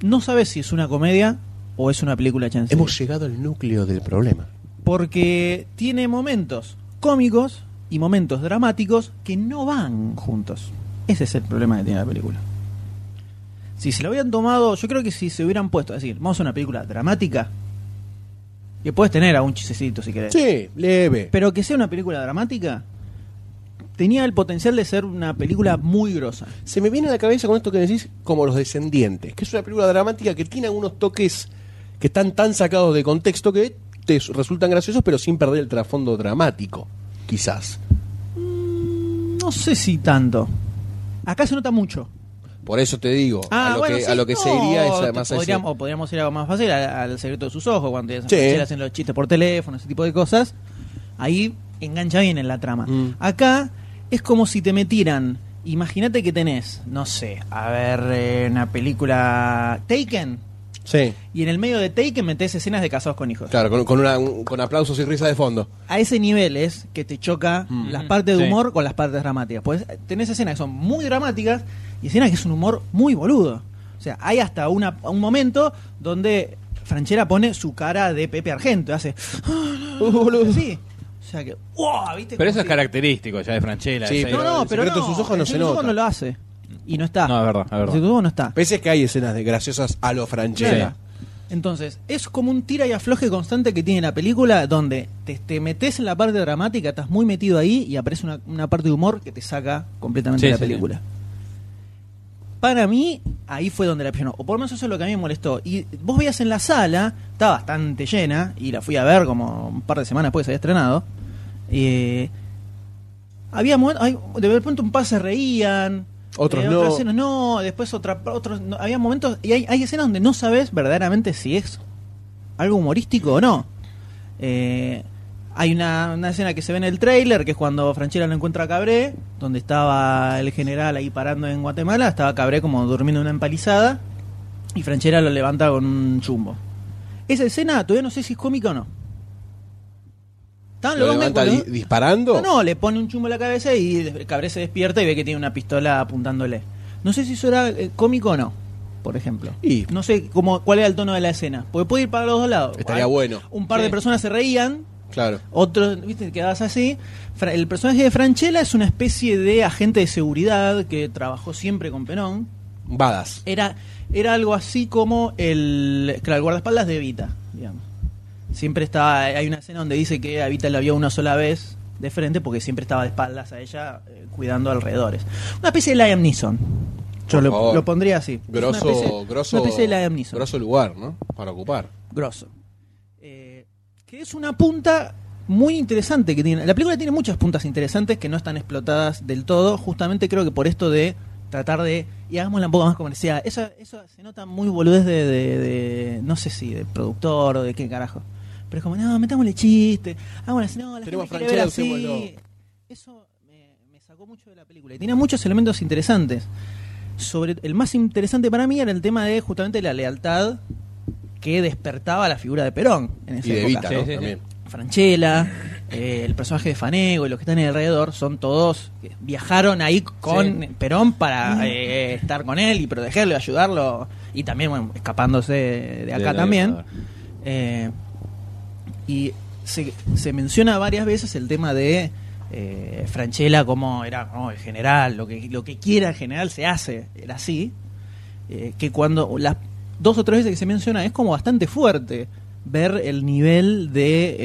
S1: No sabes si es una comedia o es una película chance.
S2: Hemos llegado al núcleo del problema.
S1: Porque tiene momentos cómicos y momentos dramáticos que no van juntos. Ese es el problema que tiene la película. Si se lo habían tomado, yo creo que si se hubieran puesto, es decir, vamos a una película dramática, que puedes tener a un chisecito si querés.
S2: Sí, leve.
S1: Pero que sea una película dramática, tenía el potencial de ser una película muy grosa.
S2: Se me viene a la cabeza con esto que decís, como Los Descendientes, que es una película dramática que tiene algunos toques que están tan sacados de contexto que te resultan graciosos, pero sin perder el trasfondo dramático, quizás.
S1: No sé si tanto. Acá se nota mucho.
S2: Por eso te digo, a lo que,
S1: Ah, sí,
S2: a lo que se
S1: no,
S2: iría es
S1: te-
S2: además a ese-
S1: podríamos, o podríamos ir a algo más fácil, a- al secreto de sus ojos, cuando ya
S2: Sí.
S1: se hacen los chistes por teléfono, ese tipo de cosas. Ahí engancha bien en la trama.
S2: Mm.
S1: Acá es como si te metieran. Imagínate que tenés, no sé, a ver, eh, una película Taken.
S2: Sí,
S1: Y en el medio de Taken metés escenas de casados con hijos.
S2: claro, con, con una- un- con aplausos y risas de fondo.
S1: A ese nivel es que te choca
S2: Mm.
S1: las partes de
S7: Sí.
S1: humor con las partes dramáticas. Pues tenés escenas que son muy dramáticas y escenas que es un humor muy boludo. O sea, hay hasta una, un momento donde Franchera pone su cara de Pepe Argento, hace
S2: Uh,
S1: boludo. Sí. O sea que, wow, ¿viste?
S7: Pero
S1: Como
S7: eso es
S1: si-
S7: característico ya de Franchella.
S2: Sí,
S7: ya
S2: pero-
S1: No, no,
S2: El
S1: pero no,
S2: secreto de sus ojos no
S1: el
S2: se
S1: secreto de sus ojos
S2: nota.
S1: no lo hace y no está.
S7: No, es verdad, es
S1: El
S7: verdad.
S1: secreto de sus ojos no está.
S2: Pese que hay escenas de graciosas a lo Franchella.
S1: Claro. Entonces, es como un tira y afloje constante que tiene la película, donde te, te metes en la parte dramática, estás muy metido ahí y aparece una, una parte de humor que te saca completamente
S7: Sí,
S1: de la
S7: sí, sí.
S1: película. Para mí, ahí fue donde la presionó. O por lo menos eso es lo que a mí me molestó. Y vos veías en la sala, está bastante llena, y la fui a ver como un par de semanas después se había estrenado. eh, había momen- hay- de pronto un par se reían,
S2: Otros
S1: eh,
S2: no.
S1: otras escenas no, después otra, otros no. había momentos y hay, hay escenas donde no sabes verdaderamente si es algo humorístico o no. Eh, hay una, una escena que se ve en el tráiler que es cuando Franchella lo encuentra a Cabré, donde estaba el general ahí parando en Guatemala, estaba Cabré como durmiendo en una empalizada y Franchella lo levanta con un chumbo. Esa escena todavía no sé si es cómica o no. Estaban
S2: ¿Lo
S1: los Ah, dos
S2: levanta
S1: medio-
S2: di- disparando?
S1: no, no, le pone un chumbo en la cabeza y des- Cabré se despierta y ve que tiene una pistola apuntándole. No sé si eso era eh, cómico o no, por ejemplo.
S2: Y-
S1: No sé cómo, cuál era el tono de la escena. Porque puede ir para los dos lados.
S2: Estaría
S1: Hay-
S2: bueno.
S1: Un par de
S7: Sí.
S1: personas se reían,
S2: Claro.
S1: otros, viste, quedabas así. Fra- el personaje de Franchella es una especie de agente de seguridad que trabajó siempre con Penón.
S2: Badas.
S1: Era, era algo así como el, claro, el guardaespaldas de Evita, digamos. Siempre estaba, hay una escena donde dice que a Evita la vio una sola vez de frente porque siempre estaba de espaldas a ella eh, cuidando alrededores. Una especie de Liam Neeson. Yo
S2: Por
S1: lo,
S2: favor.
S1: lo pondría así.
S2: Grosso,
S1: una especie,
S2: grosso,
S1: una especie de Liam Neeson.
S2: grosso lugar, ¿no? Para ocupar.
S1: Grosso. Eh, que es una punta muy interesante que tiene. La película tiene muchas puntas interesantes que no están explotadas del todo, justamente creo que por esto de tratar de y hagámosla un poco más comercial. Eso, eso se nota muy boludez de, de- de- no sé si de productor o de qué carajo. Pero es como, no, metámosle chiste, hagámosla así, no, la
S2: Tenemos
S1: gente quiere ver
S2: franchise,
S1: así. Eso me, me sacó mucho de la película. Y tiene muchos elementos interesantes. Sobre, el más interesante para mí era el tema de justamente la lealtad que despertaba la figura de Perón en esa
S2: Y de
S1: época.
S2: Vita, ¿no?
S7: Sí, sí, sí.
S2: También.
S1: Franchella, eh, el personaje de Fanego y los que están alrededor son todos que viajaron ahí con Perón para eh, estar con él y protegerlo y ayudarlo y también bueno, escapándose de acá
S7: la
S1: también.
S7: dictadura.
S1: Eh, y se, se menciona varias veces el tema de eh, Franchella como era oh, el general, lo que, lo que quiera el general se hace, era así, eh, que cuando las dos o tres veces que se menciona es como bastante fuerte ver el nivel de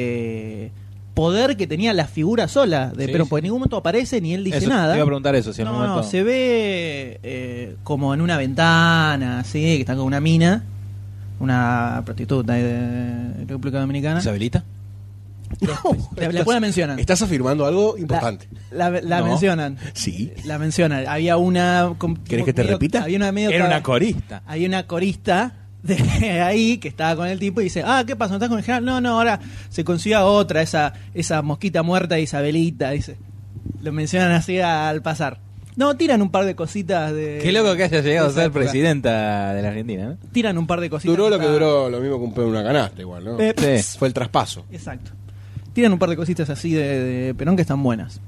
S1: eh, poder que tenía la figura sola de
S7: Sí,
S1: Perón,
S7: sí.
S1: porque en ningún momento aparece ni él dice
S7: Eso,
S1: nada.
S7: Te iba a preguntar eso, si en
S1: No,
S7: algún
S1: no,
S7: momento...
S1: se ve eh, como en una ventana, así, que está con una mina, una prostituta ahí de República Dominicana.
S7: ¿Isabelita?
S1: Oh, La, la- después la mencionan.
S2: Pues, Estás afirmando algo
S1: La-
S2: importante.
S1: La, la
S7: No.
S1: mencionan.
S2: Sí.
S1: La mencionan. Había una. com-
S2: ¿Querés que te
S1: medio-
S2: repita?
S1: Había una medio
S7: Era
S1: ca-
S7: una corista.
S1: Había una corista de ahí que estaba con el tipo y dice: Ah, ¿qué pasó? ¿No estás con el general? No, no, ahora se consigue a otra, esa, esa mosquita muerta de Isabelita. Dice. Lo mencionan así al pasar. No, tiran un par de cositas de.
S7: Qué loco que haya llegado a
S1: de esa
S7: ser
S1: época.
S7: presidenta de la Argentina, ¿no?
S1: Tiran un par de cositas.
S2: duró lo que
S1: para-
S2: duró, lo mismo que un pedo en una canasta, igual, ¿no?
S1: Eh,
S7: Sí.
S2: Fue el traspaso.
S1: Exacto. Tienen un par de cositas así de, de Perón que están buenas.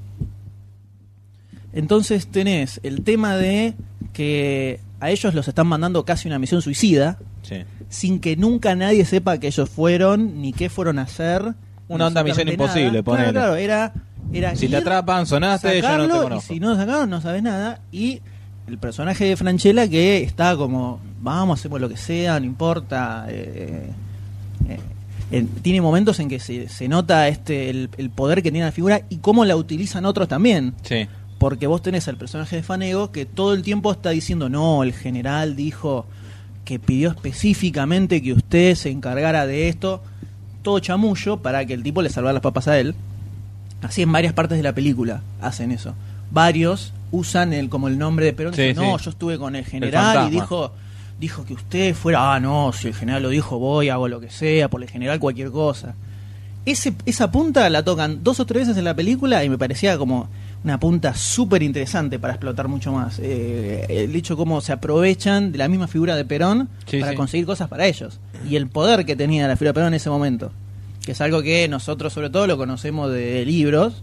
S1: Entonces tenés el tema de que a ellos los están mandando casi una misión suicida,
S7: Sí.
S1: sin que nunca nadie sepa que ellos fueron, ni qué fueron a hacer.
S7: Una onda Misión
S1: absolutamente nada.
S7: Imposible, ponele.
S1: Claro, claro, era, era
S7: Si te
S1: ir,
S7: atrapan, sonaste, yo no
S1: sacarlo,
S7: te
S1: y
S7: conozco.
S1: si no lo sacaron, no sabes nada. Y el personaje de Franchella que está como, vamos, hacemos lo que sea, no importa. eh, eh, eh, tiene momentos en que se, se nota este el, el poder que tiene la figura y cómo la utilizan otros también.
S7: Sí.
S1: Porque vos tenés al personaje de Fanego que todo el tiempo está diciendo, no, el general dijo que pidió específicamente que usted se encargara de esto, todo chamullo, para que el tipo le salvara las papas a él. Así en varias partes de la película hacen eso. Varios usan el como el nombre de Perón.
S7: Sí,
S1: dicen, no,
S7: sí.
S1: yo estuve con el
S7: fantasma.
S1: general y dijo dijo que usted fuera, ah, no, si el general lo dijo, voy, hago lo que sea, por el general cualquier cosa. Ese, esa punta la tocan dos o tres veces en la película y me parecía como una punta súper interesante para explotar mucho más. Eh, el hecho cómo se aprovechan de la misma figura de Perón
S7: Sí,
S1: para
S7: sí.
S1: conseguir cosas para ellos. Y el poder que tenía la figura de Perón en ese momento. Que es algo que nosotros sobre todo lo conocemos de libros,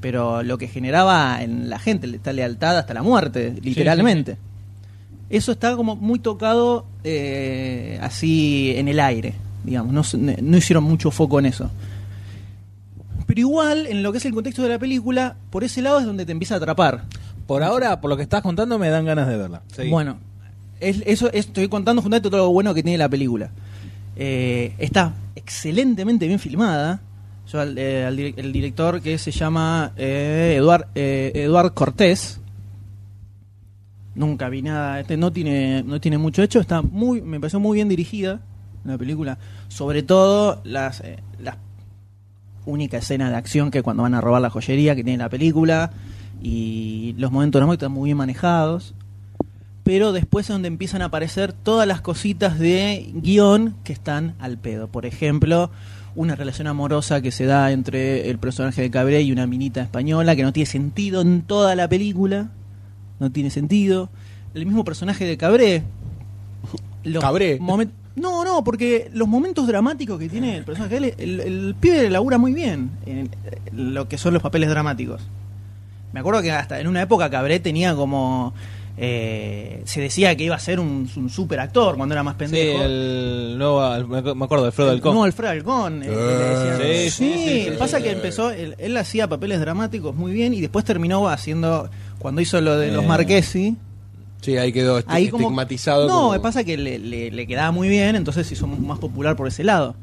S1: pero lo que generaba en la gente, esta lealtad hasta la muerte, literalmente. Eso está como muy tocado eh, así en el aire, digamos. No, se- no hicieron mucho foco en eso. Pero igual, en lo que es el contexto de la película, por ese lado es donde te empieza a atrapar.
S7: Por ahora, por lo que estás contando, me dan ganas de verla. Seguí.
S1: Bueno, es, eso es- estoy contando justamente todo lo bueno que tiene la película. Eh, está excelentemente bien filmada. Yo al- eh, al dire- el director que se llama eh, Eduard, eh, Eduard Cortés. Nunca vi nada, este no tiene, no tiene mucho hecho, está muy, me pareció muy bien dirigida la película. Sobre todo las, eh, las única escena de acción que cuando van a robar la joyería que tiene la película y los momentos dramáticos están muy bien manejados pero después es donde empiezan a aparecer todas las cositas de guión que están al pedo. Por ejemplo, una relación amorosa que se da entre el personaje de Cabré y una minita española que no tiene sentido en toda la película. No tiene sentido. El mismo personaje de Cabré. los
S2: Cabré.
S1: momen- No, no, porque los momentos dramáticos que tiene el personaje, él, el, el pibe labura muy bien en en lo que son los papeles dramáticos. Me acuerdo que hasta en una época Cabré tenía como. eh, se decía que iba a ser un, un super actor cuando era más
S7: Sí,
S1: pendejo.
S7: el nuevo, el- me acuerdo, Alfredo del
S1: No,
S7: Con.
S1: Alfredo Alcón. eh,
S2: Eh,
S1: le
S7: sí,
S1: decían.
S7: sí, sí, sí, sí,
S1: pasa
S7: sí,
S1: que
S7: sí.
S1: empezó. Él, él hacía papeles dramáticos muy bien y después terminó haciendo. Cuando hizo lo de los
S7: Eh.
S1: Marquesi.
S2: Sí, ahí quedó esti-
S1: Ahí como-
S2: estigmatizado.
S1: No,
S2: como-
S1: me pasa que le, le- le quedaba muy bien, entonces se hizo mu- más popular por ese lado.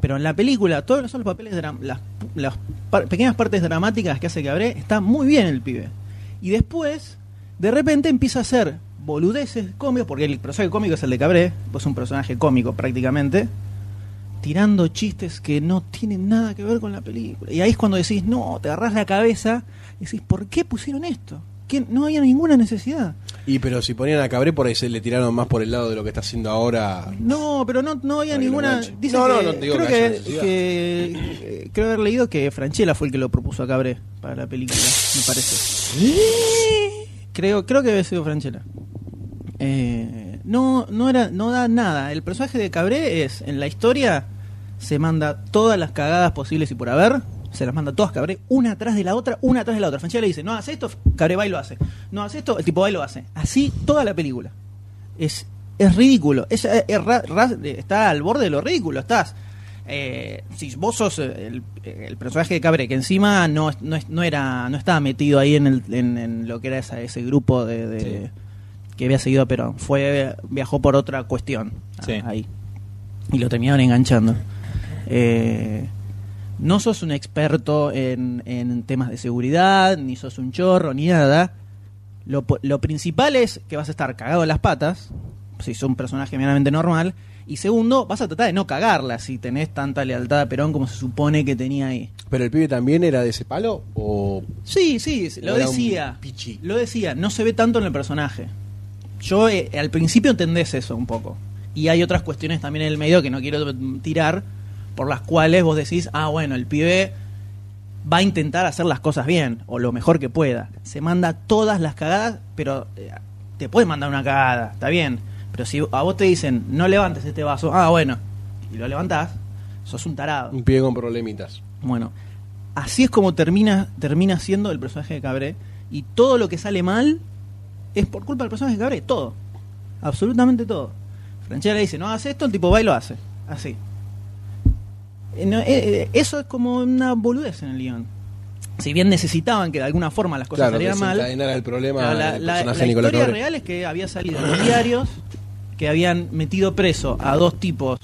S1: Pero en la película, todos los- son los papeles, dram- las, las par- pequeñas partes dramáticas que hace Cabré, está muy bien el pibe. Y después, de repente empieza a hacer boludeces cómicos, porque el personaje cómico es el de Cabré, pues es un personaje cómico prácticamente, tirando chistes que no tienen nada que ver con la película. Y ahí es cuando decís, no, te agarrás la cabeza y decís, ¿por qué pusieron esto? Que no había ninguna necesidad.
S2: Y pero si ponían a Cabré por ahí se le tiraron más por el lado de lo que está haciendo ahora.
S1: No, pero no, no había
S2: Para que lo
S1: ninguna.
S2: enganche.
S1: dicen
S2: No, no,
S1: que-
S2: no te digo
S1: creo
S2: que haya
S1: que,
S2: necesidad.
S1: que- eh, creo haber leído que Franchella fue el que lo propuso a Cabré para la película, me parece. Creo, creo que había sido Franchella. Eh, no, no era, no da nada. El personaje de Cabré es, en la historia, se manda todas las cagadas posibles y por haber. Se las manda todas Cabré, una atrás de la otra, una atrás de la otra. Franchella le dice, no hace esto, Cabré va y lo hace. No hace esto, el tipo va y lo hace. Así toda la película. Es, es ridículo. Es, eh, es ra- ra- está al borde de lo ridículo. Estás. eh, si vos sos eh, el, el personaje de Cabré, que encima no, es- no, es- no era, no estaba metido ahí en, el- en- en lo que era esa- ese grupo de, de- que había seguido a Perón. Fue, viajó por otra cuestión a-
S7: Sí.
S1: ahí. Y lo terminaron enganchando. Eh, no sos un experto en, en temas de seguridad, ni sos un chorro, ni nada. Lo, po- lo principal es que vas a estar cagado en las patas, si sos un personaje meramente normal. Y segundo, vas a tratar de no cagarla si tenés tanta lealtad a Perón como se supone que tenía ahí.
S2: Pero el pibe también era de ese palo o
S1: Sí, sí, lo
S2: era un
S1: decía.
S2: pichi.
S1: Lo decía, no se ve tanto en el personaje. Yo eh, al principio entendés eso un poco. Y hay otras cuestiones también en el medio que no quiero mm, tirar, por las cuales vos decís, ah, bueno, el pibe va a intentar hacer las cosas bien, o lo mejor que pueda. Se manda todas las cagadas, pero eh, te puede mandar una cagada, está bien. Pero si a vos te dicen, no levantes este vaso, ah, bueno, y lo levantás, sos un tarado.
S2: un pibe con problemitas?
S1: Bueno, así es como termina, termina siendo el personaje de Cabré. Y todo lo que sale mal es por culpa del personaje de Cabré. Todo. Absolutamente todo. Franchella le dice, no hace esto, el tipo va y lo hace. Así. Eh, no, eh, eh, eso es como una boludez en el guión. si bien necesitaban que de alguna forma las cosas
S2: Claro,
S1: salieran mal,
S2: desencadenar el problema
S1: la, la-
S2: del
S1: la-
S2: personaje
S1: la
S2: de Nicolás
S1: historia
S2: Cabrera.
S1: real es que había salido en los diarios que habían metido preso a dos tipos,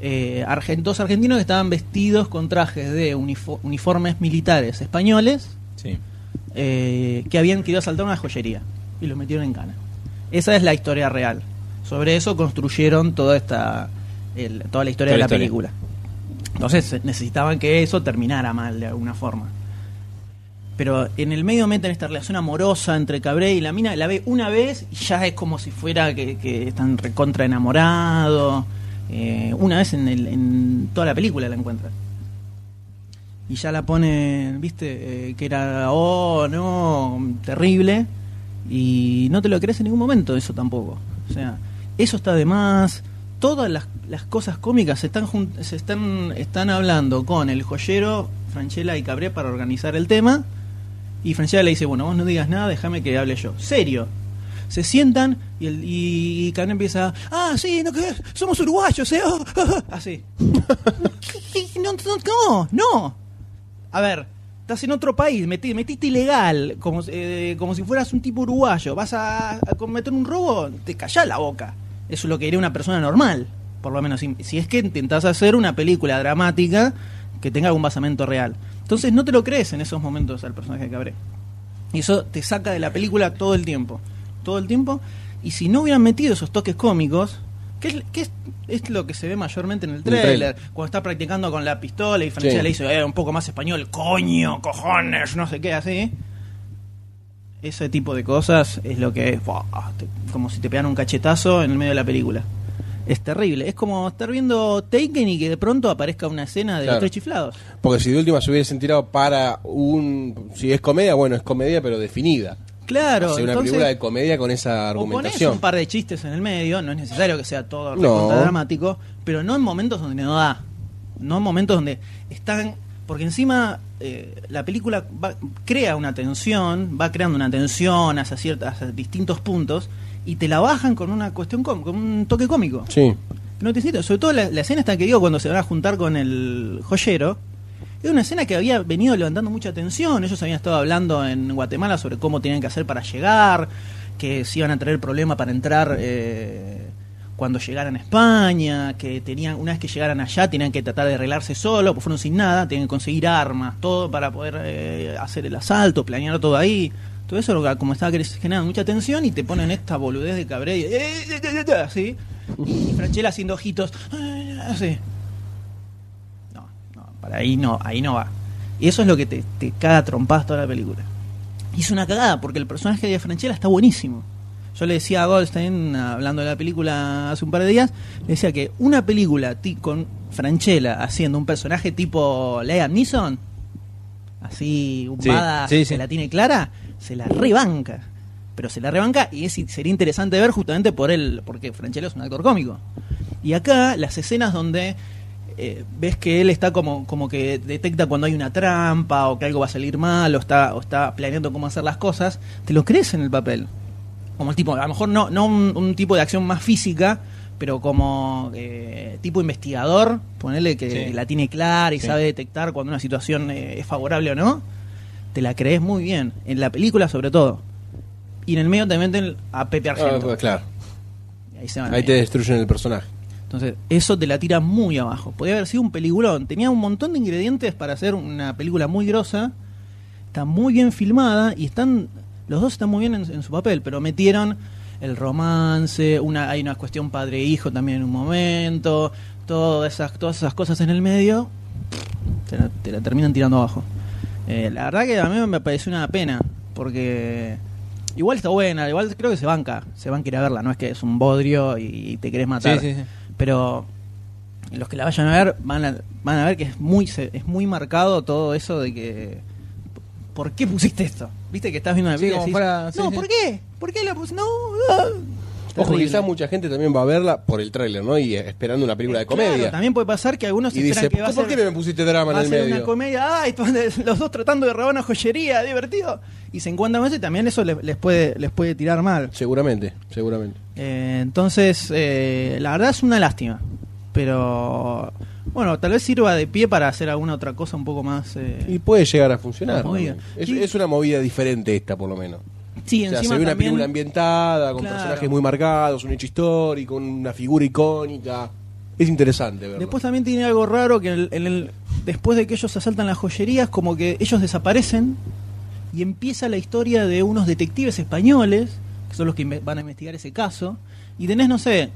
S1: eh, argen- dos argentinos que estaban vestidos con trajes de unifo- uniformes militares españoles
S7: Sí.
S1: eh, que habían querido asaltar una joyería y los metieron en cana. Esa es la historia real. Sobre eso construyeron toda esta el- toda la historia
S7: Toda
S1: de
S7: la
S1: la
S7: historia.
S1: película. Entonces eh, necesitaban que eso terminara mal de alguna forma. Pero en el medio meten esta relación amorosa entre Cabré y la mina, la ve una vez y ya es como si fuera que, que están recontra enamorados. Eh, una vez en, el- en toda la película la encuentran. Y ya la ponen, viste, Eh, que era, oh, no, terrible. Y no te lo crees en ningún momento eso tampoco. O sea, eso está de más. Todas las, las cosas cómicas se están, jun- se están, están hablando con el joyero, Franchella y Cabré para organizar el tema. Y Franchella le dice, bueno, vos no digas nada, déjame que hable yo. Serio. Se sientan y, el, y, y Cabré empieza, ah, sí, no, que somos uruguayos, ¿eh? Ah, ah, ah". Así. ¿Qué? No, no, no, no. A ver, estás en otro país, meti- metiste ilegal, como, si- eh, como si fueras un tipo uruguayo, vas a, a cometer un robo, te callá la boca. Eso es lo que diría una persona normal, por lo menos. Si, si es que intentás hacer una película dramática que tenga algún basamento real. Entonces no te lo crees en esos momentos al personaje de Cabré. Y eso te saca de la película todo el tiempo. Todo el tiempo. Y si no hubieran metido esos toques cómicos, que es, que es, es lo que se ve mayormente en el
S2: En el
S1: tráiler, cuando está practicando con la pistola y Francia
S2: Sí.
S1: le dice "Eh, un poco más español, coño, cojones, no sé qué, así. Ese tipo de cosas es lo que es, ¡buah! te- como si te pegaran un cachetazo en el medio de la película. Es terrible. Es como estar viendo Taken y que de pronto aparezca una escena de
S2: Claro.
S1: los tres chiflados.
S2: Porque si de última se hubiesen tirado para un. Si es comedia, bueno, es comedia, pero definida.
S1: Claro,
S2: Hacer una
S1: entonces-
S2: película de comedia con esa
S1: O ponés
S2: argumentación.
S1: un par de chistes en el medio, no es necesario que sea todo
S2: No.
S1: recontra dramático, pero no en momentos donde no da. No en momentos donde están. Porque encima eh, la película va- crea una tensión, va creando una tensión hacia, ciertas, hacia distintos puntos y te la bajan con una cuestión com- con un toque cómico.
S2: Sí.
S1: No te siento, sobre todo la, la escena esta que digo cuando se van a juntar con el joyero. Era una escena que había venido levantando mucha atención. Ellos habían estado hablando en Guatemala sobre cómo tenían que hacer para llegar, que si iban a tener problema para entrar eh, cuando llegaran a España, que tenían una vez que llegaran allá tenían que tratar de arreglarse solo, pues fueron sin nada, tenían que conseguir armas, todo para poder eh, hacer el asalto, planear todo ahí. Todo eso lo que- como estaba cre- generando mucha tensión y te ponen esta boludez de cabré y, eh, eh, eh, eh, así. Y Franchella haciendo ojitos. Así. No, no, para ahí no, ahí no va. Y eso es lo que te, te caga trompadas toda la película. Y es una cagada, porque el personaje de Franchella está buenísimo. Yo le decía a Goldstein, hablando de la película hace un par de días, le decía que una película ti- con Franchella haciendo un personaje tipo Liam Neeson, así, un
S7: Sí,
S1: badass,
S7: sí, sí.
S1: se la tiene clara, se la rebanca. Pero se la rebanca y es, sería interesante ver justamente por él, porque Franchella es un actor cómico. Y acá las escenas donde eh, ves que él está como, como que detecta cuando hay una trampa o que algo va a salir mal o está, o está planeando cómo hacer las cosas, te lo crees en el papel. Como el tipo, a lo mejor no, no un, un tipo de acción más física, pero como eh, tipo investigador, ponele que
S7: Sí.
S1: la tiene clara y
S7: Sí.
S1: sabe detectar cuando una situación eh, es favorable o no, te la crees muy bien, en la película sobre todo. Y en el medio te meten a Pepe
S2: Ah,
S1: Argento.
S2: pues, claro.
S1: Y ahí se van eh. a
S2: Ahí te destruyen el personaje.
S1: entonces, eso te la tira muy abajo. Podría haber sido un peliculón. Tenía un montón de ingredientes para hacer una película muy grosa. Está muy bien filmada y están. Los dos están muy bien en, en su papel, pero metieron el romance, una, hay una cuestión padre-hijo también en un momento, todas esas, todas esas cosas en el medio, te la, te la terminan tirando abajo. Eh, la verdad que a mí me pareció una pena, porque igual está buena, igual creo que se banca, se van a ir a verla, no es que es un bodrio y, te querés matar
S7: Sí, sí, sí.
S1: pero los que la vayan a ver van a, van a ver que es muy se- es muy marcado todo eso de que ¿por qué pusiste esto? ¿Viste que estás viendo una
S7: Sí,
S1: película
S7: como
S1: y decís,
S7: fuera- sí,
S1: no,
S7: sí.
S1: ¿por qué? ¿Por qué la puse? No. ah".
S2: Ojo,
S1: Terrible.
S2: quizás mucha gente también va a verla por el tráiler, ¿no? Y eh, esperando una película de
S1: Claro,
S2: comedia.
S1: también puede pasar que algunos
S2: y
S1: esperan
S2: dice,
S1: que va a
S2: ¿por
S1: ser,
S2: qué me pusiste drama en
S1: va a
S2: el
S1: ser
S2: medio?
S1: una comedia, ay, los dos tratando de robar una joyería, divertido, y se encuentran con eso y también eso les, les puede les puede tirar mal.
S2: Seguramente, seguramente.
S1: Eh, entonces, eh, la verdad es una lástima. Pero Bueno, tal vez sirva de pie para hacer alguna otra cosa un poco más. eh,
S2: Y puede llegar a funcionar.
S1: Una movida.
S2: también. Es,
S1: Y-
S2: es una movida diferente esta, por lo menos.
S1: Sí,
S2: O sea,
S1: encima
S2: se ve una
S1: también-
S2: película ambientada, con
S1: Claro.
S2: personajes muy marcados, un hecho histórico, una figura icónica. Es interesante verlo.
S1: Después también tiene algo raro que en el- en el- después de que ellos asaltan las joyerías, como que ellos desaparecen y empieza la historia de unos detectives españoles, que son los que inve- van a investigar ese caso, y tenés, no sé,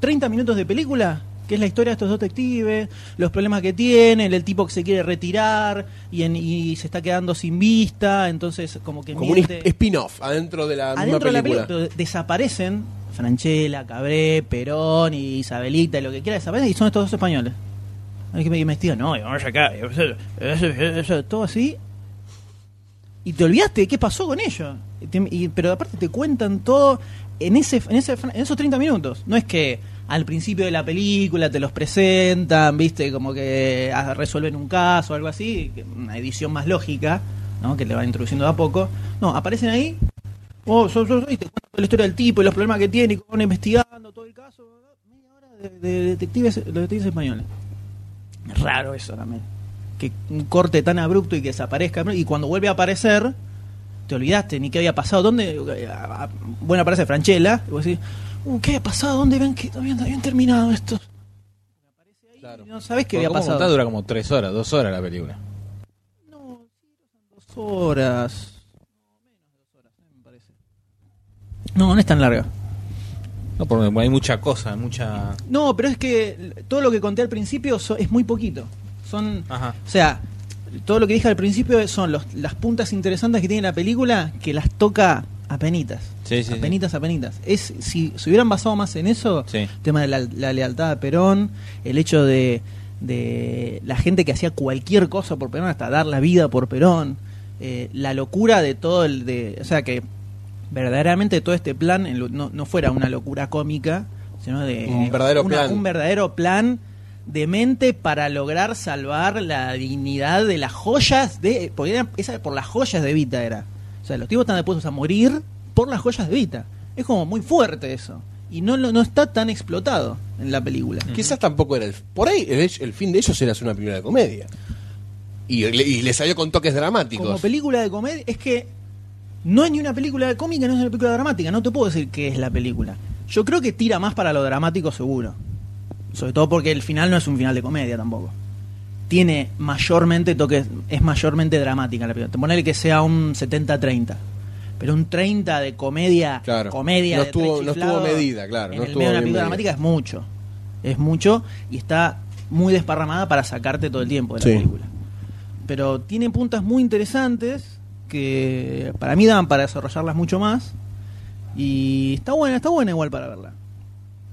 S1: 30 minutos de película, que es la historia de estos dos detectives, los problemas que tienen, el tipo que se quiere retirar y, en- y se está quedando sin vista, entonces como que
S2: Como un
S1: miente.
S2: es- spin-off adentro de la misma
S1: Adentro de la
S2: película.
S1: película pero desaparecen Franchella, Cabré, Perón y Isabelita, y lo que quiera, desaparecen y son estos dos españoles. Hay que me investigan, no, y vamos acá, y vamos allá, eso, eso, eso, todo así. Y te olvidaste de qué pasó con ellos. Y te- y- pero aparte te cuentan todo en, ese, en, ese, en esos 30 minutos. No es que al principio de la película te los presentan, viste, como que ah, resuelven un caso o algo así, que una edición más lógica, ¿no? que le van introduciendo de a poco. No, aparecen ahí Oh, so- so- so, y te cuento la historia del tipo y los problemas que tiene y cómo van investigando todo el caso. ¿verdad? Media hora de, de detectives, los detectives españoles. Raro eso también. Que un corte tan abrupto y que desaparezca. Y cuando vuelve a aparecer, te olvidaste ni qué había pasado. ¿Dónde? Ah, ah, Bueno, aparece Franchella. Y vos decís, uh, ¿qué había pasado? ¿Dónde habían, que- habían, habían terminado esto? Y No sabes qué había
S7: ¿Cómo
S1: pasado.
S7: contás? Dura como tres horas, dos horas la película.
S1: No, sí, son dos horas. No, menos de dos horas, eh, me parece. No, no es tan larga.
S7: No, porque hay mucha cosa, mucha.
S1: No, pero es que l- todo lo que conté al principio so- es muy poquito. Son,
S7: Ajá.
S1: o sea, todo lo que dije al principio son los- las puntas interesantes que tiene la película que las toca a penitas.
S7: Sí, sí, sí.
S1: a penitas, a penitas. Es, si se hubieran basado más en eso,
S7: Sí.
S1: el tema de la, la lealtad a Perón, el hecho de, de la gente que hacía cualquier cosa por Perón, hasta dar la vida por Perón, eh, la locura de todo el... De, o sea, que verdaderamente todo este plan en lo- no, no fuera una locura cómica, sino de
S2: Un verdadero plan.
S1: un verdadero plan de mente para lograr salvar la dignidad de las joyas de... Porque era- esa por las joyas de Vita era. O sea, los tipos están dispuestos a morir por las joyas de Vita. Es como muy fuerte eso. Y no, lo- no está tan explotado en la película.
S2: Quizás tampoco era el. Por ahí, el, el fin de ellos era hacer una película de comedia. Y, le- y le salió con toques dramáticos.
S1: Como película de comedia, es que no es ni una película de cómica, no es una película dramática. No te puedo decir qué es la película. Yo creo que tira más para lo dramático, seguro. Sobre todo porque el final no es un final de comedia tampoco. Tiene mayormente toques, es mayormente dramática la película. Ponele que sea un 70-30. Pero un 30 de comedia,
S2: Claro.
S1: comedia
S2: No
S1: de tres
S2: estuvo- no estuvo
S1: chiflados
S2: medida, claro,
S1: En
S2: no
S1: el
S2: estuvo
S1: medio de una
S2: bien
S1: película
S2: medida.
S1: dramática es mucho. Es mucho y está muy desparramada para sacarte todo el tiempo de la
S2: Sí.
S1: película pero tiene puntas muy interesantes que para mí dan para desarrollarlas mucho más. Y está buena, está buena igual para verla.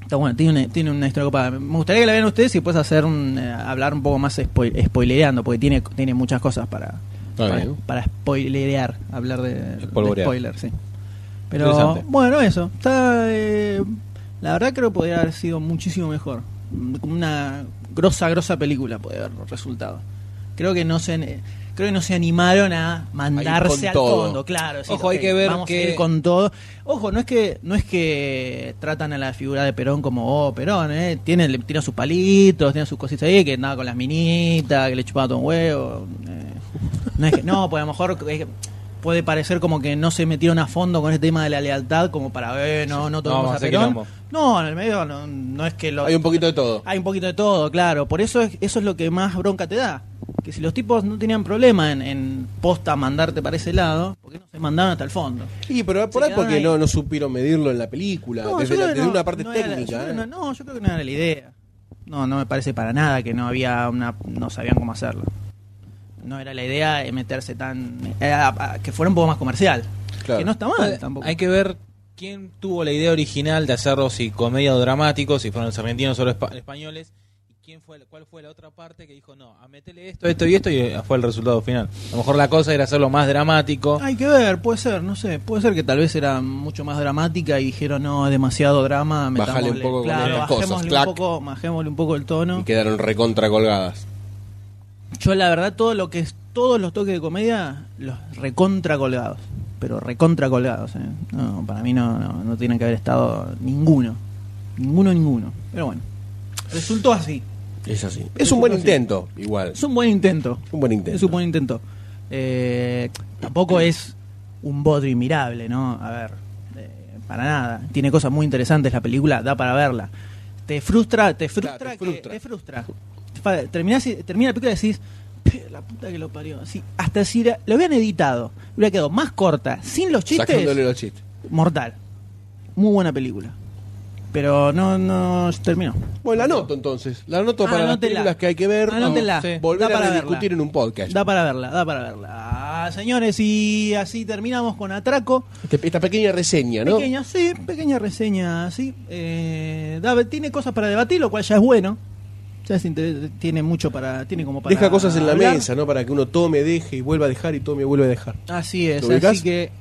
S1: Está buena, tiene una, tiene una historia copada. Me gustaría que la vean ustedes y después hacer un, eh, hablar un poco más spoil- spoilereando, porque tiene, tiene muchas cosas para,
S2: Está
S1: para,
S2: bien.
S1: para spoilerear, hablar de, de
S7: Espolvorear.
S1: spoiler, sí. Pero
S7: Interesante.
S1: bueno, eso. Está, eh, la verdad creo que podría haber sido muchísimo mejor. Como Una grosa, grosa película puede haber resultado. Creo que no se creo que no se animaron a mandarse
S2: con
S1: al
S2: todo.
S1: fondo, claro. decir,
S7: Ojo, hay
S1: "Ok,
S7: que ver
S1: vamos a
S7: que-
S1: ir con todo. Ojo, no es que no es que tratan a la figura de Perón como oh, Perón, eh, tiene le tira sus palitos, tiene sus cositas ahí que andaba con las minitas, que le chupaba todo un huevo. eh. No es que no, pues a lo mejor es que puede parecer como que no se metieron a fondo con este tema de la lealtad como para ver, no, no tomamos
S7: vamos a
S1: a
S7: hacer
S1: Perón.
S7: quilombo.
S1: No, en el medio no, no es que lo
S2: Hay un poquito de todo.
S1: hay un poquito de todo, claro. Por eso es, eso es lo que más bronca te da. Que si los tipos no tenían problema en, en posta mandarte para ese lado, ¿por qué no se mandaron hasta el fondo?
S2: Y pero por
S1: Se
S2: ahí porque
S1: quedaron
S2: no,
S1: ahí.
S2: no supieron medirlo en la película,
S1: No,
S2: desde,
S1: yo
S2: la-
S1: creo que
S2: desde
S1: no-
S2: una parte
S1: no era la- yo
S2: técnica.
S1: creo
S2: ¿eh?
S1: que no, no, yo creo que no era la idea. No, no me parece para nada que no había una, no sabían cómo hacerlo. No era la idea de meterse tan, era, a- que fuera un poco más comercial.
S2: Claro.
S1: Que no está mal tampoco.
S7: Hay que ver quién tuvo la idea original de hacerlo, si comedia o dramático, si fueron los argentinos o los espa- españoles, y quién fue, la- cuál fue la otra parte que dijo, no, a meterle esto, esto y esto, y eh, fue el resultado final. A lo mejor la cosa era hacerlo más dramático.
S1: Hay que ver, puede ser, no sé, puede ser que tal vez era mucho más dramática y dijeron no, demasiado drama,
S2: Bajale un
S1: metámosle-
S2: poco con
S1: claro,
S2: estas cosas,
S1: bajémosle
S2: clac.
S1: un poco, bajémosle un poco el
S2: Y
S1: tono.
S2: quedaron recontra colgadas.
S1: Yo la verdad todo lo que es todos los toques de comedia los recontra colgados, pero recontra colgados, ¿eh? No, para mí no, no no tienen que haber estado ninguno. Ninguno ninguno. Pero bueno, resultó así.
S2: Es así. Es un buen intento, igual.
S1: Es un buen intento.
S2: Un buen intento.
S1: Es un buen intento. Eh, tampoco es un bodrio inmirable, ¿no? A ver, eh, para nada. Tiene cosas muy interesantes la película, da para verla. Te frustra, te frustra,
S2: Claro, te
S1: que-
S2: frustra.
S1: te frustra. Fa- terminás y- termina la película y decís, "Pe, la puta que lo parió. Así, hasta si la- lo habían editado, hubiera quedado más corta, sin los chistes,
S2: Sacándole los chistes.
S1: mortal. Muy buena película. Pero no, no terminó.
S2: Bueno, la anoto entonces. La anoto para las
S1: Anótela.
S2: películas que hay que ver.
S1: Anótela.
S2: Sí. Volver
S1: Da
S2: a
S1: para verla.
S2: discutir en un podcast.
S1: Da para verla, da para verla. Ah, señores, y así terminamos con Atraco.
S2: Este- Esta pequeña reseña, ¿no?
S1: Pequeña, sí, pequeña reseña, sí. Eh, da- tiene cosas para debatir, lo cual ya es bueno. Ya es inter- tiene mucho para. Tiene como para
S2: Deja cosas en la
S1: hablar.
S2: mesa, ¿no? Para que uno tome, deje y vuelva a dejar y tome y vuelva a dejar.
S1: Así es,
S2: ¿Lo ubicás?
S1: así que.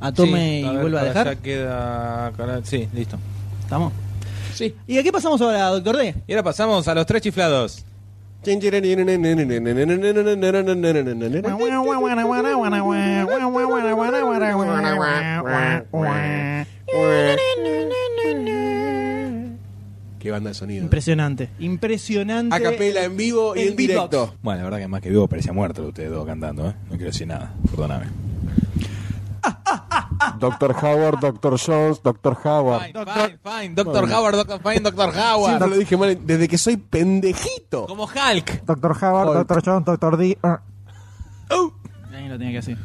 S1: A tome
S3: Sí,
S1: y
S3: ver,
S1: vuelva a
S3: para
S1: dejar.
S3: allá queda... cara- Sí, listo.
S1: Estamos.
S2: Sí.
S1: ¿Y a qué pasamos ahora, doctor D?
S3: Y ahora pasamos a los tres chiflados.
S2: Qué banda de sonido.
S1: Impresionante. Impresionante.
S2: A capela en vivo y
S1: El
S2: en directo.
S1: beatbox.
S3: Bueno, la verdad que más que vivo parecía muerto de ustedes dos cantando, ¿eh? No quiero decir nada, perdóname.
S6: Doctor Howard, Doctor Jones, Doctor Howard.
S3: Fine, fine, fine, Doctor Howard, Doctor Fine, Doctor Howard.
S2: Siempre lo dije mal desde que soy pendejito.
S3: Como Hulk.
S10: Doctor Howard,
S2: Holt.
S10: Doctor Jones, Doctor D. ah.
S1: Ahí lo tenía que hacer.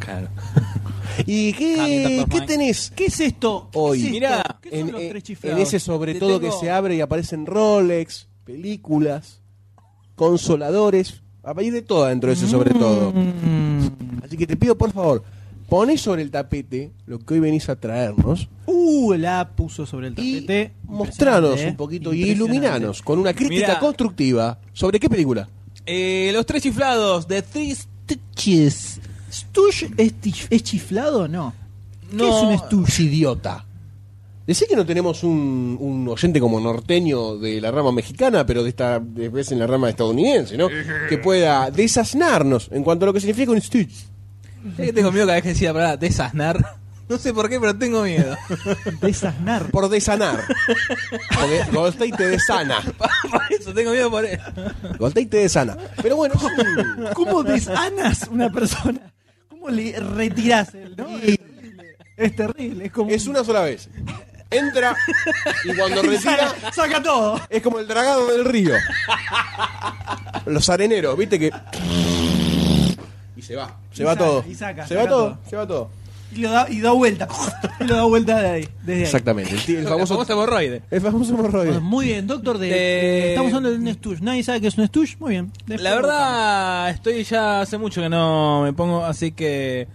S3: Claro.
S2: ¿Y qué, qué tenés
S1: ¿Qué es esto? ¿Qué
S2: hoy?
S1: es esto?
S3: Mirá,
S1: ¿Qué son
S2: en, eh,
S1: los
S2: en-
S1: tres
S2: en
S1: chiflados?
S2: ese sobre
S3: Te
S2: todo
S3: tengo-
S2: que se abre y aparecen Rolex, películas, consoladores, hay de todo dentro de ese sobre
S1: Mm.
S2: todo. Así que te pido por favor, poné sobre el tapete lo que hoy venís a traernos
S1: Uh, la puso sobre el
S2: y
S3: ¿eh?
S1: tapete.
S2: mostranos
S1: Impresionante,
S2: un poquito
S1: ¿eh?
S2: y
S1: Impresionante.
S2: iluminanos con una crítica
S3: Mirá.
S2: constructiva sobre qué película.
S3: Eh, los tres chiflados de Three Stitches.
S1: ¿Stush es, tif- es chiflado o no?
S3: No.
S1: ¿Qué es un Stush?
S2: Tus idiota. Decí que no tenemos un, un oyente como norteño de la rama mexicana, pero de esta de vez en la rama estadounidense, ¿no? Que pueda desaznarnos en cuanto a lo que significa un Stitch.
S3: Ya que eh, tengo miedo cada vez que decía la palabra desasnar. No sé por qué, pero tengo miedo.
S1: Desasnar.
S2: Por desanar. Porque Goldstein te desana.
S3: por eso, tengo miedo por eso.
S2: Goldstein te desana. Pero bueno, es un-
S1: ¿Cómo desanas una persona? ¿Cómo le retirás el no? Es terrible. Es terrible. Es como.
S2: es una sola vez. Entra y cuando retira
S1: Saca, saca todo.
S2: es como el dragado del río. Los areneros, viste que... Y se va. Se
S1: Y
S2: va
S1: saca,
S2: todo.
S1: y saca,
S2: se
S1: saca
S2: va todo.
S1: todo.
S2: Se va todo.
S1: Y, lo da, y da vuelta. Y lo da vuelta de ahí. Desde ahí.
S2: Exactamente. El, ti- el
S3: Vamos
S2: famoso,
S3: a hemorroide.
S2: el famoso hemorroide.
S1: Bueno, Muy bien, doctor. De,
S3: Eh,
S1: estamos hablando de un Stush. Nadie sabe qué es un Stush. Muy bien. Después
S3: La verdad, estoy ya hace mucho que no me pongo, así que.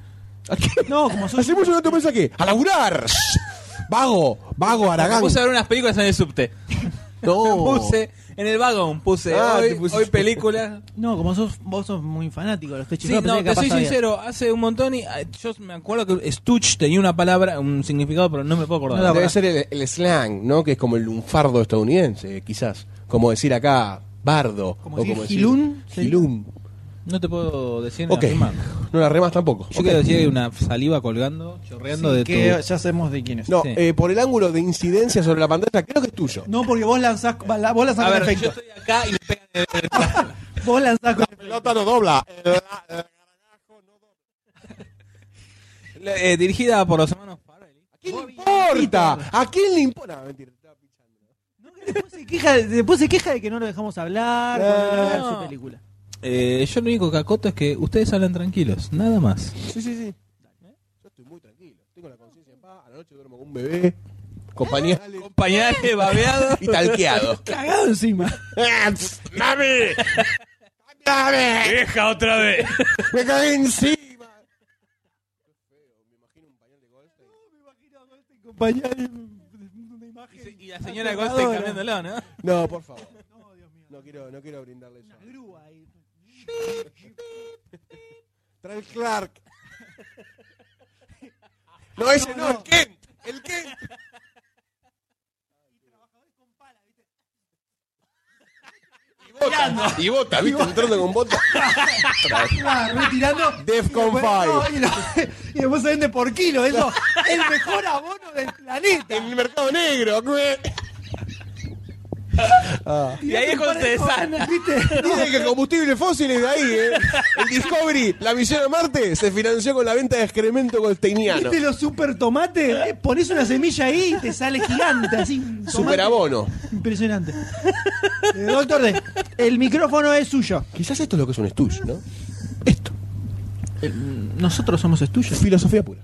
S2: ¿A qué?
S1: buscamos. No, como sos.
S2: Hace mucho que no te pensás que. ¡A laburar! Vago, vago,
S3: Me
S2: Aragán.
S3: puse a ver unas películas en el subte.
S2: No.
S3: Puse en el vagón, puse
S2: Oh. Ah,
S3: hoy,
S2: te pusiste.
S3: hoy películas.
S1: No, como sos, vos sos muy fanático de los
S3: Sí,
S1: techiflados.
S3: no, te soy sincero, hace un montón y ah, yo me acuerdo que Stuch tenía una palabra, un significado, pero no me puedo acordar.
S2: Debe ser el, el slang, ¿no? Que es como el lunfardo estadounidense, quizás. Como decir acá, bardo.
S1: Como
S2: o
S1: decir gilún,
S2: decir-
S1: sí.
S2: Gilún.
S3: No te puedo decir
S2: Ok.
S3: nada más.
S2: No la remas tampoco.
S3: Yo
S2: Ok.
S3: quiero decir que hay una saliva colgando, chorreando de todo.
S1: ya sabemos de quién es.
S2: No,
S3: Sí.
S2: eh, por el ángulo de incidencia sobre la pantalla, creo que es tuyo.
S1: No, porque vos lanzás, la- vos lanzás
S3: A
S1: con
S3: ver, yo
S1: efecto.
S3: estoy acá y le pegan el-
S1: Vos lanzás con
S2: pelota no dobla.
S3: le- eh, dirigida por los hermanos Farrelly.
S2: ¿A quién le importa? ¿A quién le importa? No, mentira.
S1: Después se, queja, después se queja de que no lo dejamos hablar. cuando
S2: No.
S1: le hablan su película.
S3: Eh, yo lo único que acoto es que ustedes hablan tranquilos, nada más.
S2: Sí, sí, sí. Yo estoy muy tranquilo. Tengo la conciencia en paz. A la noche duermo con un bebé. Compañía.
S3: Pañales babeados.
S2: Y talqueado.
S1: Cagado encima.
S2: ¡Mami! ¡Mami!
S3: Deja otra vez.
S2: ¡Me cagué encima!
S3: Y se- Y la señora Goldstein cambiándolo, ¿no?
S2: No, por favor. No quiero, no quiero brindarle eso. Trae el Clark. No, ese no, el Kent. El Kent. Y botas, y botas, viste, entrando con botas.
S1: Retirando.
S2: Defcon 5.
S1: y, lo- y después se vende por kilo. Eso. el mejor abono del planeta.
S2: En el mercado negro.
S3: Y ahí es cuando se desana.
S2: Dicen que combustible fósil es de ahí, ¿eh? El Discovery, la misión a Marte, se financió con la venta de excremento colteiniano.
S1: ¿Viste los super tomates? Eh, Pones una semilla ahí y te sale gigante, así. un tomate
S2: Superabono.
S1: Impresionante. Eh, doctor D, el micrófono es suyo.
S2: Quizás esto es lo que es un estudio, ¿no? Esto.
S1: Nosotros somos estudios.
S2: Filosofía pura.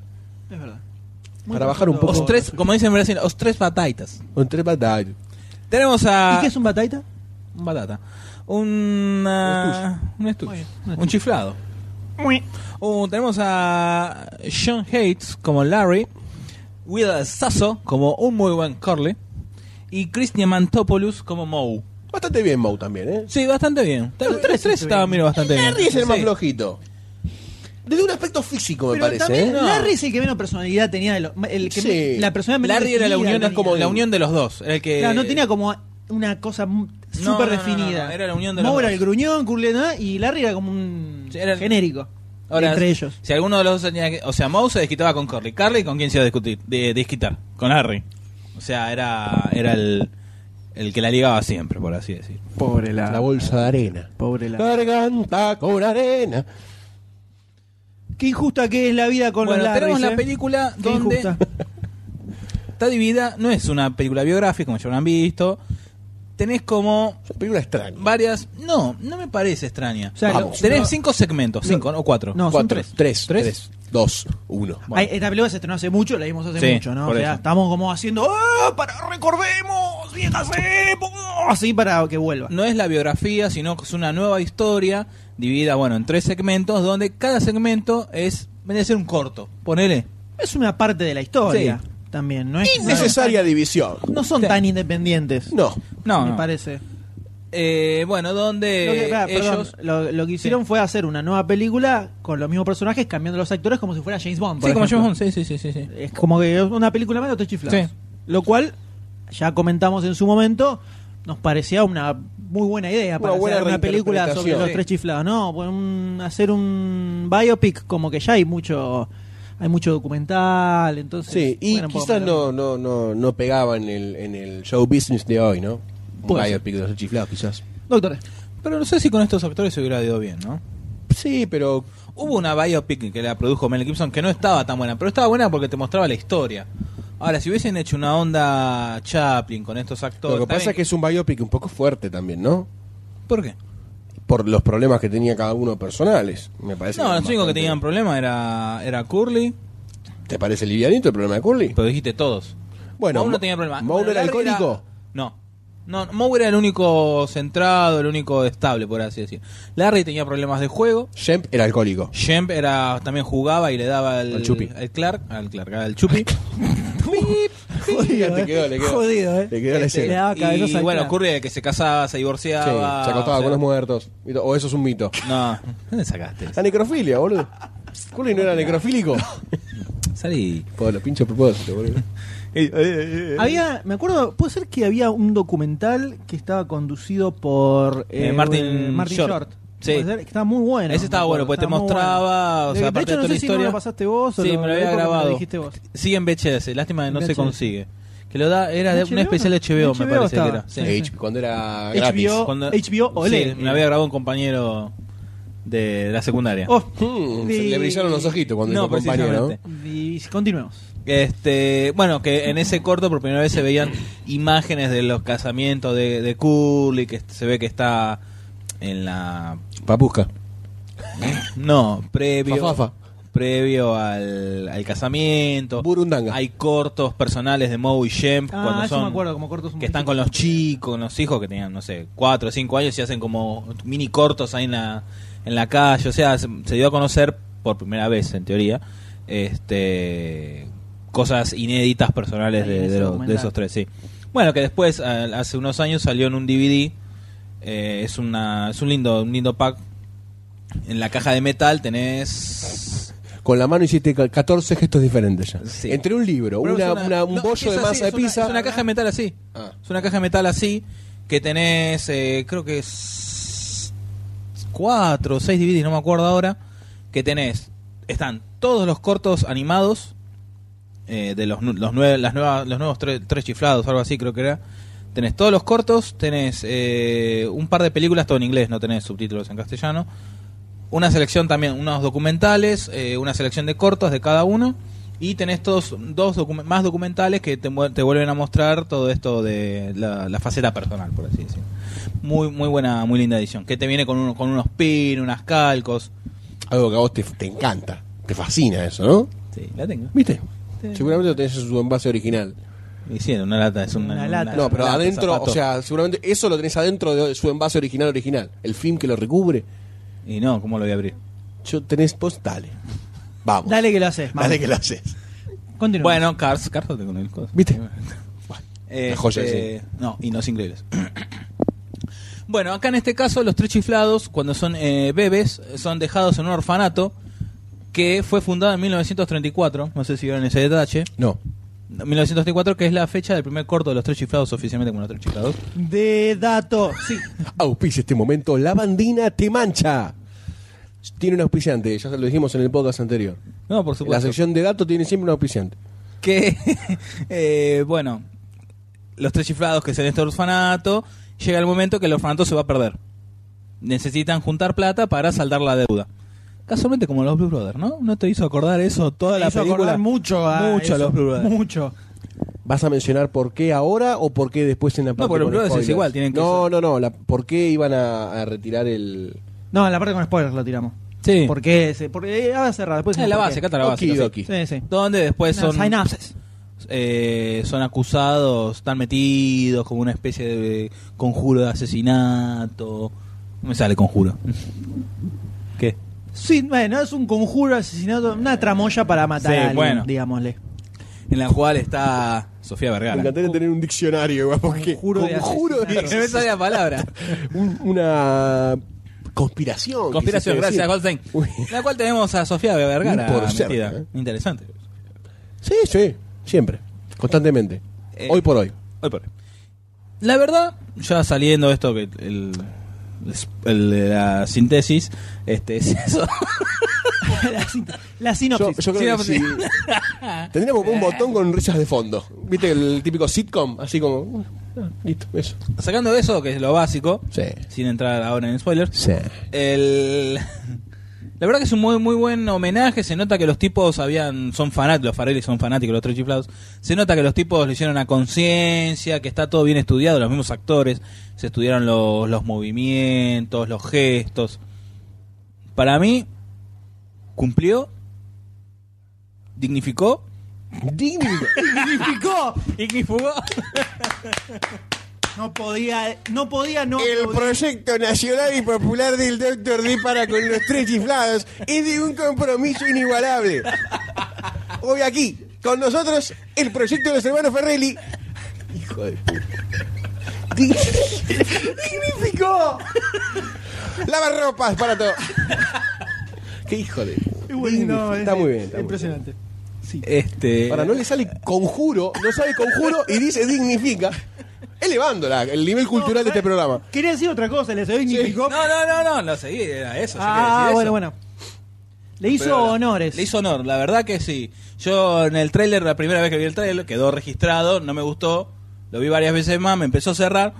S1: Es verdad.
S2: Para bajar un poco.
S3: Os tres, como dicen en Brasil, os tres bataitas.
S2: Un tres batallas.
S3: Tenemos a.
S1: ¿Y qué es un bataita?
S3: Un batata. Un. ah, un estuche. Un chiflado. Un- Uh, tenemos a Sean Hates como Larry. Will Sasso como un muy buen Corley. Y Christian Mantopoulos como Moe.
S2: Bastante bien, Mau también, ¿eh?
S3: Sí, bastante bien. Los tres, tres estaban, miro, bastante bien.
S2: Larry es el más
S3: Sí.
S2: flojito. Desde un aspecto físico, me
S1: Pero
S2: parece,
S1: también
S2: ¿eh?
S1: Larry es el que menos personalidad tenía. de los- El que
S2: Sí.
S1: me- la personalidad menos
S3: Larry era la
S1: definida
S3: unión,
S1: tenía.
S3: como la unión de los dos. Era el que.
S1: Claro, no tenía como una cosa mu- súper
S3: no, no,
S1: definida.
S3: no, no, era la unión de
S1: Moe
S3: los
S1: era
S3: dos.
S1: el gruñón, Curly, ¿no? y Larry era como un
S3: Sí, era el-
S1: genérico
S3: Ahora,
S1: entre ellos.
S3: Si alguno de los dos tenía que. O sea, Moe se desquitaba con Curly. Carly, ¿con quién se iba a discutir, de, desquitar? Con Harry. O sea, era, era el, el que la ligaba siempre, por así decir.
S11: Pobre
S2: La
S11: la.
S2: bolsa de arena.
S11: Pobre la.
S2: Garganta con arena.
S1: Qué injusta que es la vida con
S3: bueno,
S1: los Larrys,
S3: tenemos la
S1: ¿eh?
S3: película
S1: Qué
S3: donde
S1: injusta.
S3: está dividida. No es una película biográfica, como ya habrán visto. Tenés como
S2: Es una película extraña.
S3: varias. No, no me parece extraña.
S1: O sea,
S2: Vamos.
S1: lo-
S3: Tenés cinco segmentos, cinco, ¿no? Cuatro.
S1: No, son
S2: Cuatro,
S1: tres.
S2: Tres,
S1: ¿Tres?
S2: tres, dos, uno.
S1: Ay, esta película se estrenó hace mucho, la vimos hace
S3: Sí,
S1: mucho, ¿no? O
S3: por
S1: sea,
S3: eso.
S1: estamos como haciendo ¡Ah, para recordemos viejas épocas", así para que vuelva.
S3: no es la biografía, sino que es una nueva historia dividida, bueno, en tres segmentos, donde cada segmento es, viene a ser un corto, ponele.
S1: Es una parte de la historia
S3: Sí.
S1: también, no es
S2: Innecesaria división.
S1: No son
S3: Sí.
S1: tan independientes.
S2: No.
S3: No,
S1: me
S3: no.
S1: parece.
S3: Eh, bueno, donde
S1: Lo que, ah, perdón,
S3: ellos...
S1: lo, lo que hicieron
S3: Sí.
S1: fue hacer una nueva película con los mismos personajes, cambiando los actores como si fuera James Bond. por
S3: Sí, como
S1: ejemplo.
S3: James Bond, sí, sí, sí, sí, sí.
S1: Es como que una película más de otros chiflados.
S3: Sí.
S1: Lo cual, ya comentamos en su momento, nos parecía una muy buena idea para
S2: buena
S1: hacer una película sobre los
S2: reinterpretación.
S1: tres chiflados. No, Bueno, un- hacer un biopic como que ya hay mucho hay mucho documental, entonces...
S2: Sí, y
S1: bueno, puedo
S2: quizás
S1: meter-
S2: no, no, no, no pegaba en el, en el show business de hoy, ¿no? Un
S1: Puede ser.
S2: biopic de los chiflados, quizás.
S1: Doctor,
S3: Pero no sé si con estos actores se hubiera ido bien, ¿no?
S2: Sí, pero
S3: Hubo una biopic que la produjo Mel Gibson que no estaba tan buena, pero estaba buena porque te mostraba la historia. Ahora, si hubiesen hecho una onda Chaplin con estos actores...
S2: lo que pasa
S3: también-
S2: es que es un biopic un poco fuerte también, ¿no?
S3: ¿Por qué?
S2: Por los problemas que tenía cada uno personales, me parece.
S3: No,
S2: eran
S3: los únicos que
S2: bastante-
S3: tenían problema era, era Curly,
S2: ¿Te parece livianito el problema de Curly?
S3: pero dijiste todos.
S2: Bueno,
S3: Moe no
S2: Mo-
S3: tenía problema.
S2: Moe
S3: Bueno,
S2: era
S3: Larry
S2: alcohólico.
S3: No. No, Moe era el único centrado, el único estable, por así decir. Larry tenía problemas de juego.
S2: Shemp era alcohólico.
S3: Shemp era también jugaba y le daba al,
S2: Al Chupi.
S3: al Clark, al Clark, al Chupi.
S2: Jodido, te quedó, le quedó.
S1: Jodido, ¿eh?
S2: Te quedó la
S1: Le
S2: escena.
S1: daba
S3: y
S1: cabezos al
S3: bueno,
S1: Clark.
S3: Curry era el que se casaba, se
S2: Sí,
S3: divorciaba.
S2: se acostaba
S3: o sea,
S2: con los muertos. Y to- O eso es un mito.
S3: No, ¿dónde sacaste? eso?
S2: La necrofilia, boludo. Curly no era necrofílico.
S3: Salí.
S2: Por los pinches propósitos, boludo.
S1: Había, me acuerdo, puede ser que había un documental que estaba conducido por
S3: Eh, Martin Short. Sí.
S1: Puede ser, que estaba muy bueno.
S3: Ese
S1: me
S3: estaba bueno,
S1: acuerdo,
S3: porque te
S1: estaba muy
S3: mostraba, o
S1: bueno.
S3: sea,
S1: de
S3: aparte
S1: hecho,
S3: de
S1: no
S3: toda
S1: sé
S3: la
S1: si no me
S3: historia.
S1: lo pasaste vos o
S3: Sí,
S1: lo-
S3: me lo había
S1: porque
S3: grabado.
S1: dijiste vos.
S3: Sí, en VHS, lástima que no se
S1: VHS.
S3: consigue. Que lo da, era de un
S1: HBO,
S3: especial
S1: ¿no?
S3: HBO, me
S1: HBO
S3: parece
S1: estaba.
S3: que era. Sí.
S2: H- Cuando era gratis.
S1: HBO, HBO
S3: sí,
S1: Olé.
S3: me lo había grabado un compañero de la secundaria.
S1: Oh,
S2: Hmm, se
S1: di-
S2: le brillaron los ojitos cuando
S3: No,
S2: dijo compañero, ¿no?
S3: precisamente.
S1: di- continuemos.
S3: Este, bueno, que en ese corto por primera vez se veían imágenes de los casamientos de, de Curly, que se ve que está en la
S2: Papusca.
S3: no, previo
S2: Fafafa.
S3: previo al, al casamiento.
S2: Burundanga.
S3: Hay cortos personales de Moe y Shemp
S1: Ah,
S3: cuando
S1: eso
S3: son
S1: me acuerdo, como cortos un
S3: que están
S1: poquito.
S3: con los chicos, con los hijos que tenían, no sé, cuatro o cinco años y hacen como mini cortos ahí en la, en la calle. O sea, se, se dio a conocer por primera vez, en teoría, este cosas inéditas personales
S1: Ahí
S3: de,
S1: en ese
S3: de los- de
S1: documental.
S3: esos tres, sí. Bueno, que después, al- hace unos años, salió en un DVD. eh, es una es un lindo un lindo pack. En la caja de metal tenés...
S2: Con la mano hiciste ca- 14 gestos diferentes ya.
S3: Sí.
S2: Entre un libro, una, una- un
S3: no,
S2: bollo
S3: es
S2: de
S3: así,
S2: masa de
S3: es una-
S2: pizza.
S3: Es una caja de metal así.
S2: Ah.
S3: Es una caja de metal así que tenés, eh, creo que es cuatro o seis DVDs, no me acuerdo ahora, que tenés, están todos los cortos animados eh, de los, nu- los, nueve, las nuevas, los nuevos tre- tres chiflados, algo así creo que era. Tenés todos los cortos, tenés eh, un par de películas, todo en inglés, no tenés subtítulos en castellano. Una selección también, unos documentales, eh, una selección de cortos de cada uno. Y tenés todos, dos docu- más documentales que te, mu- te vuelven a mostrar todo esto de la, la faceta personal, por así decirlo. Muy, muy buena, muy linda edición. Que te viene con, uno- con unos pins, unas calcos.
S2: Algo que a vos te, te encanta, te fascina eso, ¿no?
S3: Sí, la tengo.
S2: ¿Viste? Seguramente lo tenés en su envase original.
S3: Y sí, una lata, es una,
S1: Una lata.
S2: No, pero
S3: lata,
S2: adentro,
S3: zapato.
S2: o sea, seguramente eso lo tenés adentro de su envase original original. El film que lo recubre.
S3: Y no, ¿cómo lo voy a abrir?
S2: Yo tenés vos, dale. Vamos. Dale,
S1: Dale que lo haces. vamos.
S2: que lo haces.
S1: Continúa.
S3: Bueno, Cars, Cars lo tengo en el coso.
S2: ¿Viste?
S3: Este,
S2: La joya del
S3: No, y no sin increíbles. bueno, acá en este caso, los tres chiflados, cuando son eh, bebés, son dejados en un orfanato que fue fundado en 1934. No sé si vieron ese detalle.
S2: No.
S3: 1934, que es la fecha del primer corto de los tres chiflados, oficialmente como los tres chiflados.
S1: De dato. Sí.
S2: Auspicia este momento, la bandina te mancha. Tiene un auspiciante, ya lo dijimos en el podcast anterior.
S3: No, por
S2: La
S3: supuesto.
S2: sección de datos tiene siempre un auspiciante.
S3: que, eh, bueno, los tres chiflados que se en este orfanato, llega el momento que el orfanato se va a perder. Necesitan juntar plata para saldar la deuda. Casualmente como los Blue Brothers, ¿no? ¿No te hizo acordar eso toda la
S1: Hizo acordar
S3: película?
S1: mucho a
S3: Mucho
S1: eso,
S3: a los Blue Brothers.
S1: Mucho.
S2: ¿Vas a mencionar por qué ahora o por qué después en la parte
S3: porque los
S2: con
S3: Brothers es
S2: spoilers?
S3: igual, tienen que
S2: No, no, no. la- ¿Por qué iban a, a retirar el...?
S1: No, la parte con spoilers la tiramos.
S3: Sí.
S1: ¿Por qué? ese? Porque eh, ahora a cerrar. Después
S3: Ah, la
S1: ¿por
S3: base,
S1: qué?
S3: acá está la base.
S2: Okidoki.
S3: casi.
S1: Sí, sí.
S3: Donde después
S1: Una
S3: son,
S1: Sinapsis.
S3: eh, son acusados, están metidos como una especie de conjuro de asesinato. No me sale conjuro. ¿Qué?
S1: Sí, bueno, es un conjuro, asesinato, una tramoya para matar
S3: Sí,
S1: a alguien,
S3: bueno.
S1: digámosle.
S3: En la cual está Sofía
S2: Me
S3: Vergara.
S2: encantaría tener un diccionario. igual, Porque,
S1: Conjuro de
S2: Conjuro de
S1: asesinato.
S3: No me sale la palabra.
S2: un- una conspiración.
S3: Conspiración,
S2: Oh, quisiste
S3: gracias,
S2: decir.
S3: Goldstein.
S2: Uy.
S3: En la cual tenemos a Sofía Vergara
S2: Ni por
S3: metida.
S2: cerca, ¿eh?
S3: Interesante.
S2: Sí, sí, siempre, constantemente.
S3: Eh,
S2: hoy por hoy.
S3: Hoy por hoy. La verdad, ya saliendo de esto que el, el- la síntesis, este es eso.
S1: la, sin- la
S2: Yo,
S1: sinopsis.
S2: yo creo que
S3: Sí, Eh.
S2: sí. Tendríamos un botón con risas de fondo. ¿Viste el típico sitcom? Así como. uh, ah, Listo, eso.
S3: Sacando eso, que es lo básico,
S2: Sí.
S3: sin entrar ahora en spoilers.
S2: Sí.
S3: El... La verdad que es un muy muy buen homenaje, se nota que los tipos habían son fanáticos, los Farelli son fanáticos, los tres chiflados, se nota que los tipos lo hicieron a conciencia, que está todo bien estudiado, los mismos actores, se estudiaron los, los movimientos, los gestos. Para mí, cumplió, dignificó,
S2: Dignifico.
S1: ¡Significó!
S3: ignifugó.
S1: No podía, no podía, no.
S2: El proyecto nacional y popular del Dr. D para con los tres chiflados es de un compromiso inigualable. Hoy aquí, con nosotros, el proyecto de los hermanos Ferrelli. Hijo de puta. Dig- ¡Dignificó! Lavarropas para todo. ¡Qué hijo de puta.
S1: Es bueno,
S2: Dignifi-
S1: es-
S2: está muy bien. está muy bien.
S1: Impresionante.
S3: Este,
S2: Para no le sale conjuro, no sabe conjuro y dice dignifica, elevando la- el nivel cultural de este programa.
S1: Quería decir otra cosa, le significó.
S3: no, no, no, no, no seguí, era eso. yo quería decir
S1: ah,
S3: eso.
S1: bueno, bueno. Le hizo
S3: Pero la-
S1: honores.
S3: Le hizo honor, la verdad que sí. Yo en el tráiler, la primera vez que vi el tráiler, quedó registrado, no me gustó, lo vi varias veces más, me empezó a cerrar.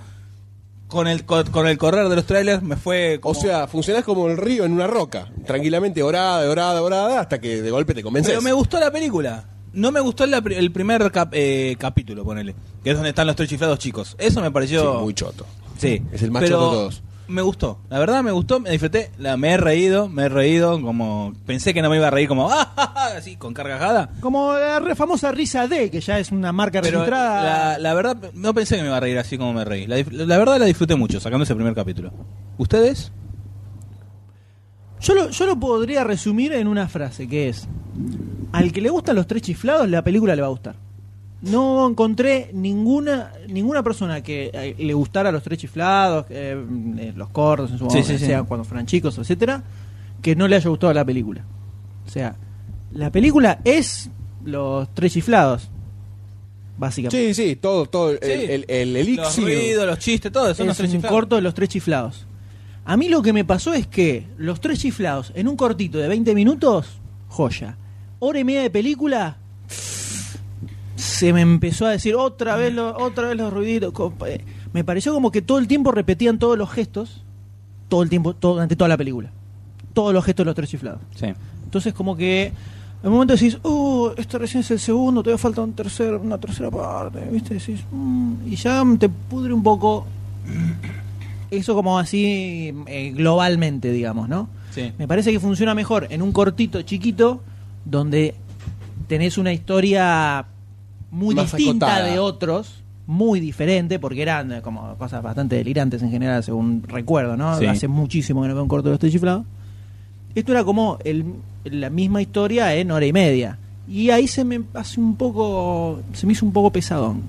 S3: Con el, co- con, el correr de los trailers me fue...
S2: O
S3: como-
S2: sea, funcionás como el río en una roca, tranquilamente orada, orada, orada, hasta que de golpe te convences.
S3: Pero me gustó la película. No me gustó la pri- el primer cap- eh, capítulo, ponele, que es donde están los tres chiflados chicos. Eso me pareció...
S2: muy choto.
S3: Sí.
S2: Es el más
S3: pero
S2: choto de todos.
S3: Me gustó, la verdad me gustó, me disfruté, la, me he reído, me he reído, como pensé que no me iba a reír como, "Ah, ja, ja", así, con carcajada.
S1: Como la re- famosa risa D, que ya es una marca
S3: Pero
S1: registrada.
S3: La, la verdad, no pensé que me iba a reír así como me reí. La, dif- la verdad la disfruté mucho, sacando ese primer capítulo. ¿Ustedes?
S1: Yo, lo, yo lo podría resumir en una frase, que es, al que le gustan los tres chiflados, la película le va a gustar. No encontré ninguna ninguna persona que eh, le gustara los tres chiflados, eh, eh, los cortos en su
S3: Sí,
S1: momento,
S3: sí, sí.
S1: sea cuando fueran chicos, etcétera, que no le haya gustado la película. O sea, la película es los tres chiflados, básicamente.
S2: Sí, sí, todo, todo el,
S3: Sí.
S2: el, el
S3: los
S2: elixir.
S3: ruidos, los chistes, todo eso. no
S1: es
S3: se les
S1: un
S3: chiflaba.
S1: corto de los tres chiflados. A mí lo que me pasó es que los tres chiflados en un cortito de 20 minutos, joya. Hora y media de película, se me empezó a decir otra vez, lo- otra vez los ruiditos. compa- eh, Me pareció como que todo el tiempo repetían todos los gestos, todo el tiempo, todo- durante toda la película. Todos los gestos de los tres chiflados.
S3: Sí.
S1: Entonces como que en un momento decís, oh, esto recién es el segundo, todavía falta un tercer, una tercera parte, ¿viste? Decís, "Mm", y ya te pudre un poco eso como así eh, globalmente, digamos, ¿no?
S3: Sí.
S1: Me parece que funciona mejor en un cortito chiquito donde tenés una historia muy
S2: Más
S1: distinta
S2: acotada.
S1: de otros, muy diferente, porque eran eh, como cosas bastante delirantes en general, según recuerdo, ¿no?
S3: Sí.
S1: Hace muchísimo que no veo un corto de este chiflado. Esto era como el- la misma historia en hora y media. Y ahí se me hace un poco. se me hizo un poco pesadón.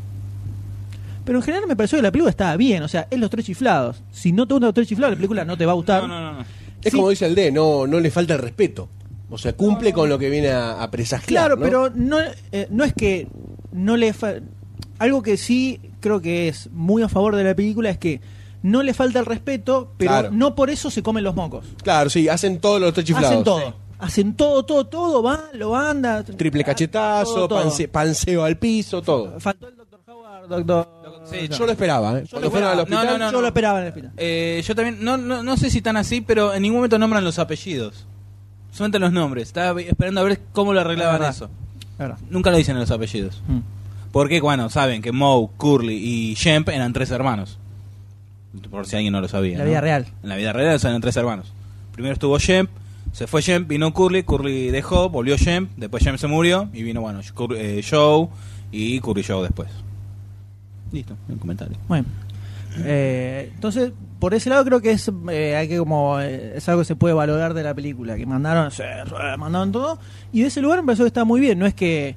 S1: Pero en general me pareció que la película estaba bien, o sea, es los tres chiflados. Si no te gustan los tres chiflados, la película no te va a gustar.
S3: No, no, no, no.
S2: Es
S1: Sí.
S2: como dice el D, no, no le falta el respeto. O sea, cumple con lo que viene a, a presagiar.
S1: Claro,
S2: ¿no?
S1: pero no, eh, no es que no le fa- algo que sí creo que es muy a favor de la película es que no le falta el respeto, pero
S2: Claro.
S1: no por eso se comen los mocos.
S2: Claro, sí, hacen todo los tres chiflados.
S1: Hacen todo. Hacen todo, todo, todo, van, lo anda.
S2: Triple cachetazo,
S1: todo, todo.
S2: pance- panseo al piso, todo.
S1: Faltó el doctor Howard, doctor.
S3: Sí,
S2: Yo lo esperaba, ¿eh? Cuando fueron al
S3: no,
S2: hospital,
S3: no, no,
S1: Yo lo esperaba en el hospital.
S3: Eh, yo también, no, no, no sé si están así, pero en ningún momento nombran los apellidos. Solamente los nombres. Estaba esperando a ver cómo lo arreglaban
S1: Ah,
S3: eso.
S1: La verdad.
S3: Nunca lo dicen en los apellidos.
S1: Mm.
S3: Porque, bueno, saben que Moe, Curly y Shemp eran tres hermanos. Por si alguien no lo sabía.
S1: En la
S3: ¿no?
S1: vida real.
S3: En la vida real eran tres hermanos. Primero estuvo Shemp, se fue Shemp, vino Curly, Curly dejó, volvió Shemp, después Shemp se murió y vino, bueno, Cur- eh, Joe y Curly Joe después. Listo, un comentario.
S1: Bueno. Eh, entonces, por ese lado creo que es eh, hay que como eh, es algo que se puede valorar de la película, que mandaron, se, re, mandaron todo, y de ese lugar me pareció que está muy bien, no es que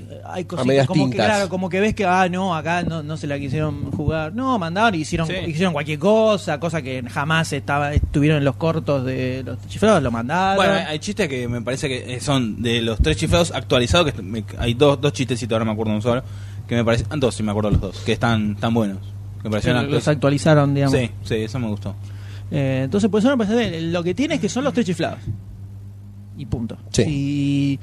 S1: eh, hay cositas
S2: medias
S1: como
S2: tintas.
S1: que claro, como que ves que ah no, acá no, no se la quisieron jugar, no, mandaron y hicieron,
S3: Sí.
S1: hicieron cualquier cosa, cosa que jamás estaba, estuvieron en los cortos de los chiflados, lo mandaron.
S3: Bueno, hay- hay chistes que me parece que eh, son de los tres chiflados actualizados, que est- me- hay dos, dos chistecitos, ahora me acuerdo un solo, que me parecen, ah, dos si me acuerdo los dos, que están tan buenos. que me parecieron
S1: los
S3: actualizados.
S1: actualizaron, digamos.
S3: Sí, sí, eso me gustó.
S1: Eh, entonces, pues eso me parece bien. Lo que tiene es que son los tres chiflados. Y punto.
S2: Sí.
S1: Si,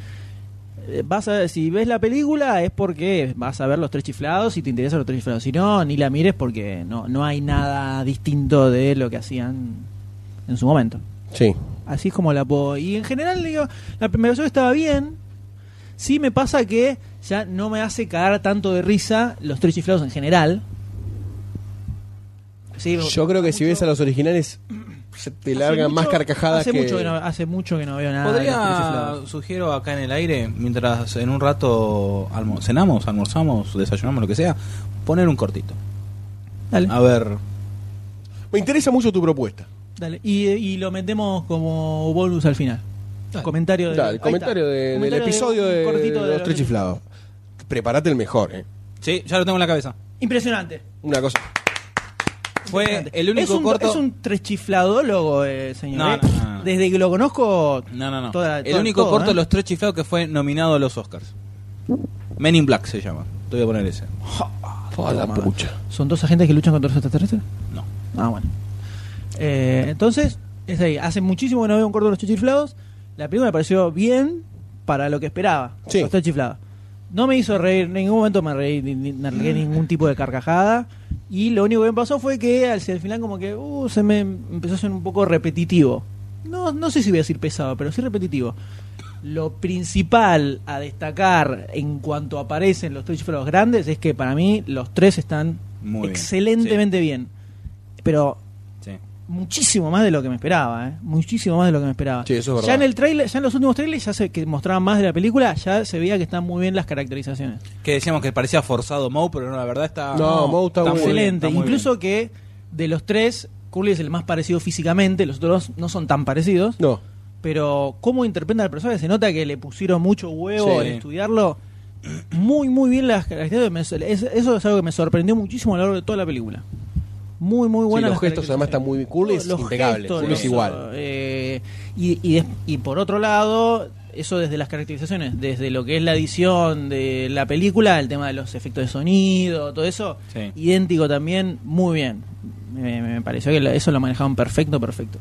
S1: eh, vas a, si ves la película es porque vas a ver los tres chiflados y te interesan los tres chiflados. Si no, ni la mires porque no, no hay nada distinto de lo que hacían en su momento.
S2: Sí.
S1: Así es como la puedo. Y en general, digo, la primera versión estaba bien. Sí me pasa que ya no me hace cagar tanto de risa los tres chiflados en general. Sí,
S2: Yo creo que si
S1: mucho-
S2: ves a los originales, se te
S1: Hace
S2: largan
S1: mucho-
S2: más carcajadas
S1: hace
S2: que...
S1: Mucho que no, hace mucho que no veo nada. de los
S3: Podría,
S1: cruciflados.
S3: sugiero acá en el aire, mientras en un rato almo- cenamos, almorzamos, desayunamos, lo que sea, poner un cortito.
S1: Dale,
S2: Ah.
S3: A ver,
S2: Me interesa mucho tu propuesta.
S1: dale. Y, y lo metemos como bonus al final. Comentario del-
S2: Dale,
S1: ahí
S2: el
S1: está.
S2: comentario de- del
S1: Comentario de-
S2: episodio de,
S1: cortito
S2: de
S1: de
S2: Los Tres Chiflados. Prepárate el mejor, ¿eh?
S3: sí, ya lo tengo en la cabeza.
S1: Impresionante.
S2: Una cosa.
S3: Fue
S1: impresionante.
S3: el único
S1: es un,
S3: corto.
S1: Es un trechifladólogo, eh, señor.
S3: No,
S1: eh.
S3: no, no, no.
S1: Desde que lo conozco.
S3: No, no, no.
S1: toda-
S3: el
S1: todo-
S3: único
S1: todo,
S3: corto
S1: ¿eh?
S3: de los tres chiflados que fue nominado a los Oscars. Men in Black se llama. Te voy a poner ese.
S2: Toda la pucha.
S1: ¿Son dos agentes que luchan contra los extraterrestres?
S3: No.
S1: Ah, bueno. Eh, entonces, es ahí. Hace muchísimo que no veo un corto de los tres chiflados. La película me pareció bien para lo que esperaba.
S2: Sí.
S1: Los tres chiflados. No me hizo reír, en ningún momento me reí, ni, ni- no largué ningún tipo de carcajada. Y lo único que me pasó fue que al al final como que uh, se me empezó a ser un poco repetitivo. No, no sé si voy a decir pesado, pero sí repetitivo. Lo principal a destacar en cuanto aparecen los tres chiflados grandes es que para mí los tres están
S3: Muy bien.
S1: excelentemente bien. Pero
S3: Sí.
S1: muchísimo más de lo que me esperaba, ¿eh? muchísimo más de lo que me esperaba.
S2: Sí, eso es verdad.
S1: ya en el trailer, ya en los últimos trailers, ya se, que mostraban más de la película, ya se veía que están muy bien las caracterizaciones.
S3: Que decíamos que parecía forzado Moe, pero no, la verdad está.
S2: No, Moe está muy bien,
S1: Excelente.
S3: está muy
S1: Incluso
S3: bien.
S1: que de los tres, Curly es el más parecido físicamente, los otros no son tan parecidos.
S2: No.
S1: Pero cómo interpreta al personaje, se nota que le pusieron mucho huevo
S3: Sí.
S1: en estudiarlo. Muy, muy bien las características. Me- es- Eso es algo que me sorprendió muchísimo a lo largo de toda la película. Muy, muy
S2: Sí,
S1: buena.
S2: los gestos además están muy bien. Curly es impecable. Curly es igual.
S1: eh, y, y des- y por otro lado, eso desde las caracterizaciones, desde lo que es la edición de la película, el tema de los efectos de sonido, todo eso,
S3: Sí.
S1: idéntico también, muy bien. Me, me pareció que lo- eso lo manejaban perfecto, perfecto.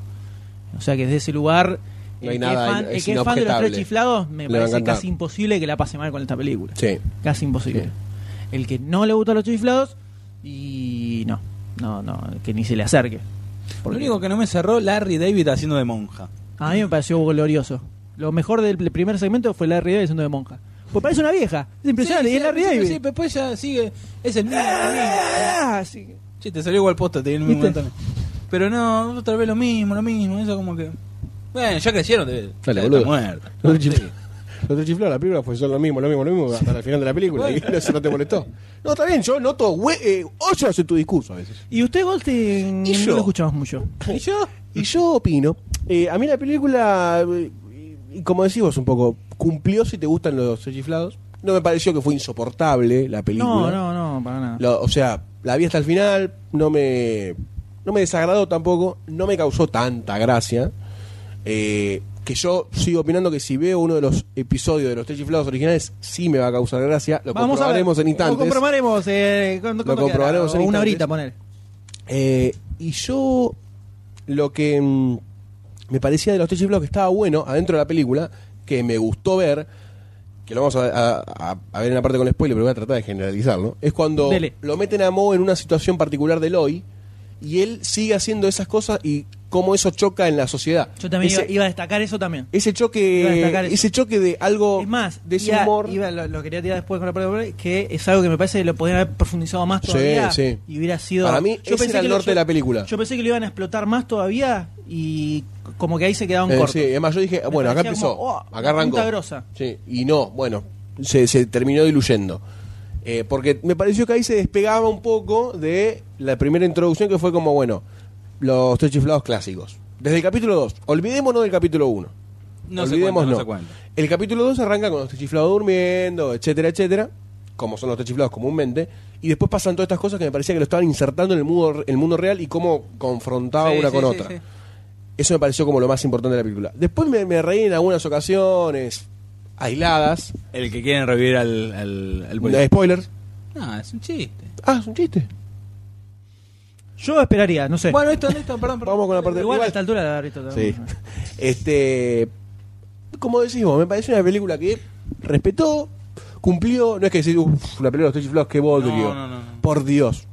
S1: O sea que desde ese lugar,
S2: No
S1: el
S2: hay
S1: que
S2: nada,
S1: es fan, el
S2: es
S1: que es fan de los
S2: inobjetable.
S1: tres chiflados, me
S2: Le va a
S1: parece
S2: encantar.
S1: casi imposible que la pase mal con esta película.
S2: Sí.
S1: Casi imposible.
S2: Sí.
S1: el que no le gustan los chiflados y no, no, no, que ni se le acerque.
S3: Lo único que no me cerró Larry David haciendo de monja.
S1: A mí me pareció glorioso. Lo mejor del pl- primer segmento fue Larry Davis siendo de monja. Pues parece una vieja. Es impresionante. y es Larry Davis.
S3: Sí, pero después ya sigue. Es el mismo.
S1: Ah, sí.
S3: Sí, te salió igual posta, te di el mismo
S1: ¿Viste?
S3: momento. Pero no, otra vez lo mismo, lo mismo, eso como que. Bueno, ya crecieron, te
S2: Dale,
S3: ya
S2: boludo.
S3: está muerto.
S2: Los otros chiflados, los otros chiflados, la película fue son lo mismo, lo mismo, lo mismo, hasta el final de la película. Y eso no te molestó. No, está bien, yo noto hue- eh, hoyos en tu discurso a veces.
S1: Y usted, Goldstein,
S2: ¿Y
S1: no
S2: yo?
S1: lo escuchamos mucho.
S2: Y yo, y yo opino. eh, a mí la película, eh, y como decís vos un poco, cumplió si te gustan los chiflados. No me pareció que fue insoportable la película.
S1: No, no, no, para nada.
S2: Lo- o sea, la vi hasta el final, no me, no me desagradó tampoco, no me causó tanta gracia. eh, que yo sigo opinando que si veo uno de los episodios de los tres chiflados originales, sí me va a causar gracia. Lo comprobaremos en instantes.
S1: Lo comprobaremos. Eh,
S2: Lo comprobaremos en
S1: Una
S2: instantes.
S1: horita, poner.
S2: Eh, y yo lo que mm, me parecía de los tres chiflados que estaba bueno adentro de la película, que me gustó ver, que lo vamos a, a- a- a ver en la parte con spoiler, pero voy a tratar de generalizarlo, es cuando
S1: Dele.
S2: lo meten a Mo en una situación particular de Eloy y él sigue haciendo esas cosas y cómo eso choca en la sociedad.
S1: Yo también
S2: ese,
S1: iba, iba a destacar eso también.
S2: ese
S1: iba a
S2: choque
S1: destacar eso.
S2: ese choque de algo
S1: Es más,
S2: de ese
S1: iba-
S2: humor
S1: iba- lo, lo quería tirar después con la palabra, que es algo que me parece que lo podrían haber profundizado más
S2: Sí,
S1: todavía.
S2: sí.
S1: Y hubiera sido.
S2: Para mí ese era el
S1: lo-
S2: norte de la película.
S1: Yo pensé que lo iban a explotar más todavía y como que ahí se quedaban
S2: Eh,
S1: cortos.
S2: sí, además yo dije,
S1: Me
S2: bueno, acá
S1: parecía
S2: empezó,
S1: como, oh,
S2: acá arrancó.
S1: punta grosa.
S2: Sí, y no, bueno, se, se terminó diluyendo. Eh, porque me pareció que ahí se despegaba un poco de la primera introducción que fue como, bueno, los tres chiflados clásicos. Desde el capítulo 2, olvidémonos del capítulo 1.
S3: No se
S2: olvidémonos.
S3: cuenta, no se cuenta.
S2: El capítulo 2 arranca con los tres chiflados durmiendo, etcétera, etcétera, como son los tres chiflados comúnmente, y después pasan todas estas cosas que me parecía que lo estaban insertando en el mundo, el mundo real y cómo confrontaba
S3: Sí,
S2: una
S3: sí,
S2: con
S3: sí,
S2: otra.
S3: sí.
S2: Eso me pareció como lo más importante de la película. Después me, me reí en algunas ocasiones, aisladas.
S3: El que quieren revivir al. al,
S2: No
S3: al
S2: hay
S3: policía.
S2: spoilers.
S3: No, es un chiste.
S2: Ah, es un chiste.
S1: Yo esperaría, no sé.
S3: Bueno, esto, esto, perdón, perdón.
S2: Vamos con la parte
S1: igual, a
S2: igual.
S1: esta altura la Garrito
S2: Sí. Este. Como decís vos, me pareció una película que respetó, cumplió. No es que decís, uff, la película de los tres chiflados, qué bodrio.
S3: No, no, no, no.
S2: Por Dios.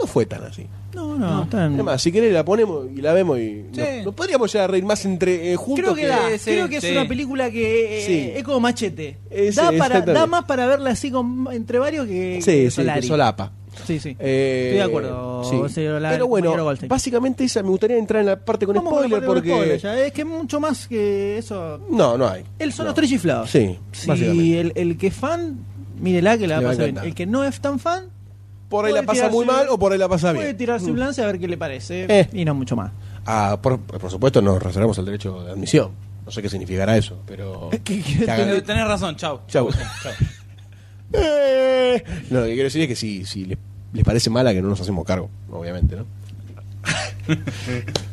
S2: No fue tan así.
S1: No, no, está en-
S2: Además, si querés la ponemos y la vemos y.
S3: Sí.
S2: No, podríamos ya reír más entre eh, juntos
S1: Creo que, da,
S3: sí,
S1: creo que
S3: sí.
S1: es una película que eh,
S2: Sí.
S1: es como machete.
S2: Ese,
S1: da, para,
S2: exactamente.
S1: da más para verla así con, entre varios que,
S2: Sí,
S1: que
S2: sí,
S1: Solari.
S2: que solapa.
S1: Sí, sí.
S2: Eh,
S1: Estoy de acuerdo, señor Lal-
S2: Pero bueno,
S1: compañero Goldstein.
S2: básicamente esa me gustaría entrar en la parte con
S1: Vamos con
S2: spoiler
S1: la parte
S2: porque
S1: con spoiler ya, Es que mucho más que eso.
S2: no, no hay.
S1: Él son
S2: No.
S1: los tres chiflados.
S2: Sí,
S1: Si
S2: básicamente.
S1: el, el que es fan, mírela que la
S2: Le va a
S1: pasa bien.
S2: encantar.
S1: El que no es tan fan,
S2: Por ahí la
S1: puede
S2: pasa muy
S1: tirarse-
S2: mal o por ahí la pasa
S1: puede
S2: bien. Mm.
S1: tirarse un lance a ver qué le parece.
S2: Eh.
S1: Y no mucho más.
S2: Ah, por, por supuesto nos reservamos el derecho de admisión. No sé qué significará eso, pero que hagan-
S3: Pero Tenés razón, chau.
S2: Chau. Eh, no, lo que quiero decir es que si, si les, les parece mala que no nos hacemos cargo, obviamente, ¿no?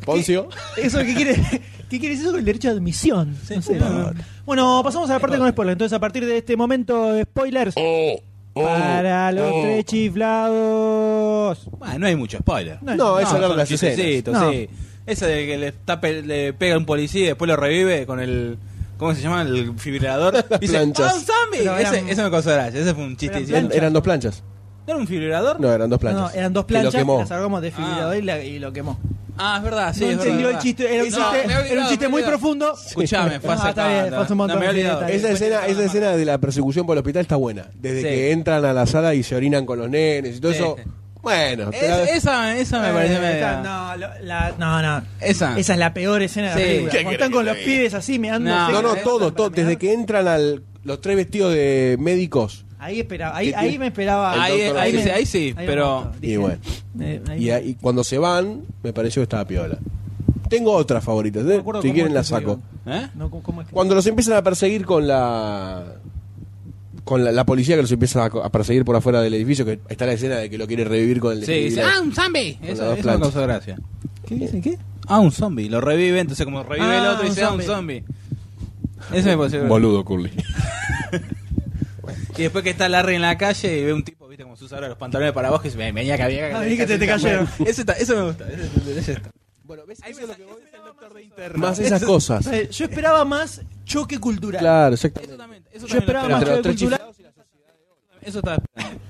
S2: Poncio.
S1: Eh, Eso que quiere. ¿Qué quiere decir eso con el derecho de admisión? No sé, no, no. Bueno, pasamos a la parte con spoilers. Entonces, a partir de este momento, spoilers. Oh,
S3: Oh,
S1: para los tres chiflados.
S3: Bueno, no hay mucho spoiler.
S1: No,
S2: No, es hablar de
S3: son
S2: las escenas.
S3: chistecitos,
S1: No.
S3: sí. Ese de que le, tapa- le pega a un policía y después lo revive con el. ¿Cómo se llama? El fibrilador. Y dice,
S2: planchas.
S3: ¡Ah, un zombie!
S1: Pero
S3: Ese,
S1: eran-
S3: ese me causó gracia. Ese fue un chiste.
S1: eran
S3: ¿sí?
S2: Eran,
S1: planchas.
S2: eran dos planchas.
S3: ¿No era un fibrilador?
S2: No, eran dos
S1: No,
S2: planchas.
S1: no, eran dos
S2: Que lo
S1: planchas,
S2: quemó.
S1: las sacamos de fibrilador y, la- y lo quemó.
S3: Ah, es verdad, sí.
S1: no
S3: es verdad,
S1: entendió
S3: es
S1: el
S3: verdad.
S1: chiste, era un
S3: No,
S1: chiste,
S3: me había
S1: era un
S3: olvidado,
S1: chiste
S3: me
S1: muy
S3: había olvidado.
S1: profundo.
S3: Escuchame, fue
S1: Ah,
S3: hace
S1: está bien,
S3: tanto.
S1: fue hace un montón
S3: No, me
S1: de
S3: había olvidado.
S1: detalles.
S2: Esa
S3: Después
S2: escena,
S3: te
S2: esa
S3: llaman.
S2: escena de la persecución por el hospital está buena. Desde
S3: Sí.
S2: que entran a la sala y se orinan con los nenes y todo
S3: Sí,
S2: eso.
S3: sí.
S2: Bueno, te la-
S3: Es- esa, esa me pareció
S1: Eh, esa-
S3: media.
S1: no, lo- la- no, no.
S3: Esa.
S1: Esa es la peor escena de
S3: Sí.
S1: la película.
S3: ¿Qué
S1: Cuando están con los pibes así, meando.
S3: No,
S2: no, no,
S3: esa
S2: todo, todo. Desde que entran al, los tres vestidos de médicos.
S1: Ahí, esperaba, ahí,
S2: ¿Qué
S1: ahí
S2: tiene?
S1: me esperaba.
S3: Ahí-
S1: me-
S3: ahí sí, ahí sí,
S1: me
S3: pero-
S1: gustó.
S2: Y bueno.
S1: eh, ahí-
S2: Y, ahí- cuando se van, me pareció que estaba piola. Tengo otras favoritas, ¿eh?
S1: me acuerdo
S2: si
S1: cómo
S2: quieren
S1: es
S2: las
S1: que se
S2: saco.
S3: ¿Eh?
S1: No, ¿cómo- cómo es que-
S2: Cuando los empiezan a perseguir con la. Con la, la policía que los empieza a, co- a perseguir por afuera del edificio, que está la escena de que lo quiere revivir con el
S3: Sí, dice,
S2: desfibrilador.
S3: ¡ah, un zombie!
S2: Con las
S3: Eso,
S2: dos
S3: eso me
S2: planchas.
S3: causó gracia.
S1: ¿Qué dice? ¿Qué?
S3: Ah, un zombie. Lo revive, entonces como revive
S1: Ah,
S3: el otro
S1: un
S3: y dice, ah, un zombie.
S1: zombie.
S3: Eso me pareció gracioso.
S2: Boludo, Curly.
S3: Y después que está Larry en la calle y ve un tipo, viste, como se usa ahora los pantalones para abajo y dice, "Ven, venía acá, venía acá.
S1: Ah,
S3: venía
S1: vi que
S3: acá,
S1: te- te
S3: venía acá".
S1: cayeron.
S3: Bueno, Eso, está, eso me gusta. Eso, eso está.
S2: bueno, ¿ves?
S3: Ahí
S2: Eso
S3: me
S2: es lo
S3: sa-
S2: que
S3: ese es el doctor de
S2: voy-
S3: internet.
S2: Más esas cosas.
S1: O sea, Eh, Yo esperaba más choque cultural.
S2: Claro, exactamente.
S3: Eso también, eso
S1: Yo
S3: también lo
S1: esperaba más
S3: esperaba.
S1: choque cultural.
S3: Eso estaba esperando.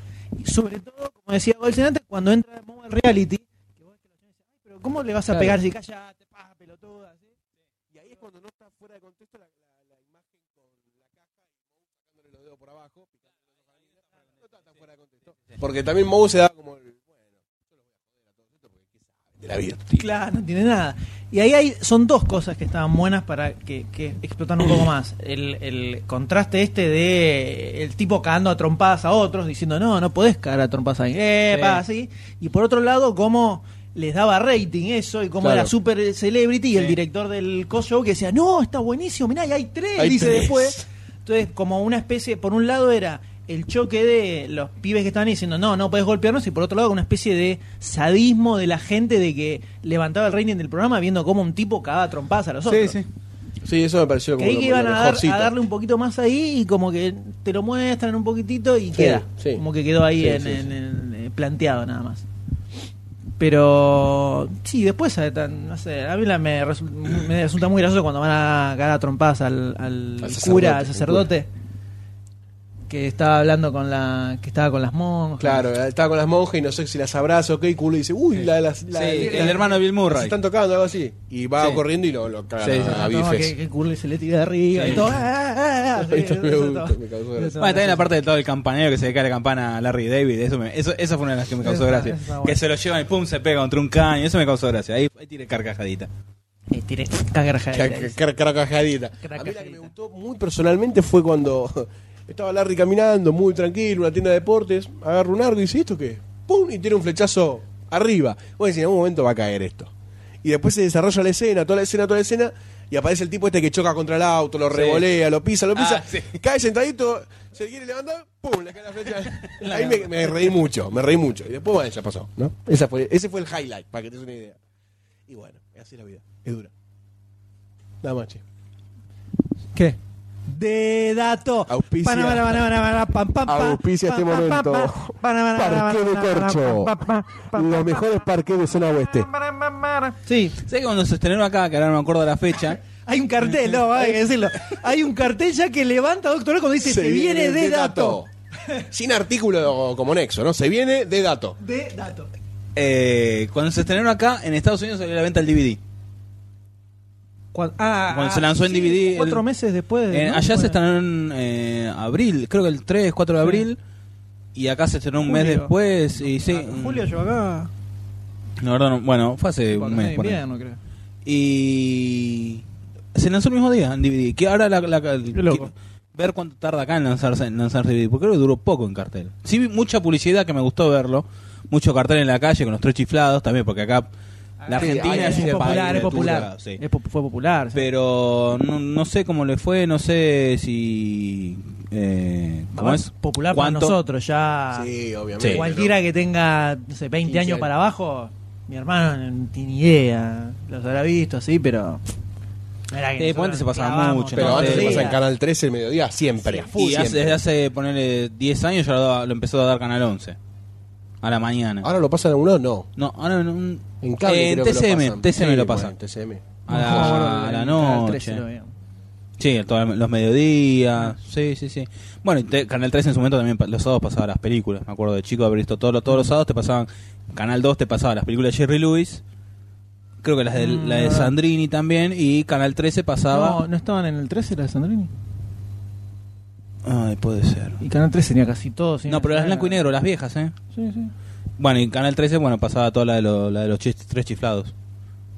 S1: sobre todo, como decía Golsen antes, cuando entra Mobile Reality, que vos te lo tenés, "Ay, pero ¿cómo le vas a
S2: Claro.
S1: pegar si callate, pa, pelotuda? así?"
S2: Y ahí es cuando no está fuera de contexto la, la- la imagen con la caja y Moe sacándole los dedos por abajo, picándole los ojos. No está tan fuera de contexto. Porque también Moe se da como el, bueno, yo los voy a joder a todos estos porque qué saben de la vida.
S1: Claro, no tiene nada. Y ahí hay, son dos cosas que estaban buenas para que, que explotan un poco más. El, el contraste este de el tipo cagando a trompadas a otros, diciendo, no, no podés cagar a trompadas a alguien. Epa, así. Y por otro lado, cómo les daba rating eso y cómo
S2: Claro.
S1: era super celebrity y el
S12: Sí.
S1: director del co-show que decía, no, está buenísimo, mirá, y hay tres,
S2: Hay
S1: dice
S2: tres.
S1: después. Entonces, como una especie, por un lado era el choque de los pibes que estaban diciendo, no, no podés golpearnos, y por otro lado una especie de sadismo de la gente de que levantaba el rating del programa viendo cómo un tipo cagaba trompadas a los otros.
S2: Sí, eso me pareció
S1: Que
S2: como
S1: ahí
S2: lo-
S1: que iban
S2: lo
S1: a, dar-
S2: mejorcito.
S1: a darle un poquito más ahí y como que te lo muestran un poquitito y queda.
S2: sí.
S1: Como que quedó ahí
S2: Sí,
S1: en,
S2: sí,
S1: en-
S2: sí.
S1: en- eh, planteado nada más. Pero sí, después eh, tan- no sé, a mí la- me, resu- me resulta muy gracioso cuando van a cagar a trompadas al, al
S2: Al sacerdote,
S1: cura, al
S2: al
S1: sacerdote, que estaba hablando con la que estaba con las monjas.
S2: Claro, estaba con las monjas y no sé si las abraza o qué, y culo dice, uy, la, las- la-
S3: Sí,
S2: la-
S3: el hermano de Bill
S2: se
S3: Murray.
S2: están tocando, algo así. Y va
S3: Sí.
S2: corriendo y lo, lo caga
S3: Sí, sí,
S2: a
S1: Ah, toma,
S2: bifes.
S1: que, que el curly se le tira de arriba y todo. ah, ah, ah, sí,
S2: Esto me
S1: eso
S2: gusta,
S1: todo.
S2: me causó gracia.
S1: Eso,
S3: Bueno, también
S1: eso.
S3: la parte del todo el campanero que se le cae la campana a Larry David, eso, me- eso esa fue una de las que me causó
S1: Esa-
S3: gracia.
S1: esa está
S3: que
S1: buena.
S3: se lo llevan y pum, se pega contra un caño, eso me causó gracia. Ahí, ahí tiré carcajadita.
S1: Eh, tiré cagarajadita,
S2: Ca-
S1: dice.
S2: ca- Carcajadita. A mí la que me gustó muy personalmente fue cuando estaba Larry caminando, muy tranquilo, una tienda de deportes, agarra un arco y dice, ¿esto qué? ¡Pum! Y tiene un flechazo arriba. Bueno, en algún momento va a caer esto. Y después se desarrolla la escena, toda la escena, toda la escena, y aparece el tipo este que choca contra el auto, lo revolea, lo pisa, lo pisa,
S3: Ah, sí.
S2: cae sentadito, se quiere levantar, ¡pum! Le cae la flecha. Ahí me, me reí mucho, me reí mucho. Y después, bueno, ya pasó, ¿no? Esa fue, ese fue el highlight, para que te des una idea. Y bueno, así es la vida, es dura. Nada más, che.
S1: ¿Qué? De dato.
S2: Auspicia.
S1: Panamara, panamara, panamara, pam, pam, pam,
S2: Auspicia este
S1: pam, pam,
S2: momento.
S1: pam, panamara,
S2: Parque de
S1: panamara,
S2: Corcho.
S1: pam, pam, pam,
S2: Los mejores parques de zona oeste.
S1: pam. Sí,
S3: ¿Sabes que cuando se estrenaron acá, que ahora no me acuerdo la fecha?
S1: hay un cartel, no, hay que decirlo. Hay un cartel ya que levanta Doctor Who cuando dice se, viene de dato.
S2: Sin artículo como nexo, ¿no? Se viene de dato.
S1: De dato.
S3: Eh, cuando se estrenaron acá, en Estados Unidos salió a la venta el DVD.
S1: Cuando, ah,
S3: Cuando
S1: ah,
S3: se lanzó en
S1: sí,
S3: DVD, el-
S1: Cuatro meses después. de-
S3: Eh,
S1: ¿no?
S3: allá
S1: Bueno.
S3: se estrenó en eh, abril, creo que el 3, 4 de abril. Y acá se estrenó un mes
S1: Julio.
S3: después. Y sí, mm.
S1: Ah, Julio llegó acá.
S3: No, perdón, no, bueno, fue hace un
S1: Vacaciones de
S3: mes. ponele.
S1: invierno, creo.
S3: Y se lanzó el mismo día en DVD. Que ahora la, la-
S1: loco.
S3: ver cuánto tarda acá en lanzarse en lanzar DVD. Porque creo que duró poco en cartel. Sí, vi mucha publicidad que me gustó verlo. Mucho cartel en la calle con los tres chiflados también. Porque acá la
S2: Sí,
S3: Argentina
S2: ahí
S3: es
S2: sí
S3: un
S2: es
S3: país
S1: popular,
S3: de
S1: Ah, es popular.
S3: chiflados, sí.
S1: Es po- fue popular. sí.
S3: Pero no, no sé cómo le fue, no sé si. Eh, ¿Cómo es?
S1: Popular
S3: ¿Cuánto?
S1: para nosotros, ya.
S2: Sí, obviamente.
S3: Sí.
S1: Cualquiera que tenga, no sé, 20
S2: 15
S1: años
S2: años.
S1: para abajo, mi hermano no tiene idea. Los habrá visto, sí, pero. no era que
S3: Sí,
S1: nosotros
S3: antes se
S1: nos
S3: pasaba
S1: clavábamos
S3: mucho,
S2: Pero
S1: todo
S3: No,
S2: antes
S1: el
S2: se
S3: sí.
S2: pasa en
S1: día.
S2: Canal 13 el mediodía, siempre.
S3: Y hace-
S2: siempre.
S3: desde hace, ponerle 10 años ya lo, daba- lo empezó a dar Canal 11. A la mañana.
S2: Ahora lo pasan en uno, no.
S3: No, ahora en un- Eh,
S2: En cable
S3: en
S2: creo que lo
S3: TCM,
S2: pasan.
S3: TCM
S2: Sí,
S3: lo pasan.
S2: bueno, TCM.
S3: a la,
S1: No, bueno,
S3: a
S1: en
S3: la
S1: Canal 13 lo
S3: noche.
S1: veíamos.
S3: Sí, a todos los mediodías.
S1: Ah.
S3: Sí, sí, sí. Bueno, y te- Canal 3 en su momento también pa- los sábados pasaba las películas. Me acuerdo de chico haber visto todos los, todos los sábados te pasaban. Canal 2 te pasaba las películas de Jerry Lewis. Creo que las de, la de Sandrini también. Y Canal 13 pasaba.
S1: Ah. No, no estaban en el 13 la de Sandrini.
S3: Ay, puede ser.
S1: Y Canal 13 tenía casi todo. sí,
S3: No, pero las
S1: era-
S3: blanco y negro, las viejas, ¿eh?
S1: Sí, sí.
S3: Bueno, y Canal 13, bueno, pasaba toda la de, lo- la de los chis- tres chiflados.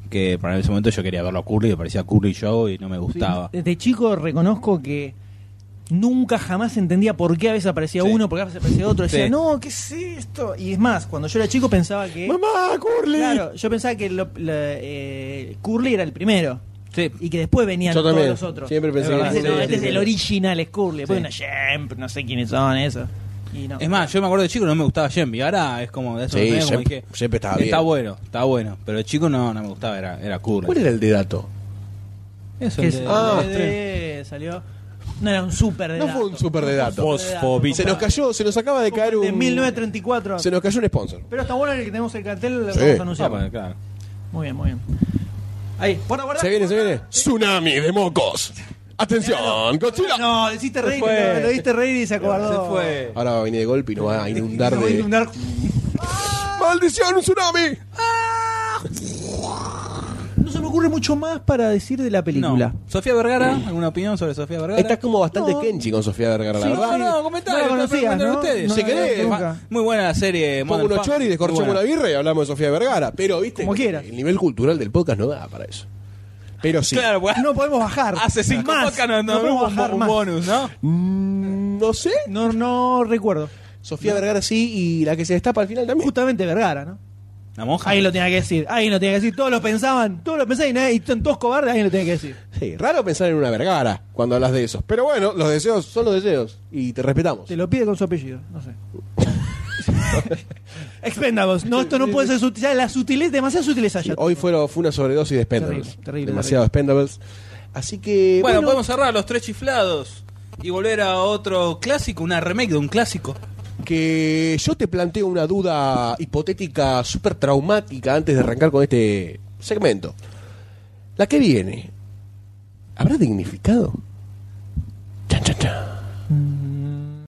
S3: Que para ese momento yo quería verlo a Curly, me parecía Curly Show y no me gustaba.
S1: Desde chico reconozco que nunca jamás entendía por qué a veces aparecía
S3: Sí.
S1: uno, por qué a veces aparecía otro. Decía,
S3: Sí.
S1: no, ¿qué es esto? Y es más, cuando yo era chico pensaba que.
S2: ¡Mamá, Curly!
S1: Claro, yo pensaba que lo- la- eh, Curly era el primero
S3: Sí,
S1: y que después venían
S2: Yo
S1: todos
S2: también.
S1: los otros.
S2: Siempre pensé
S1: Este,
S2: que
S1: no, este,
S2: Curly era el
S1: es el
S2: primero.
S1: original, es Curly. Después
S3: Sí.
S1: una Shemp, no sé quiénes son, eso. Y no.
S3: Es más, yo me acuerdo de chico no me gustaba Jem y ahora es como de eso
S2: Sí,
S3: me como
S2: Jem-
S3: dije,
S2: Jem estaba
S3: está
S2: bien.
S3: bueno, está bueno, pero de chico no no me gustaba, era era cool.
S2: ¿Cuál era el de dato?
S3: Eso
S1: que
S3: el
S1: es-
S3: de-
S2: Ah.
S1: el de- salió. No era un super de
S2: No fue un
S1: dato.
S2: super de dato.
S1: Fosfobis.
S2: Se nos cayó, se nos acaba de caer
S1: De
S2: un.
S1: 1934.
S2: Se nos cayó un sponsor.
S1: Pero está bueno el que tenemos el cartel, lo
S2: Sí.
S1: vamos a
S3: Ah,
S1: anunciar.
S3: bueno, claro.
S1: Muy bien, muy bien. Ahí, guarda, guarda.
S2: Se viene, se viene. Tsunami de mocos. ¡Atención! ¡Godzilla!
S1: No, le hiciste reír,
S3: fue.
S1: lo, lo hiciste reír y se acordó.
S3: Se fue.
S2: Ahora va a venir de golpe y nos va a inundar
S1: Voy a
S2: de.
S1: inundar-
S2: ¡Maldición! ¡Un tsunami!
S1: No se me ocurre mucho más para decir de la película.
S3: No. Sofía Vergara, ¿alguna opinión sobre Sofía Vergara?
S2: Estás como bastante
S1: No.
S2: Kenchi con Sofía Vergara, la
S1: Sí,
S2: verdad.
S3: No,
S1: sí.
S3: no,
S1: No
S3: comentarios.
S1: la conocías, ¿no?
S3: ustedes.
S1: No
S2: la conocías
S1: nunca.
S3: Muy buena la serie.
S2: Pongo
S3: Modern
S2: unos
S3: Family.
S2: choris, descorchamos
S3: Muy
S2: una
S3: buena.
S2: birra y hablamos de Sofía Vergara. Pero, viste,
S1: Como quieras.
S2: el nivel cultural del podcast no da para eso. Pero sí.
S3: Claro, pues,
S1: No podemos bajar.
S3: hace cinco
S1: Más.
S3: podcasts no, no,
S1: podemos
S3: hubo un,
S1: bajar
S3: un
S1: más.
S3: bonus, ¿no?
S2: Mm, No sé.
S1: No, no recuerdo.
S2: Sofía Vergara sí y la que se destapa al final también.
S1: Justamente Vergara, ¿no?
S3: La monja.
S1: Ahí lo tenía que decir, ahí lo tenía que decir. Todos lo pensaban, todos lo pensaban y nadie- y están todos cobardes, ahí lo tenía que decir.
S2: Sí, raro pensar en una Vergara cuando hablas de esos. Pero bueno, los deseos son los deseos y te respetamos.
S1: Te lo pide con su apellido, no sé. Expendables, no, esto no puede ser sutil. Ya la sutileza, demasiada sutileza ya.
S2: Hoy fueron, fue una sobredosis de Spendables.
S1: Terrible, terrible,
S2: Demasiado Spendables. Así que.
S3: Bueno, podemos cerrar los tres chiflados y volver a otro clásico, una remake de un clásico.
S2: que yo te planteo una duda hipotética súper traumática antes de arrancar con este segmento. La que viene, ¿habrá dignificado? Chan, chan, chan.